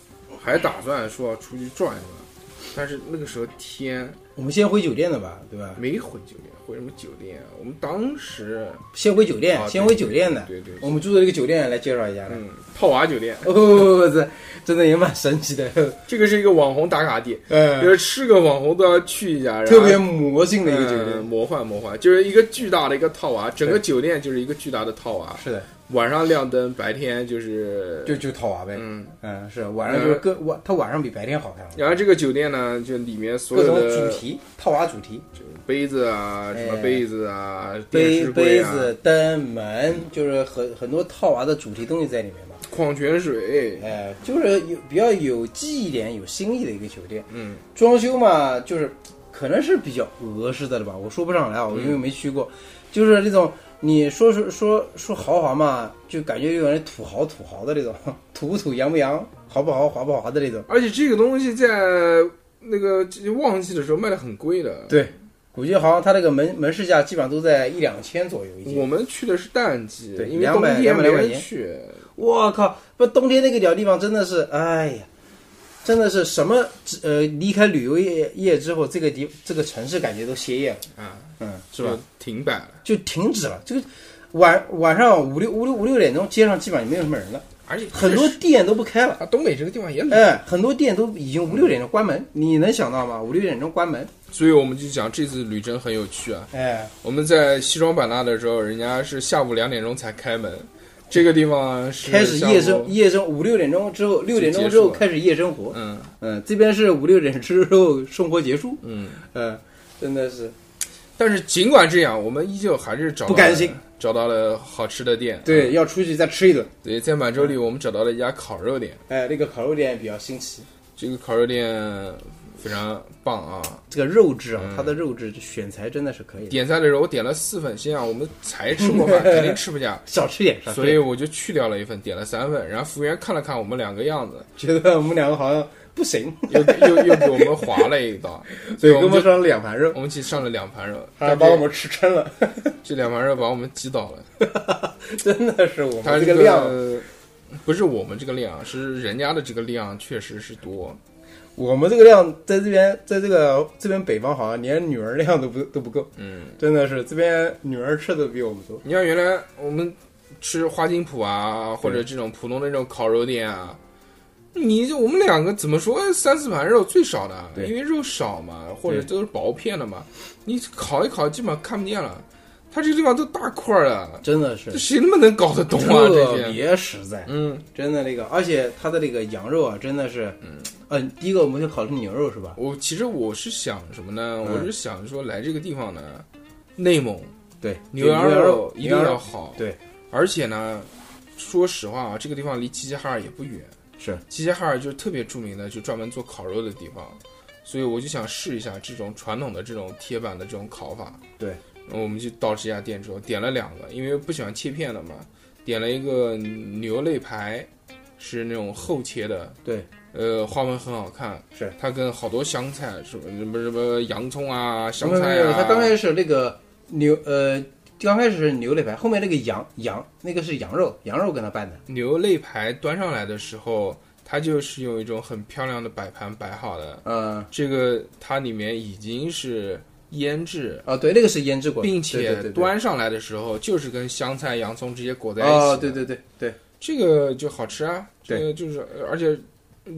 S1: 还打算说要出去转一转，但是那个时候天
S3: 我们先回酒店的吧，对吧？
S1: 没回酒店，回什么酒店啊？我们当时
S3: 先回酒店，
S1: 啊
S3: 先
S1: 对
S3: 回酒店的。
S1: 对对
S3: 我们住的这个酒店来介绍一下来。
S1: 嗯，套娃酒店，
S3: 哦，这真的也蛮神奇的，
S1: 这个是一个网红打卡地，就
S3: 呃，
S1: 是是个网红都要去一下，然后
S3: 特别魔性的一个酒
S1: 呃
S3: 店。
S1: 魔幻魔幻，就是一个巨大的一个套娃，整个酒店就是一个巨大的套娃，
S3: 是的，
S1: 晚上亮灯，白天就是
S3: 就就套娃呗。
S1: 嗯。
S3: 嗯，是晚上就是各晚，它晚上比白天好看。
S1: 然后这个酒店呢，就里面所
S3: 各
S1: 有
S3: 种
S1: 的
S3: 主题，套娃主题，
S1: 杯子啊，什么
S3: 哎
S1: 杯子啊，电
S3: 杯
S1: 视柜
S3: 杯
S1: 啊，
S3: 子、灯、门，就是很很多套娃的主题东西在里面嘛。
S1: 矿泉水，
S3: 哎，就是有比较有记忆点、有新意的一个酒店。
S1: 嗯，
S3: 装修嘛，就是可能是比较俄式的了吧，我说不上来啊，我因
S1: 嗯
S3: 为没去过，就是那种你说是说说豪华嘛，就感觉有点土豪土豪的那种， 土不土洋不洋，豪不豪华不华的那种。
S1: 而且这个东西在那个旺季的时候卖的很贵的。
S3: 对，估计好像它那个门门市价基本上都在一两千左右一间。
S1: 我们去的是淡季，
S3: 对
S1: 因为冬
S3: 200
S1: 天没
S3: 200块
S1: 人
S3: 钱
S1: 去。
S3: 我靠，不冬天那个屌地方真的是，哎呀，真的是什么呃，离开旅游业业之后，这个地这个城市感觉都歇业了，
S1: 啊，
S3: 嗯，是
S1: 就
S3: 吧？？
S1: 停摆了，
S3: 就停止了。这个晚晚上五六五六五六点钟，街上基本上也没有什么人了，
S1: 而且
S3: 很多
S1: 确实
S3: 店都不开了。
S1: 啊，东北这个地方也冷，
S3: 哎，很多店都已经五六点钟关门，你能想到吗？五六点钟关门，
S1: 所以我们就讲这次旅程很有趣啊。
S3: 哎，
S1: 我们在西双版纳的时候，人家是下午两点钟才开门，这个地方是
S3: 开始
S1: 下午
S3: 夜生，夜生五六点钟之后，六点钟之后
S1: 就结束了
S3: 开始夜生活。
S1: 嗯
S3: 嗯，这边是五六点之后生活结束。
S1: 嗯。
S3: 嗯，真的是
S1: 但是尽管这样，我们依旧还是找到
S3: 不甘心
S1: 了，找到了好吃的店。
S3: 对，
S1: 嗯
S3: 要出去再吃一顿。
S1: 对，在满洲里我们找到了一家烤肉店，
S3: 哎，那个烤肉店比较新奇，
S1: 这个烤肉店非常棒啊！
S3: 这个肉质啊，它的肉质选材真的是可以的，
S1: 点菜的时候我点了四份，心想我们才吃 过饭，肯定吃不下，
S3: 少吃点，少吃
S1: 所以
S3: 点
S1: 我就去掉了一份，点了三份。然后服务员看了看我们两个样子，
S3: 觉得我们两个好像不行，
S1: 又又又给我们划了一刀，所以我
S3: 给
S1: 们
S3: 我们
S1: 就
S3: 上了两盘肉。
S1: 我们去上了两盘肉，
S3: 还把我们吃撑了，
S1: 这两盘肉把我们挤倒了。
S3: 真的是我
S1: 它
S3: 们这
S1: 个
S3: 量，
S1: 不是我们这个量，是人家的这个量确实是多。
S3: 我们这个量在这边，在这个这边北方好像连女儿量都不都不够，
S1: 嗯，
S3: 真的是这边女儿吃的比我们多。
S1: 你像原来我们吃花金浦啊，或者这种普通的那种烤肉店啊，你就我们两个怎么说三四盘肉最少的，
S3: 对
S1: 因为肉少嘛，或者
S3: 对
S1: 都是薄片的嘛，你烤一烤基本上看不见了。它这个地方都大块儿的，
S3: 真的是
S1: 这谁他妈能搞得懂啊？这
S3: 特
S1: 些，
S3: 别实在，
S1: 嗯，
S3: 真的那个，而且它的那个羊肉啊，真的是，嗯、第一个我们先考虑牛肉是吧？
S1: 我其实我是想什么呢？
S3: 嗯
S1: 我是想说来这个地方呢，内蒙
S3: 对，
S1: 牛羊
S3: 肉
S1: 肉一定
S3: 牛羊
S1: 要
S3: 肉
S1: 好，
S3: 对，
S1: 而且呢，说实话啊，这个地方离齐齐哈尔也不远。
S3: 是
S1: 齐齐哈尔就是特别著名的，就专门做烤肉的地方，所以我就想试一下这种传统的这种铁板的这种烤法。
S3: 对，
S1: 然后我们就到这家店之后点了两个，因为不喜欢切片的嘛，点了一个牛肋排，是那种厚切的，
S3: 对，
S1: 呃，花纹很好看，
S3: 是
S1: 它跟好多香菜，什么什么什么洋葱啊、
S3: 什
S1: 香
S3: 么没
S1: 菜
S3: 有？
S1: 啊，
S3: 它刚开始是那个牛呃，刚开始是牛肋排，后面那个羊羊那个是羊肉，羊肉跟他拌的，
S1: 牛肋排端上来的时候，它就是用一种很漂亮的摆盘摆好的，
S3: 嗯、
S1: 这个它里面已经是腌制，
S3: 啊，对，那个是腌制过的，
S1: 并
S3: 对
S1: 且
S3: 对对对
S1: 端上来的时候就是跟香菜、洋葱直接裹在一起。
S3: 哦，对，对对对，
S1: 这个就好吃啊，
S3: 对
S1: 这个就是呃而且。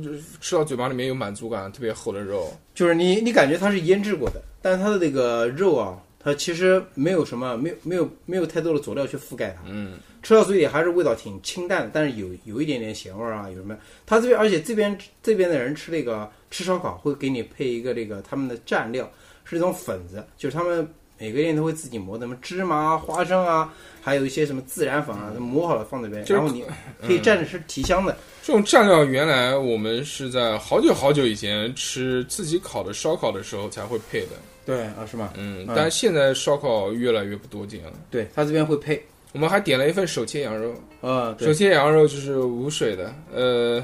S1: 就是吃到嘴巴里面有满足感，特别厚的肉，
S3: 就是你你感觉它是腌制过的，但是它的那个肉啊，它其实没有什么，没有没有没有太多的佐料去覆盖它，
S1: 嗯，
S3: 吃到嘴里还是味道挺清淡的，但是有有一点点咸味儿啊，有什么？它这边而且这边这边的人吃那个吃烧烤会给你配一个这个他们的蘸料，是一种粉子，就是他们。每个店都会自己磨的什么芝麻啊、花生啊，还有一些什么孜然粉啊，磨好了放这边，
S1: 就是
S3: 然后你可嗯以蘸着吃，提香的。
S1: 这种蘸料原来我们是在好久好久以前吃自己烤的烧烤的时候才会配的，
S3: 对啊，是吗？
S1: 嗯，
S3: 嗯
S1: 但现在烧烤越来越不多见了。
S3: 对他这边会配，
S1: 我们还点了一份手切羊肉，
S3: 呃，
S1: 手
S3: 对，
S1: 切羊肉就是无水的，呃，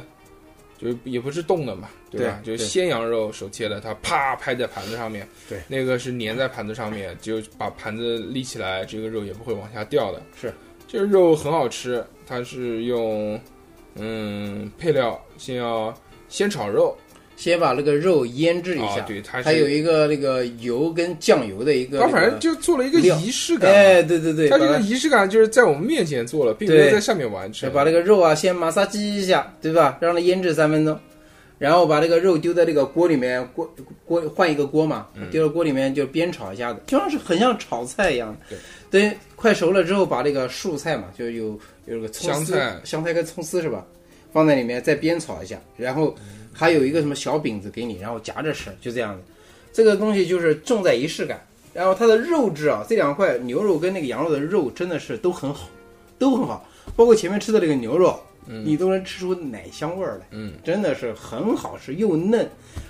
S1: 就也不是冻的嘛，吧？
S3: 对
S1: 就是
S3: 对
S1: 鲜羊肉手切的，它啪拍在盘子上面，
S3: 对，
S1: 那个是粘在盘子上面，就把盘子立起来，这个肉也不会往下掉的。
S3: 是，
S1: 这个肉很好吃，它是用嗯配料先要先炒肉，
S3: 先把那个肉腌制一
S1: 啊
S3: 下，，
S1: 对，它
S3: 还
S1: 是
S3: 有一个那个油跟酱油的一个、那
S1: 它
S3: 个，
S1: 反正就做了一个
S3: 料
S1: 仪式感嘛，
S3: 哎，对对对，
S1: 它
S3: 把
S1: 这个
S3: 它
S1: 仪式感就是在我们面前做了，并没有
S3: 对
S1: 在下面完成。
S3: 把那个肉啊先马杀鸡一下，对吧？让它腌制三分钟，然后把这个肉丢在这个锅里面，锅锅换一个锅嘛，丢到锅里面就煸炒一下子，就像是很像炒菜一样
S1: 对。
S3: 对，快熟了之后，把这个蔬菜嘛，就有有个葱丝
S1: 香菜
S3: 香菜跟葱丝是吧？放在里面再煸炒一下，然后还有一个什么小饼子给你，然后夹着吃，就这样子。这个东西就是重在仪式感。然后它的肉质啊，这两块牛肉跟那个羊肉的肉真的是都很好，都很好。包括前面吃的那个牛肉，你都能吃出奶香味儿来，
S1: 嗯，
S3: 真的是很好吃，又嫩，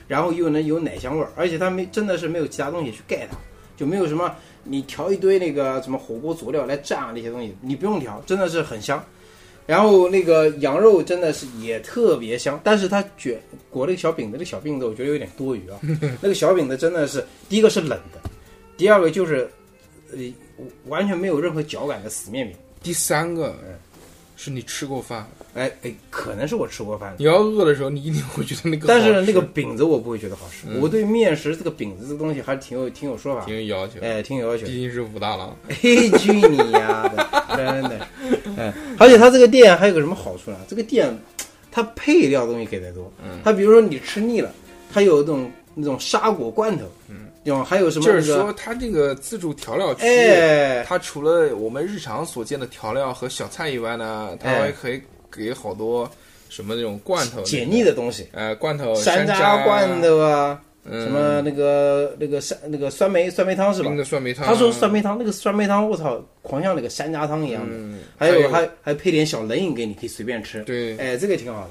S3: 然后又能有奶香味儿，而且它没真的是没有其他东西去盖它，就没有什么你调一堆那个什么火锅佐料来蘸啊那些东西，你不用调，真的是很香。然后那个羊肉真的是也特别香，但是它卷裹那个小饼子，那个小饼子我觉得有点多余啊。那个小饼子真的是，第一个是冷的，第二个就是，呃，完全没有任何嚼感的死面饼。
S1: 第三个
S3: 嗯
S1: 是你吃过饭，
S3: 哎哎，可能是我吃过饭的，
S1: 你要饿的时候，你一定会觉得那个好
S3: 但
S1: 吃，嗯
S3: 是那个饼子我不会觉得好吃。我对面食这个饼子这个东西还是挺有挺有说法的，
S1: 挺有要求，嗯
S3: 哎，挺有要求的
S1: 毕。竟是武大郎。
S3: 嘿，去你丫的，真的是。哎，而且它这个店还有个什么好处呢？这个店它配料东西给的多，
S1: 嗯
S3: 它比如说你吃腻了，它有那种那种沙果罐头，嗯，然后还有什么
S1: 就
S3: 那
S1: 是
S3: 个，
S1: 说，它这个自助调料区，
S3: 哎，
S1: 它除了我们日常所见的调料和小菜以外呢，它
S3: 哎
S1: 还可以给好多什么那种罐头
S3: 解腻
S1: 的，
S3: 的东西，
S1: 呃，罐头
S3: 山
S1: 楂
S3: 楂罐，头啊，
S1: 嗯
S3: 什么那个那个山那个酸梅酸梅汤是吧
S1: 冰？的酸梅汤。啊
S3: 他说酸梅汤，那个酸梅汤，我操，狂像那个山楂汤一样的，还有
S1: 嗯还
S3: 还还配点小冷饮给你，可以随便吃。
S1: 对，
S3: 哎，这个挺好的。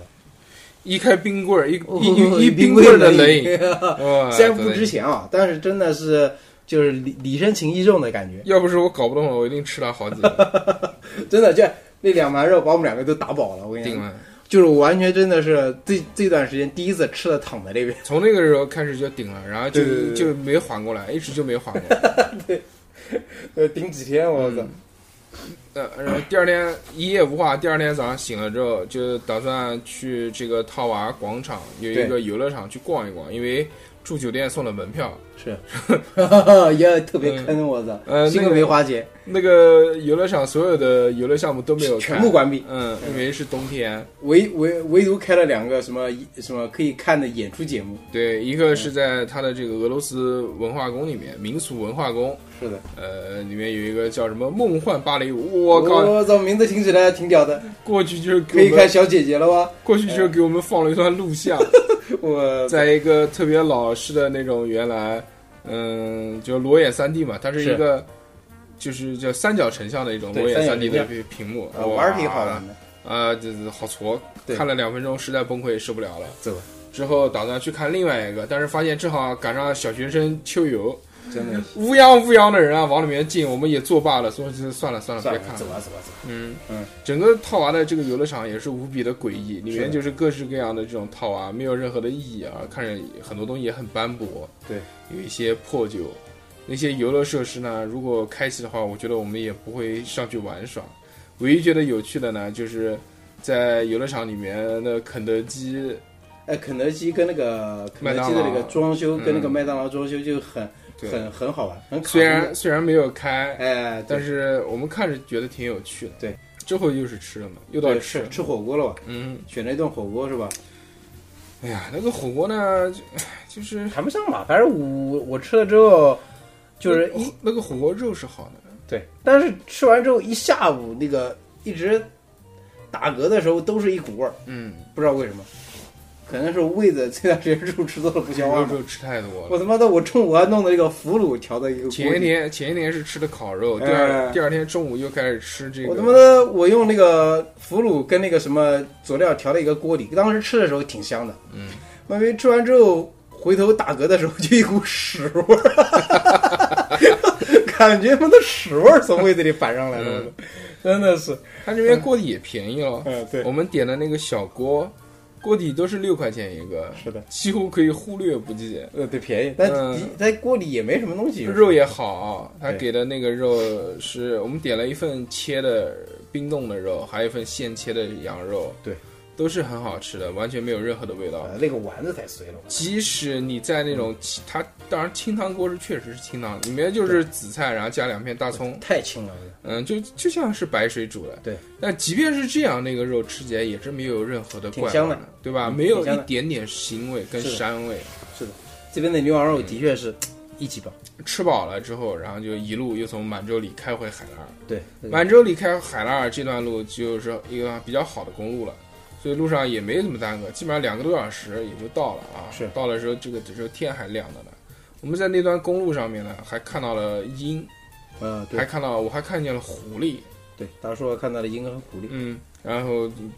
S1: 一开冰棍儿，一
S3: 哦
S1: 一一
S3: 一
S1: 冰
S3: 冰
S1: 棍儿的
S3: 棍
S1: 冷
S3: 儿冷饮
S1: 饮， 哇
S3: 虽然不
S1: 对
S3: 值钱啊，但是真的是就是礼礼深情意重的感 觉，
S1: 要不是我搞不动了，我一定吃了好几个，
S3: 真的就那两盘肉把我们两个都打饱了。我跟你
S1: 定
S3: 讲，
S1: 了。
S3: 就是我完全真的是这这段时间第一次吃了躺在那边，
S1: 从那个时候开始就顶了，然后就
S3: 对对对
S1: 就没缓过来，一直就没缓过来。
S3: 呃，顶几天我操，
S1: 呃，然后第二天一夜无话，第二天早上醒了之后，就打算去这个套娃广场有一个游乐场去逛一逛，因为住酒店送了门票。
S3: 是， 也特别
S1: 嗯
S3: 坑我操，
S1: 呃
S3: 幸
S1: 那
S3: 亏
S1: 个
S3: 没花钱，
S1: 那个游乐场所有的游乐项目都没有开
S3: 全部关闭，
S1: 嗯，因为是冬天。
S3: 唯唯唯独开了两个什么什么可以看的演出节目，
S1: 对，一个是在它的这个俄罗斯文化宫里面，民俗文化宫，
S3: 是的，
S1: 呃，里面有一个叫什么梦幻芭蕾舞，我
S3: 我
S1: 靠，
S3: 我操，名字听起来挺屌的，
S1: 过去就是
S3: 哦可
S1: 给
S3: 以
S1: 我们
S3: 看小姐姐了吧？
S1: 过去就是给我们放了一段录 像，
S3: 我
S1: 在一个特别老式的那种原来，嗯，就裸眼三 D 嘛，它是
S3: 是
S1: 一个就是叫三角成像的一种
S3: 对
S1: 裸眼
S3: 三角
S1: 三 D 的
S3: 成
S1: 屏幕，
S3: 呃
S1: 哇
S3: 玩儿挺好玩的，
S1: 啊，这这好挫，
S3: 对
S1: 看了两分钟实在崩溃受不了了，
S3: 走吧，
S1: 之后打算去看另外一个，但是发现正好赶上小学生秋游，
S3: 真的
S1: 乌泱乌泱的人啊往里面进，我们也作罢了，说就算了算了，
S3: 算
S1: 别
S3: 了
S1: 看，了
S3: 走。吧啊走吧走吧。
S1: 嗯
S3: 嗯，
S1: 整个套娃的这个游乐场也是无比的诡异，里
S3: 是
S1: 面
S3: 的
S1: 就是各式各样的这种套娃，没有任何的意义啊，看着很多东西也很斑驳，
S3: 对，
S1: 有一些破旧。那些游乐设施呢，如果开启的话，我觉得我们也不会上去玩耍。唯一觉得有趣的呢，就是在游乐场里面的肯德基，
S3: 哎，肯德基跟那个肯德基的那个装修，跟那个麦当劳装修就很
S1: 对，
S3: 很很好玩，很卡通
S1: 虽
S3: 的
S1: 然虽然没有开，
S3: 哎，
S1: 但
S3: 是
S1: 是我们看着觉得挺有趣的。
S3: 对，
S1: 之后又是吃了嘛，又到吃
S3: 吃嗯
S1: 了，
S3: 吃火锅了吧？
S1: 嗯，
S3: 选了一顿火锅是吧？
S1: 哎呀，那个火锅呢，就唉就是
S3: 谈不上吧，反正我我吃了之后，就是一
S1: 那个火锅肉是好的，
S3: 对，但是吃完之后一下午那个一直打嗝的时候都是一股味儿，
S1: 嗯，
S3: 不知道为什么，可能是胃子这段时间 肉吃多了不啊消
S1: 肉
S3: 化吧。
S1: 肉吃太多
S3: 我
S1: 了。
S3: 他妈的，我中午还弄的那个腐乳调的一个锅
S1: 前一
S3: 底，
S1: 天前一天是吃的烤肉，
S3: 哎
S1: 第二第二天中午又开始吃这
S3: 我他妈
S1: 个，
S3: 的，我用那个腐乳跟那个什么佐料调了一个锅底，当时吃的时候挺香的，
S1: 嗯，
S3: 我以为吃完之后回头打嗝的时候就一股屎味儿， 感觉他妈的屎味儿从胃子里反上来了，
S1: 嗯
S3: 真的是，
S1: 他这边锅底也便宜了。
S3: 嗯，对，
S1: 我们点的那个小锅，锅底都是六块钱一个，
S3: 是的，
S1: 几乎可以忽略不计。
S3: 呃，对，便宜，但
S1: 嗯
S3: 底在锅里也没什么东西，
S1: 肉也好，他
S3: 对
S1: 给的那个肉是我们点了一份切的冰冻的肉，还有一份现切的羊肉。
S3: 对，
S1: 都是很好吃的，完全没有任何的味道。
S3: 呃，那个丸子太碎了。
S1: 即使你在那
S3: 嗯
S1: 种清，它当然清汤锅是确实是清汤，里面就是紫菜，然后加两片大葱，
S3: 太轻了，
S1: 嗯，就就像是白水煮的。
S3: 对，
S1: 但即便是这样，那个肉吃起来也是没有任何的
S3: 挺
S1: 怪
S3: 香
S1: 味
S3: 的，
S1: 对吧？
S3: 嗯
S1: 没有
S3: 挺香
S1: 一
S3: 的
S1: 点点腥味跟
S3: 是的
S1: 膻味。
S3: 这边的牛羊
S1: 嗯
S3: 肉的确是一级棒。
S1: 吃饱了之后，然后就一路又从满洲里开回海拉尔。
S3: 对，那个
S1: 满洲里开海拉尔这段路就是一个比较好的公路了，所以路上也没怎么耽搁，基本上两个多小时也就到了啊。
S3: 是
S1: 到了时候，这个这时候天还亮着呢。我们在那段公路上面呢，还看到了鹰，
S3: 嗯，
S1: 还
S3: 对
S1: 看到我还看见了狐狸，
S3: 对，他说看到了鹰和狐狸，
S1: 嗯，然后嗯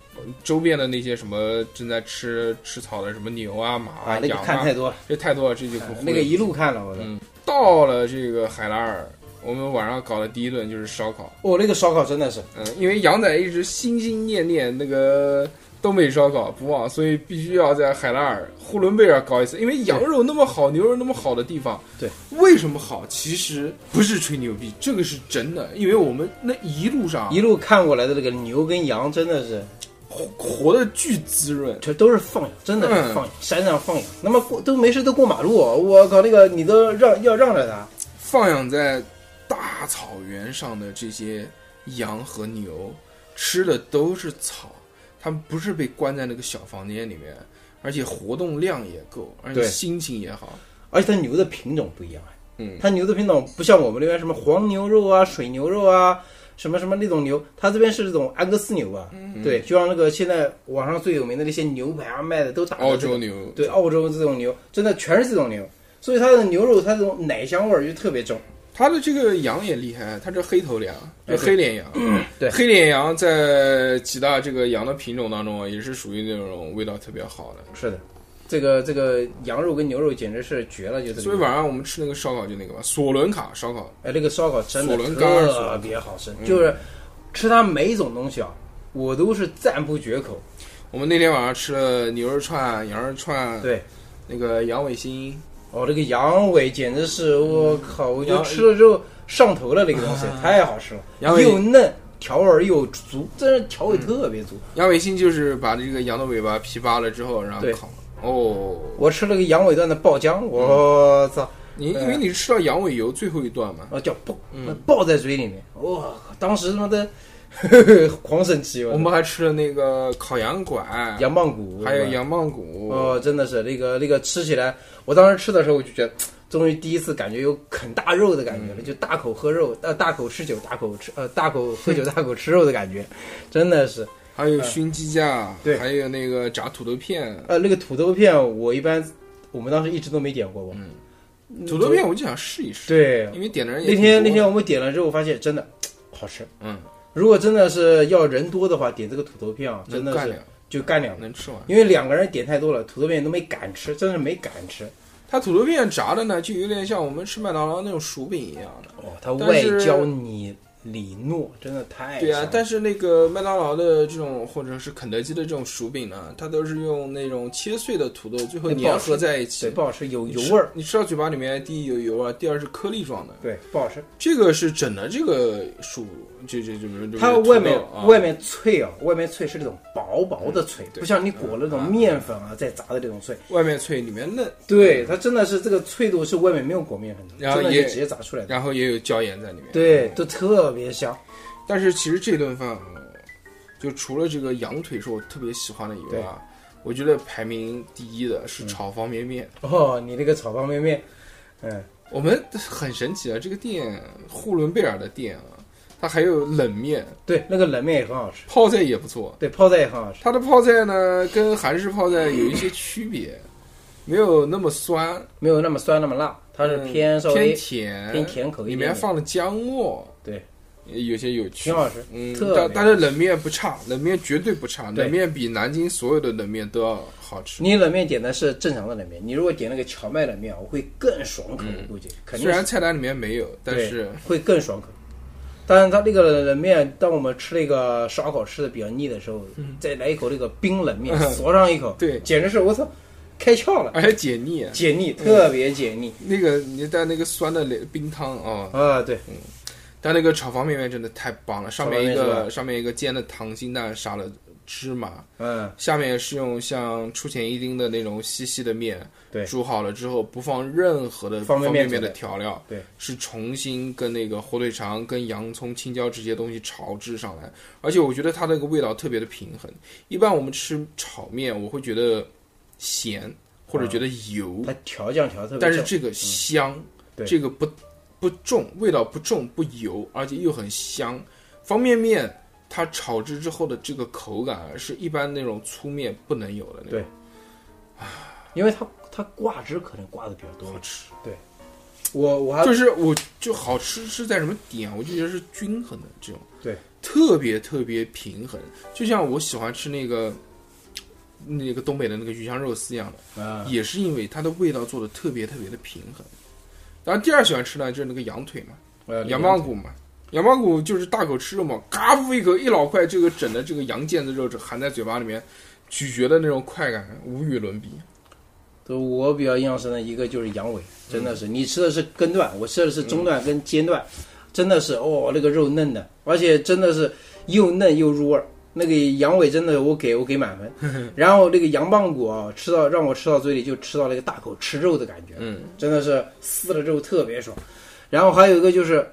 S1: 周边的那些什么正在吃吃草的什么牛啊、马
S3: 啊，那个
S1: 羊
S3: 看
S1: 啊
S3: 太，多了，
S1: 这太多了，这就不
S3: 啊那个一路看了，我的
S1: 嗯，到了这个海拉尔，我们晚上搞的第一顿就是烧烤。
S3: 哦，那个烧烤真的是
S1: 嗯，因为杨仔一直心心念念那个东北烧烤不忘，所以必须要在海拉尔、呼伦贝尔搞一次。因为羊肉那么好，牛肉那么好的地方，
S3: 对，
S1: 为什么好？其实不是吹牛逼，这个是真的。因为我们那一路上
S3: 一路看过来的那个牛跟羊真的是
S1: 活活的巨滋润，
S3: 这都是放养，真的
S1: 嗯
S3: 是放养，山上放养。那么过都没事都过马路，我靠，那个你都让要让着他，
S1: 放养在大草原上的这些羊和牛，吃的都是草，它们不是被关在那个小房间里面，而且活动量也够，而且
S3: 对
S1: 心情也好。
S3: 而且它牛的品种不一样，
S1: 嗯，
S3: 它牛的品种不像我们那边什么黄牛肉啊、水牛肉啊。什么什么那种牛，它这边是这种安格斯牛啊，
S1: 嗯
S3: 对，就像那个现在网上最有名的那些牛排啊卖的都打的
S1: 澳
S3: 这个
S1: 洲牛，
S3: 对，澳洲这种牛真的全是这种牛，所以它的牛肉它这种奶香味儿就特别重。
S1: 它的这个羊也厉害，它这黑头羊，
S3: 哎
S1: 就黑脸羊。
S3: 对
S1: 黑脸羊在几大这个羊的品种当中，也是属于那种味道特别好的。
S3: 是的，这个这个羊肉跟牛肉简直是绝了，就是。
S1: 所以晚上我们吃那个烧烤就那个吧，索伦卡烧烤，
S3: 哎，那个烧烤真
S1: 索
S3: 的
S1: 伦干儿嗯索
S3: 特别好吃，就是吃它每一种东西啊，我都是赞不绝口。
S1: 我们那天晚上吃了牛肉串、羊肉串，
S3: 对，
S1: 那个羊尾心，
S3: 哦，那个羊尾简直是我靠，我就
S1: 嗯羊嗯
S3: 吃了之后上头了，那个东西太好吃了，
S1: 羊尾嗯
S3: 又嫩，调味儿又足，真是调味特别足。
S1: 羊尾心就是把这个羊的尾巴皮扒了之后，然后
S3: 对
S1: 烤。哦，
S3: 我吃了个羊尾段的爆浆，
S1: 嗯
S3: 我操！
S1: 你
S3: 对
S1: 因为你吃到羊尾油最后一段嘛，
S3: 啊，叫爆，
S1: 嗯
S3: 爆在嘴里面，哇、当时他妈的 狂生气，
S1: 我们还吃了那个烤羊拐，
S3: 羊棒骨，
S1: 还有
S3: 是吧，
S1: 羊棒骨，
S3: 哦，真的是那个那个吃起来，我当时吃的时候我就觉得，终于第一次感觉有啃大肉的感觉了，
S1: 嗯
S3: 就大口喝肉，呃，大口吃酒，大口吃，呃，大口喝酒，大口吃肉的感觉， 真的是，
S1: 还有熏鸡架，
S3: 对
S1: 还有那个炸土豆片。
S3: 呃，那个土豆片我一般我们当时一直都没点过，我，
S1: 嗯土豆片我就想试一试，
S3: 嗯对，
S1: 因为点的人也
S3: 那
S1: 挺
S3: 天
S1: 多
S3: 那天我们点了之后发现真的好吃，
S1: 嗯，
S3: 如果真的是要人多的话，点这个土豆片啊，真
S1: 能
S3: 的
S1: 干
S3: 是
S1: 了，
S3: 就干两个。
S1: 能吃完。
S3: 因为两个人点太多了，土豆面都没敢吃，真是没敢吃。
S1: 它土豆片炸的呢，就有点像我们吃麦当劳那种薯饼一样的。
S3: 哦，他
S1: 但
S3: 外
S1: 是
S3: 焦里里糯，真的太
S1: 对啊
S3: 香，
S1: 但是那个麦当劳的这种或者是肯德基的这种薯饼呢，它都是用那种切碎的土豆，最后
S3: 那不
S1: 粘
S3: 好吃
S1: 合在一
S3: 对
S1: 起，
S3: 不好吃，有
S1: 你
S3: 油
S1: 吃
S3: 味儿，。
S1: 你吃到嘴巴里面，第一有油啊，第二是颗粒状的。
S3: 对，不好吃。
S1: 这个是整的这个薯，这这这这这
S3: 它
S1: 这
S3: 外
S1: 土
S3: 面
S1: 豆啊
S3: 外面脆啊，外面脆是那种薄薄的脆，
S1: 对
S3: 不像你裹了那种面粉啊再炸的那种脆。
S1: 外面脆，里面嫩，
S3: 对，它真的是这个脆度是外面没有裹面粉的，
S1: 然后
S3: 真的
S1: 也
S3: 是直接炸出来的。
S1: 然后也有椒盐在里面。
S3: 对，都特别香。
S1: 但是其实这顿饭，呃就除了这个羊腿是我特别喜欢的以外啊，我觉得排名第一的是炒方便面。
S3: 哦，你那个炒方便面，嗯，
S1: 我们很神奇啊，这个店呼伦贝尔的店啊，它还有冷面，
S3: 对，那个冷面也很好吃，
S1: 泡菜也不错。
S3: 对，泡菜也很好吃，
S1: 它的泡菜呢，跟韩式泡菜有一些区别，没有那么酸，
S3: 没有那么酸那么辣，它是
S1: 嗯
S3: 偏稍微
S1: 偏甜，
S3: 偏甜口一
S1: 里
S3: 点点
S1: 面放了姜末，
S3: 对，
S1: 有些有趣
S3: 挺。好吃。
S1: 嗯，
S3: 特别
S1: 但
S3: 好
S1: 但是冷面不差，冷面绝对不差，
S3: 对
S1: 冷面比南京所有的冷面都要好吃。
S3: 你冷面点的是正常的冷面，你如果点那个荞麦冷面啊，我会更爽口，我估计肯
S1: 嗯虽
S3: 定
S1: 然
S3: 是
S1: 菜单里面没有，但
S3: 对
S1: 是
S3: 会更爽口。但是它那个冷面，当我们吃那个烧烤吃的比较腻的时候，再来一口那个冰冷面，嗦上一口，
S1: 嗯对哎嗯
S3: 简直是我操，开窍了，
S1: 而且解腻。啊
S3: 解腻，特别解腻
S1: 那个你带那个酸的冰汤啊、哦，
S3: 啊！对，
S1: 但那个炒方便面真的太棒了，上面一
S3: 炒方便面是
S1: 个上面一个煎的溏心蛋沙拉芝麻，
S3: 嗯，
S1: 下面是用像出前一丁的那种细细的面，
S3: 对
S1: 煮好了之后不放任何的
S3: 方
S1: 便
S3: 便面
S1: 面的
S3: 之类
S1: 调料，
S3: 对，
S1: 是重新跟那个火腿肠、跟洋葱、青椒这些东西炒制上来，而且我觉得它那个味道特别的平衡。一般我们吃炒面，我会觉得咸或者觉得油，
S3: 它调酱调得啊特别
S1: 但是
S3: 正
S1: 这个香，
S3: 对
S1: 这个不不重，味道不重不油，而且又很香。方便面它炒制之后的这个口感啊是一般那种粗面不能有的那种，
S3: 对因为它它挂汁可能挂的比较多
S1: 好。吃。
S3: 我我还
S1: 就是我就好吃是在什么点，啊我就觉得是均衡的这种，
S3: 对，
S1: 特别特别平衡。就像我喜欢吃那个那个东北的那个鱼香肉丝一样的。
S3: 啊
S1: 也是因为它的味道做的特别特别的平衡。然后第二喜欢吃呢，就是那个羊腿嘛，
S3: 呃
S1: 羊棒骨嘛，羊棒骨就是大口吃肉嘛，嘎呼一口一老块，这个整的这个羊腱子肉含在嘴巴里面，咀嚼的那种快感无与伦比。
S3: 对我比较印象深的一个就是羊尾，真的是、
S1: 嗯
S3: 你吃的是根段，我吃的是中段跟尖段，真的是哦，那个肉嫩的，而且真的是又嫩又入味儿。那个羊尾真的我给我给满 分，然后那个羊棒骨啊，吃到让我吃到嘴里就吃到那个大口吃肉的感觉，
S1: 嗯，
S3: 真的是撕了肉特别爽。然后还有一个就是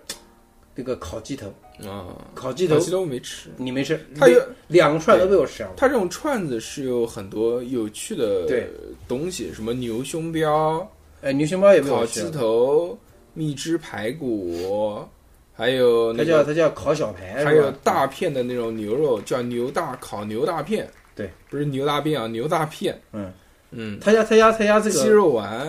S3: 那个烤鸡头，
S1: 啊，
S3: 烤鸡
S1: 鸡
S3: 头
S1: 鸡头我没吃，
S3: 你没吃，
S1: 它有
S3: 两串都被我吃了。
S1: 它这种串子是有很多有趣的
S3: 对
S1: 东西，什么牛胸膘、
S3: 呃，牛熊包也被
S1: 烤
S3: 我吃
S1: 鸡
S3: 了，
S1: 头、蜜汁排骨，还有
S3: 它
S1: 那
S3: 叫
S1: 个
S3: 它叫烤小排，是吧
S1: 还有大片的那种牛肉，叫牛大烤牛大片。
S3: 对，
S1: 不是牛大便啊，牛大片。
S3: 嗯
S1: 嗯，
S3: 他家他家他家这个
S1: 鸡肉丸，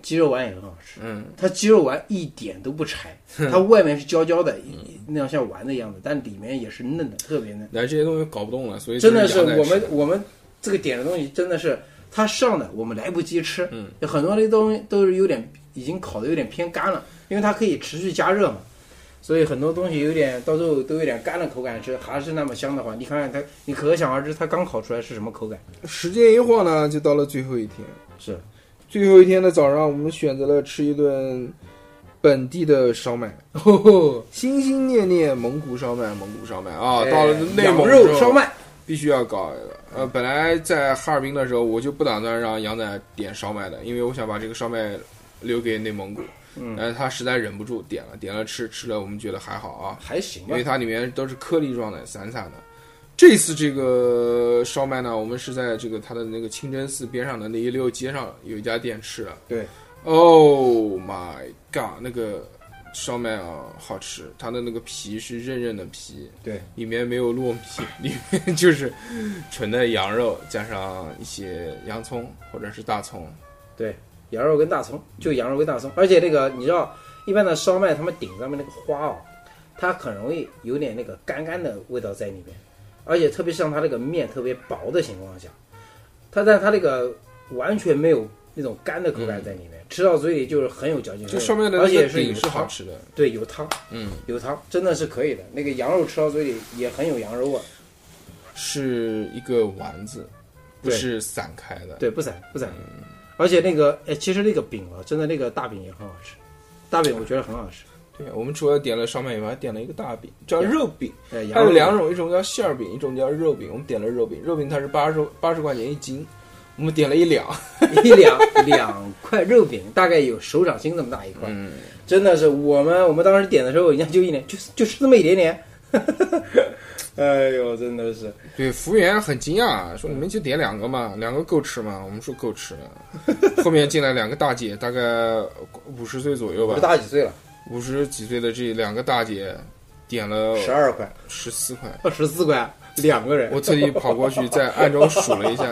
S3: 鸡肉丸也很好吃，
S1: 嗯，
S3: 它鸡肉丸一点都不柴，它外面是焦焦的，一
S1: 嗯
S3: 一那样像丸子一样的，但里面也是嫩的，特别嫩。
S1: 那这些东西搞不动了，所以
S3: 真的
S1: 就是是羊
S3: 我
S1: 在吃
S3: 们我们这个点的东西真的是它上的，我们来不及吃，
S1: 嗯，
S3: 有很多的东西都是有点已经烤的有点偏干了，因为它可以持续加热嘛。所以很多东西有点到最后都有点干的口感，是还是那么香的话，你看看它，你可想而知它刚烤出来是什么口感。
S1: 时间一晃呢，就到了最后一天。
S3: 是，
S1: 最后一天的早上，我们选择了吃一顿本地的烧 麦，
S3: 哦，
S1: 心心念念蒙古烧麦，蒙古烧麦啊！
S3: 哎
S1: 到了内蒙
S3: 羊
S1: 之后
S3: 肉烧麦，
S1: 必须要搞一个。呃，本来在哈尔滨的时候，我就不打算让杨仔点烧麦的，因为我想把这个烧麦留给内蒙古。
S3: 嗯
S1: 但是他实在忍不住点了，点了吃，吃了我们觉得还好啊，
S3: 还行
S1: 因
S3: 吧
S1: 为。它里面都是颗粒状的，散散的。这次这个烧麦呢，我们是在这个它的那个清真寺边上的那一溜街上有一家店吃的。
S3: 对
S1: ，Oh my god，那个烧麦啊，好吃，它的那个皮是韧韧的皮，
S3: 对，
S1: 里面没有糯米， 里面就是纯的羊肉加上一些洋葱或者是大葱。
S3: 羊肉跟大葱，就羊肉跟大葱，而且那个你知道，一般的烧麦他们顶上面那个花哦，它很容易有点那个干干的味道在里面，而且特别像它那个面特别薄的情况下，它但它那个完全没有那种干的口感在里
S1: 嗯
S3: 面，吃到嘴里就是很有嚼劲，
S1: 这烧麦的
S3: 而
S1: 那
S3: 且
S1: 个
S3: 是有
S1: 顶是好
S3: 汤，
S1: 吃的，
S3: 对，有汤，
S1: 嗯，
S3: 有汤，真的是可以的。那个羊肉吃到嘴里也很有羊肉味儿，
S1: 是一个丸子，不
S3: 对
S1: 是散开的。
S3: 对，不散不散。
S1: 嗯
S3: 而且那个，哎，其实那个饼啊，真的那个大饼也很好吃，大饼我觉得很好吃。
S1: 对，我们除了点了烧麦以外，还点了一个大饼，叫肉饼，
S3: 哎，
S1: 它
S3: 羊
S1: 有
S3: 肉
S1: 两种，一种叫馅儿饼，一种叫肉饼。我们点了肉饼，肉饼它是八十八十块钱一斤，我们点了一两。
S3: 一两两块肉饼，大概有手掌心这么大一块，
S1: 嗯，
S3: 真的是我们我们当时点的时候，人家就一脸就是就是那么一点点， 哎呦，真的是
S1: 对，服务员很惊讶，说你们就点两个嘛，两个够吃吗？我们说够吃 了。后面进来两个大姐，大概五十岁左右
S3: 我
S1: 吧
S3: 都，大几岁了，
S1: 五十几岁的这两个大姐点了
S3: 十二块，
S1: 十四块。
S3: 十四块，两个人，
S1: 我特地跑过去在暗中数了一下，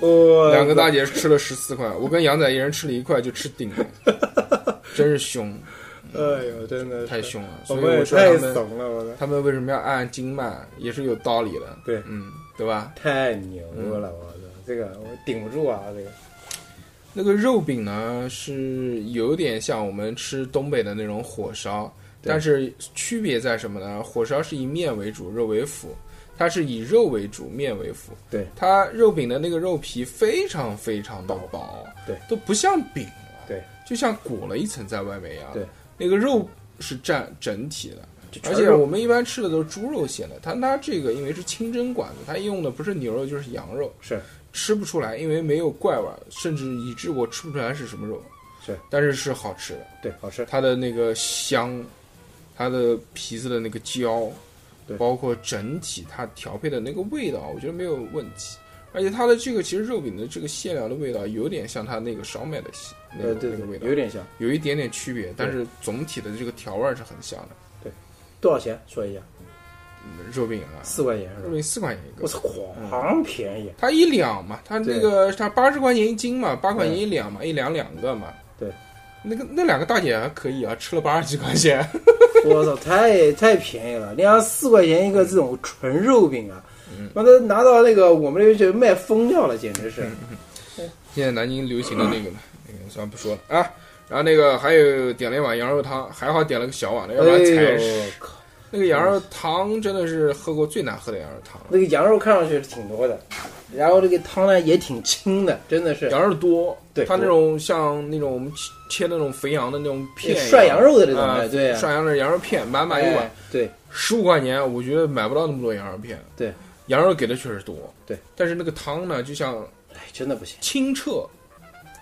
S3: 呃我
S1: 两个大姐吃了十四块，我跟杨仔一人吃了一块就吃顶了， 真是凶，
S3: 哎呦，真的是
S1: 太，凶了。
S3: 我
S1: 所以
S3: 们也
S1: 我说
S3: 太
S1: 他们
S3: 怂了，我的
S1: 他们为什么要按斤卖也是有道理的。
S3: 对
S1: 嗯，对吧？
S3: 太牛
S1: 嗯
S3: 了，我的这个我顶不住啊，这个
S1: 那个肉饼呢是有点像我们吃东北的那种火烧，
S3: 对
S1: 但是区别在什么呢？火烧是以面为主，肉为辅。它是以肉为主，面为辅。
S3: 对，
S1: 它肉饼的那个肉皮非常非常的薄，
S3: 对，
S1: 都不像饼了，
S3: 对，
S1: 就像裹了一层在外面一样。
S3: 对，
S1: 那个肉是占整体的，
S3: 就全
S1: 而
S3: 是
S1: 且我们一般吃的都是猪肉馅的，它它这个因为是清真馆子，它用的不是牛肉就是羊肉，
S3: 是
S1: 吃不出来，因为没有怪味儿，甚至以致我吃不出来是什么肉。
S3: 是，
S1: 但是是好吃的，
S3: 对好吃，
S1: 它的那个香，它的皮子的那个焦
S3: 对，
S1: 包括整体它调配的那个味道，我觉得没有问题。而且它的这个其实肉饼的这个馅料的味道，有点像它那个烧麦的馅那
S3: 呃
S1: 个
S3: 对
S1: 那个味
S3: 对，
S1: 道，
S3: 有点像。
S1: 有一点点区别，但是总体的这个调味儿是很像的。
S3: 多少钱？说一下，
S1: 嗯肉饼啊，
S3: 四块钱是
S1: 肉
S3: 吧？
S1: 饼四块钱一
S3: 我
S1: 个，
S3: 操，狂便宜！
S1: 它一两嘛，它那
S3: 对
S1: 个它八十块钱一斤嘛，八块钱一两嘛，一两两个嘛。
S3: 对，
S1: 那个那两个大姐还可以啊，吃了八十几块钱。
S3: 我操，太太便宜了！你想四块钱一个这种纯肉饼啊，
S1: 嗯
S3: 妈的拿到那个我们那边就卖疯掉了，简直是。
S1: 嗯现在南京流行的那个嘛，那个算了不说了啊。然后那个还有点了一碗羊肉汤，还好点了个小碗的，要
S3: 哎
S1: 不然才
S3: 呦
S1: 是，
S3: 靠！
S1: 那个羊肉汤真的是喝过最难喝的羊肉汤了，
S3: 那个羊肉看上去是挺多的，然后这个汤呢也挺清的，真的是
S1: 羊肉多，
S3: 对
S1: 它那种像那种我们切切那种肥羊的那种片一样，
S3: 涮羊肉的那种
S1: 啊
S3: 的，对啊，
S1: 涮羊肉羊肉片满满一碗
S3: 哎，对
S1: 十五块钱，我觉得买不到那么多羊肉片。
S3: 对，
S1: 羊肉给的确实多。
S3: 对，
S1: 但是那个汤呢，就像
S3: 哎，真的不行，
S1: 清澈，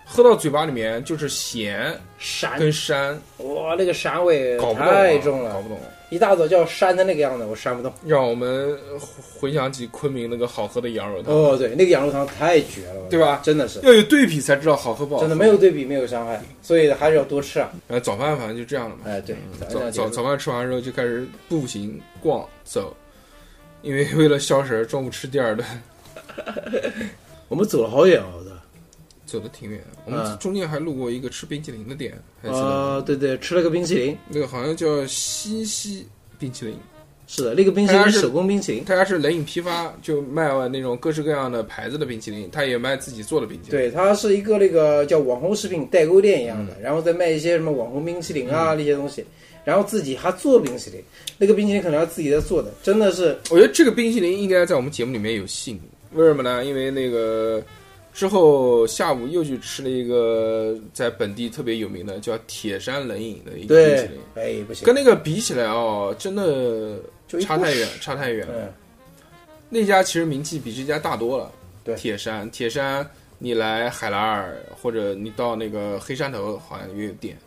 S1: 喝到嘴巴里面就是咸
S3: 膻
S1: 跟膻，
S3: 哇，那个膻味
S1: 搞不懂啊、
S3: 太重了
S1: 搞，不懂。
S3: 一大早叫膻的那个样子，我膻不动。
S1: 让我们回想起昆明那个好喝的羊肉汤，
S3: 哦，对，那个羊肉汤太绝了，
S1: 对吧
S3: 真的是，
S1: 要有对比才知道好喝不好喝。
S3: 真的没有对比，没有伤害，所以还是要多吃啊。
S1: 然后早饭反正就这样了嘛。
S3: 哎，对，
S1: 早
S3: 咱
S1: 早早饭吃完之后就开始步行逛走，因为为了消食，中午吃第二顿，
S3: 我们走了好远啊，我操！
S1: 走的挺远。我们
S3: 嗯中
S1: 中间还路过一个吃冰淇淋的店，还记得吗？
S3: 啊、对对，吃了个冰淇淋，
S1: 那个好像叫西西冰淇淋，
S3: 是的，那个冰淇
S1: 大
S3: 淋
S1: 家
S3: 是
S1: 是
S3: 手工冰淇淋，
S1: 他家是冷饮批发，就卖完那种各式各样的牌子的冰淇淋，他也卖自己做的冰淇淋。
S3: 对，它是一个那个叫网红食品代购店一样
S1: 嗯
S3: 的，然后再卖一些什么网红冰淇淋啊、那些东西，然后自己还做冰淇淋，那个冰淇淋可能要自己在做的，真的是
S1: 我觉得这个冰淇淋应该在我们节目里面有戏名，为什么呢？因为那个之后下午又去吃了一个在本地特别有名的叫铁山冷饮的一个冰淇
S3: 对
S1: 淋，，
S3: 哎不行，
S1: 跟那个比起来哦，真的
S3: 就一
S1: 差
S3: 坨
S1: 太远
S3: 屎，
S1: 差太远了。
S3: 嗯，
S1: 那家其实名气比这家大多了。
S3: 对
S1: 铁山，铁山，你来海拉尔或者你到那个黑山头，好像也有店。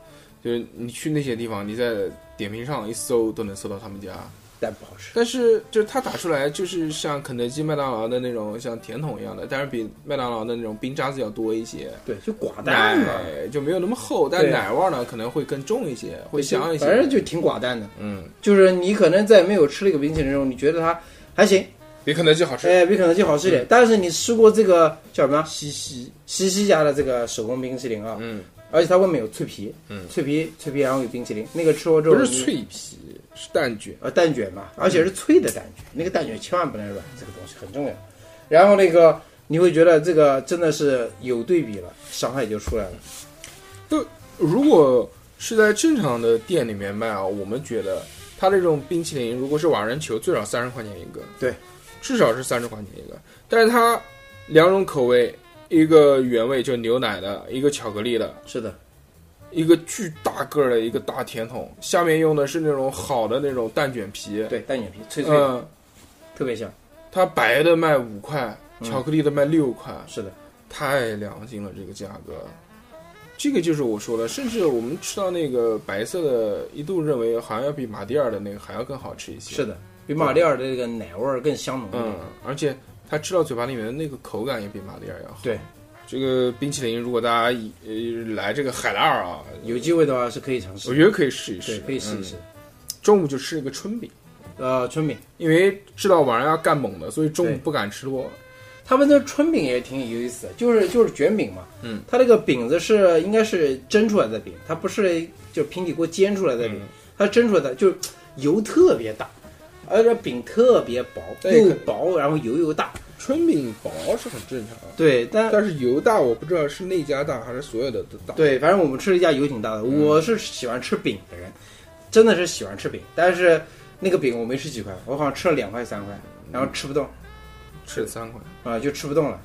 S1: 就是你去那些地方，你在点评上一搜都能搜到他们家。
S3: 但不好吃，
S1: 但是就是他打出来，就是像肯德基、麦当劳的那种像甜筒一样的，但是比麦当劳的那种冰渣子要多一些，
S3: 对，就寡淡嘛，
S1: 奶就没有那么厚，但
S3: 对
S1: 奶味儿呢可能会更重一些，会香一些。
S3: 反正就挺寡淡的，
S1: 嗯，
S3: 就是你可能在没有吃那个冰淇淋的时候，你觉得它还行，
S1: 比肯德基好吃。
S3: 哎，比肯德基好吃一
S1: 嗯
S3: 点，但是你吃过这个叫什么
S1: 西西，
S3: 西西家的这个手工冰淇淋啊，
S1: 嗯，
S3: 而且它外面有脆皮，
S1: 嗯
S3: 脆皮脆皮然后有冰淇淋，那个吃过之后
S1: 不是
S3: 你
S1: 脆嗯皮，是蛋卷。
S3: 呃蛋卷嘛，而且是脆的蛋卷，那个蛋卷千万不能软，这个东西很重要。然后那个你会觉得这个真的是有对比了，伤害就出来了。
S1: 如果是在正常的店里面卖啊，我们觉得它这种冰淇淋如果是瓦人球，最少三十块钱一个，
S3: 对，
S1: 至少是三十块钱一个。但是它两种口味，一个原味就牛奶的，一个巧克力的，
S3: 是的，
S1: 一个巨大个儿的一个大甜筒，下面用的是那种好的那种蛋卷皮，
S3: 对蛋卷皮脆
S1: 嗯、
S3: 脆的，特别香。
S1: 它白的卖五块，
S3: 嗯
S1: 巧克力的卖六块，
S3: 是的，
S1: 太良心了，这个价格。这个就是我说的，甚至我们吃到那个白色的，一度认为好像要比马蒂尔的那个还要更好吃一些。
S3: 是，的，比马里尔的这个奶味儿更香浓一点。
S1: 嗯，而且它吃到嘴巴里面的那个口感也比马蒂尔要好。
S3: 对，
S1: 这个冰淇淋，如果大家以呃来这个海拉尔啊，
S3: 有机会的话是可以尝试
S1: 我
S3: 的，
S1: 觉得可以试一
S3: 对，
S1: 试，
S3: 可以试一试
S1: 嗯。。中午就吃一个春饼，
S3: 呃，春饼，
S1: 因为知道晚上要干猛的，所以中午
S3: 对
S1: 不敢吃多。
S3: 他们的春饼也挺有意思的，就是就是卷饼嘛，
S1: 嗯，
S3: 它那个饼子是应该是蒸出来的饼，它不是就平底锅煎出来的饼，
S1: 嗯
S3: 它蒸出来的就是油特别大，而且饼特别薄，
S1: 对
S3: 又
S1: 可
S3: 薄然后油又大，
S1: 春饼薄是很正常，
S3: 对，但
S1: 但是油大我不知道是那家大还是所有的都大。
S3: 对，反正我们吃了一家油挺大的，
S1: 嗯
S3: 我是喜欢吃饼的人，真的是喜欢吃饼，但是那个饼我没吃几
S1: 嗯
S3: 块，我好像吃了两块三块，然后吃不动
S1: 吃了三块。
S3: 啊、就吃不动了，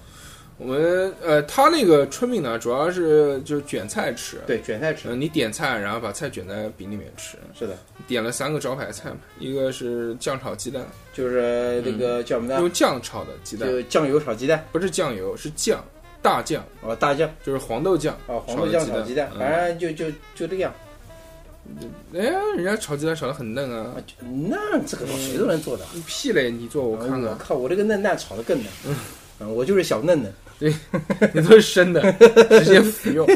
S1: 我们呃，他那个春饼呢，主要是就是卷菜吃，
S3: 对，卷菜吃
S1: 呃，你点菜，然后把菜卷在饼里面吃。
S3: 是的，
S1: 点了三个招牌菜嘛，一个是酱炒鸡蛋，
S3: 就是那个叫什么呢？
S1: 用酱炒的嗯鸡蛋，
S3: 就酱油炒鸡蛋，
S1: 不是酱油，是酱，大酱，
S3: 哦，大酱
S1: 就是黄豆酱。
S3: 啊，黄豆酱
S1: 炒
S3: 炒
S1: 的鸡
S3: 鸡
S1: 蛋嗯
S3: 蛋，反正就就就这样。
S1: 哎，人家炒鸡蛋炒的很嫩啊
S3: 啊，就那这个东西谁都能做的。
S1: 你屁嘞，你做嗯我看
S3: 我
S1: 看，
S3: 靠，我这个嫩蛋炒的更嫩。嗯，我就是小嫩嫩。
S1: 你都是生 的，直接服用。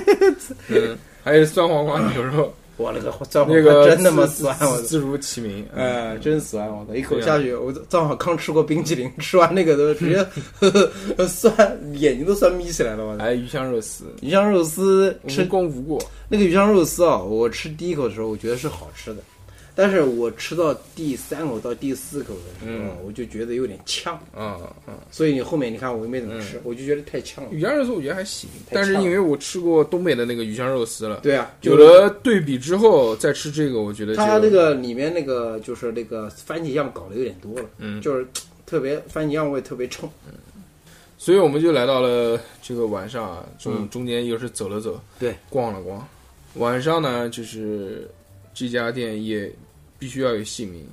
S1: 嗯，还有酸黄瓜牛肉，
S3: 我勒个正好
S1: 那个
S3: 真他妈
S1: 自
S3: 酸，我
S1: 自
S3: 操！
S1: 自如其名。嗯，
S3: 哎，真酸！我操，一口
S1: 对啊
S3: 下去，我正好刚吃过冰淇淋，吃完那个都直接 呵呵酸，眼睛都酸眯起来了。我操！
S1: 还有哎鱼香肉丝，
S3: 鱼香肉丝
S1: 无
S3: 吃
S1: 功无过。
S3: 那个鱼香肉丝啊，我吃第一口的时候，我觉得是好吃的，但是我吃到第三口到第四口的时候，啊
S1: 嗯
S3: 我就觉得有点呛，
S1: 嗯嗯，
S3: 所以你后面你看我又没怎么吃，我就觉得太呛了。
S1: 鱼香肉丝我觉得还行，
S3: 太
S1: 但是
S3: 呛
S1: 因为我吃过东北的那个鱼香肉丝了，
S3: 对啊，
S1: 有
S3: 就是
S1: 了对比之后再吃这个，我觉得
S3: 它
S1: 这
S3: 那个里面那个就是那个番茄酱搞的有点多了，
S1: 嗯
S3: 就是特别番茄酱味特别冲。
S1: 所以我们就来到了这个晚上啊，中中间又是走了走，
S3: 嗯对，
S1: 逛了逛。晚上呢，就是这家店也必须要有姓名，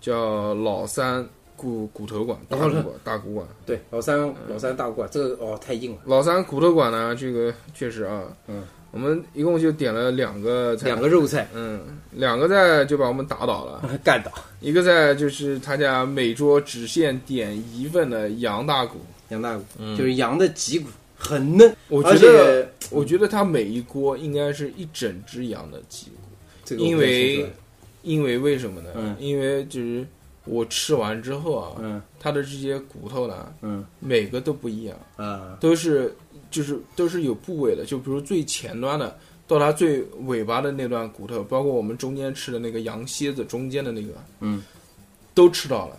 S1: 叫老三骨骨头馆大骨馆
S3: 哦
S1: 大骨馆。
S3: 对，老三老三大罐，这个哦太硬了，
S1: 老三骨头馆呢，这个确实啊，
S3: 嗯，
S1: 我们一共就点了两个菜，
S3: 两个肉菜
S1: 嗯，两个菜就把我们打倒了。
S3: 干倒，
S1: 一个菜就是他家每桌只限点一份的羊大骨，
S3: 羊大骨、就是羊的脊骨很嫩，
S1: 我
S3: 而
S1: 觉
S3: 且
S1: 得我觉得它每一锅应该是一整只羊的脊骨，
S3: 这个我
S1: 因
S3: 可以
S1: 为
S3: 说出
S1: 因为为什么呢？
S3: 嗯
S1: 因为就是我吃完之后啊，
S3: 来嗯
S1: 它的这些骨头呢，
S3: 嗯
S1: 每个都不一样，
S3: 啊
S1: 都是就是都是有部位的，就比如最前端的。到它最尾巴的那段骨头，包括我们中间吃的那个羊蝎子中间的那个，
S3: 嗯，
S1: 都吃到了。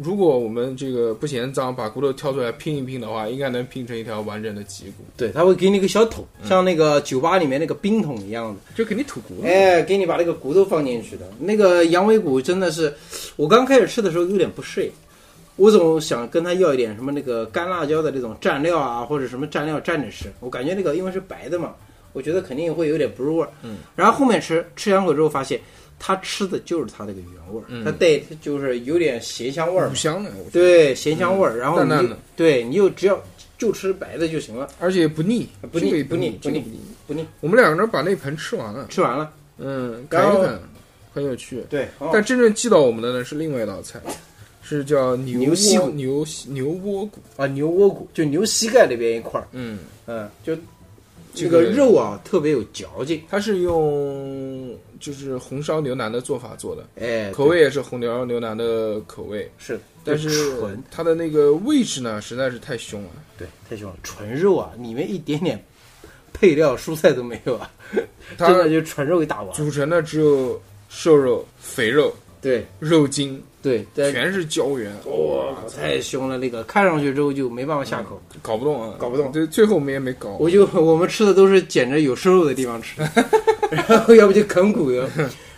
S1: 如果我们这个不嫌脏，把骨头挑出来拼一拼的话，应该能拼成一条完整的脊骨，
S3: 对，他会给你一个小桶，像那个酒吧里面那个冰桶一样的，
S1: 就给你吐骨头。
S3: 哎，给你把那个骨头放进去的。那个羊尾骨真的是，我刚开始吃的时候有点不适应，我总想跟他要一点什么那个干辣椒的那种蘸料啊，或者什么蘸料蘸着吃。我感觉那个因为是白的嘛，我觉得肯定会有点不入味儿。嗯，然后后面吃吃两口之后发现，他吃的就是他那个原味儿，
S1: 嗯
S3: 他带就是有点咸香味儿
S1: 五
S3: 嘛，
S1: 香的，我觉得，
S3: 对咸香味儿。然后
S1: 嗯淡
S3: 你
S1: 淡
S3: 就
S1: 的
S3: 对你就只要就吃白的就行了，
S1: 而且不腻，
S3: 不腻
S1: 这个也
S3: 不腻
S1: 腻，这个
S3: 不
S1: 也腻。
S3: 不腻。
S1: 我们两个人把那盆吃完了，
S3: 吃完了，哦
S1: 嗯，
S3: 然
S1: 啃一
S3: 后
S1: 啃，很有趣。
S3: 对，很好
S1: 但真正寄到我们的呢是另外一道菜，是叫牛
S3: 牛膝
S1: 窝
S3: 骨
S1: 牛膝牛窝骨。
S3: 啊，牛窝骨就牛膝盖那边一块儿，
S1: 嗯，
S3: 嗯，就
S1: 这
S3: 这
S1: 个
S3: 个肉啊特别有嚼劲，
S1: 它是用就是红烧牛腩的做法做的，
S3: 哎，
S1: 口味也是红烧牛腩的口味，
S3: 对是，
S1: 但
S3: 就是纯，
S1: 它的那个位置呢实在是太凶了。
S3: 对，太凶了，纯肉啊，里面一点点配料、蔬菜都没有啊，
S1: 它
S3: 真的就纯肉一大碗，
S1: 组成的只有瘦肉、肥肉、
S3: 对
S1: 肉筋，
S3: 对，但
S1: 全是胶原。
S3: 哇，太凶了，那个看上去之后就没办法下口，
S1: 搞不动啊，
S3: 嗯搞不动
S1: 对，最后我们也没搞。
S3: 我就我们吃的都是捡着有瘦肉的地 方吃，然后要不就啃骨头，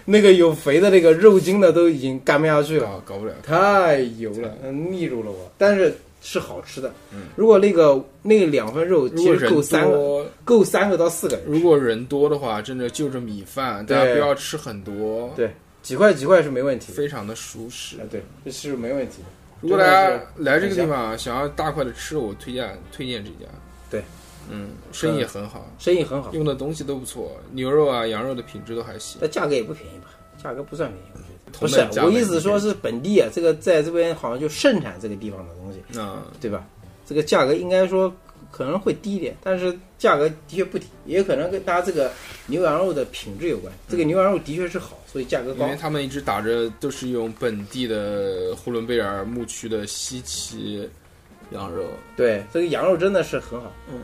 S3: 那个有肥的那个肉筋的都已经干不下去了。
S1: 啊，搞不了。
S3: 太油了，嗯腻住了我。但是是好吃的。如果那个那两份肉
S1: 嗯如
S3: 其
S1: 果
S3: 实够
S1: 人
S3: 三个，
S1: 多，
S3: 够三个到四个人。
S1: 如果人多的话，真的就着米饭，大
S3: 对
S1: 家不要吃很多，
S3: 对，几块几块是没问题的。
S1: 非常的舒适
S3: 啊。，对，这是没问题的。
S1: 如果大家
S3: 真的
S1: 来这个地方想要大块的吃，我推荐推荐这家。
S3: 对，
S1: 嗯，生意也很好，
S3: 是生意很好，
S1: 用的东西都不错，牛肉啊、羊肉的品质都还行。
S3: 但价格也不便宜吧？价格不算便宜，我觉得。不
S1: 同
S3: 是
S1: 等，价
S3: 我
S1: 位
S3: 意思说，是本地啊，这个在这边好像就盛产这个地方的东西，
S1: 嗯，
S3: 对吧？这个价格应该说可能会低一点，但是价格的确不低，也可能跟它这个牛羊肉的品质有关。这个牛羊肉的确是好，所以价格
S1: 嗯因
S3: 高
S1: 为。他们一直打着都是用本地的呼伦贝尔牧区的西岐羊肉。
S3: 对，这个羊肉真的是很好，嗯，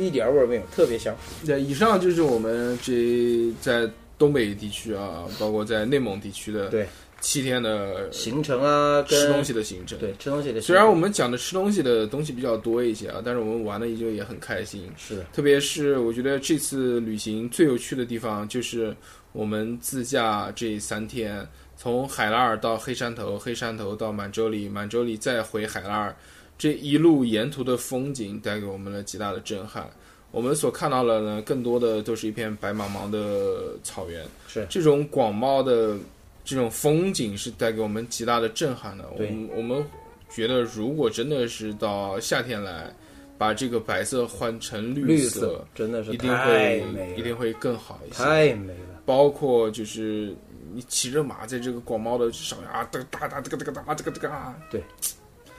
S3: 一点味儿没有，特别香。
S1: 对，以上就是我们这在东北地区啊，包括在内蒙地区的
S3: 对
S1: 七天的
S3: 行程啊，跟
S1: 吃东西的行程。，
S3: 对吃东西的行程，
S1: 虽然我们讲的吃东西的东西比较多一些啊，但是我们玩的也就也很开心。
S3: 是的，
S1: 特别是我觉得这次旅行最有趣的地方就是我们自驾这三天，从海拉尔到黑山头，黑山头到满洲里，满洲里再回海拉尔，这一路沿途的风景带给我们了极大的震撼。我们所看到的呢，更多的都是一片白茫茫的草原。
S3: 是
S1: 这种广袤的这种风景是带给我们极大的震撼的。我
S3: 对
S1: 们我们觉得，如果真的是到夏天来，把这个白色换成
S3: 绿
S1: 色，
S3: 色，真的是
S1: 一定
S3: 太
S1: 会
S3: 美
S1: 一
S3: 了，
S1: 定会更好一些。
S3: 太美了。
S1: 包括就是你骑着马在这个广袤的上面啊，哒哒哒，这个这个哒，这个这个啊，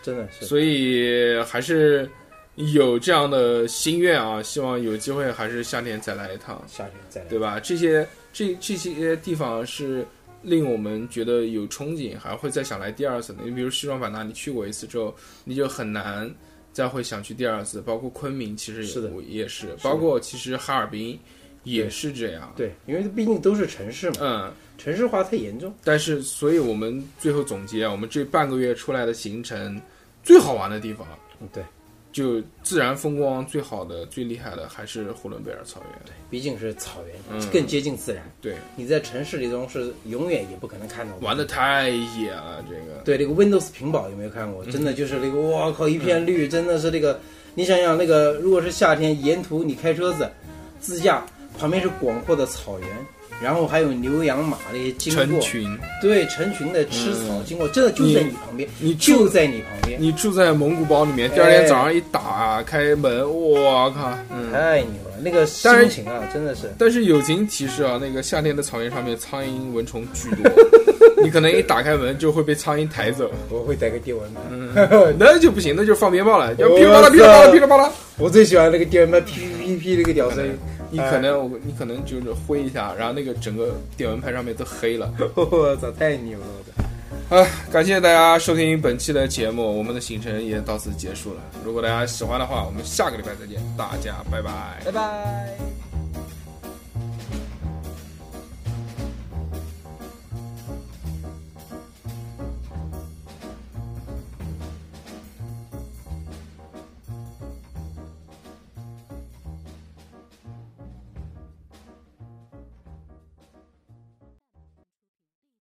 S3: 真的是，
S1: 所以还是有这样的心愿啊，希望有机会还是夏天再来一趟，
S3: 下去再来。
S1: 对吧？这些这这些地方是令我们觉得有憧憬，还会再想来第二次的。你比如西双版纳，你去过一次之后，你就很难。再会想去第二次，包括昆明，其实也
S3: 是的
S1: 也是，包括其实哈尔滨也是这样。
S3: 对，因为毕竟都是城市嘛，
S1: 嗯，
S3: 城市化太严重。
S1: 但是，所以我们最后总结啊，我们这半个月出来的行程，最好玩的地方，
S3: 嗯对，
S1: 就自然风光最好的、最厉害的还是呼伦贝尔草原。
S3: 毕竟是草原，
S1: 嗯
S3: 更接近自然。
S1: 对，
S3: 你在城市里中是永远也不可能看到的
S1: 玩的。太野了，这个。
S3: 对，那个 Windows 屏保有没有看过？真的就是那个，我靠，一片绿，真的是那个。你想想，那个如果是夏天，沿途你开车子，自驾，旁边是广阔的草原，然后还有牛羊马那些经
S1: 成
S3: 过，
S1: 群，
S3: 对，成群的吃草经过，真的就
S1: 你
S3: 在嗯你旁边，
S1: 你
S3: 就
S1: 住
S3: 在你旁边，
S1: 你住在蒙古包里面，第二天早上一打开门，我靠，嗯。
S3: 太牛了！那个心
S1: 当然
S3: 情啊，真的是
S1: 但是友情提示啊，那个夏天的草原上面苍蝇蚊虫巨多，你可能一打开门就会被苍蝇抬走，嗯
S3: 我会带个电蚊拍，
S1: 那就不行，那就放鞭炮了，要噼里啪啦噼里啪啦噼里啪啦。
S3: 我最喜欢那个电蚊拍 噼噼噼噼那个屌声音，
S1: 你可能我你可能就是挥一下，然后那个整个电蚊拍上面都黑了。
S3: 我操，太牛了！我操
S1: 啊，感谢大家收听本期的节目，我们的行程也到此结束了。如果大家喜欢的话，我们下个礼拜再见，大家拜拜。
S3: 拜拜。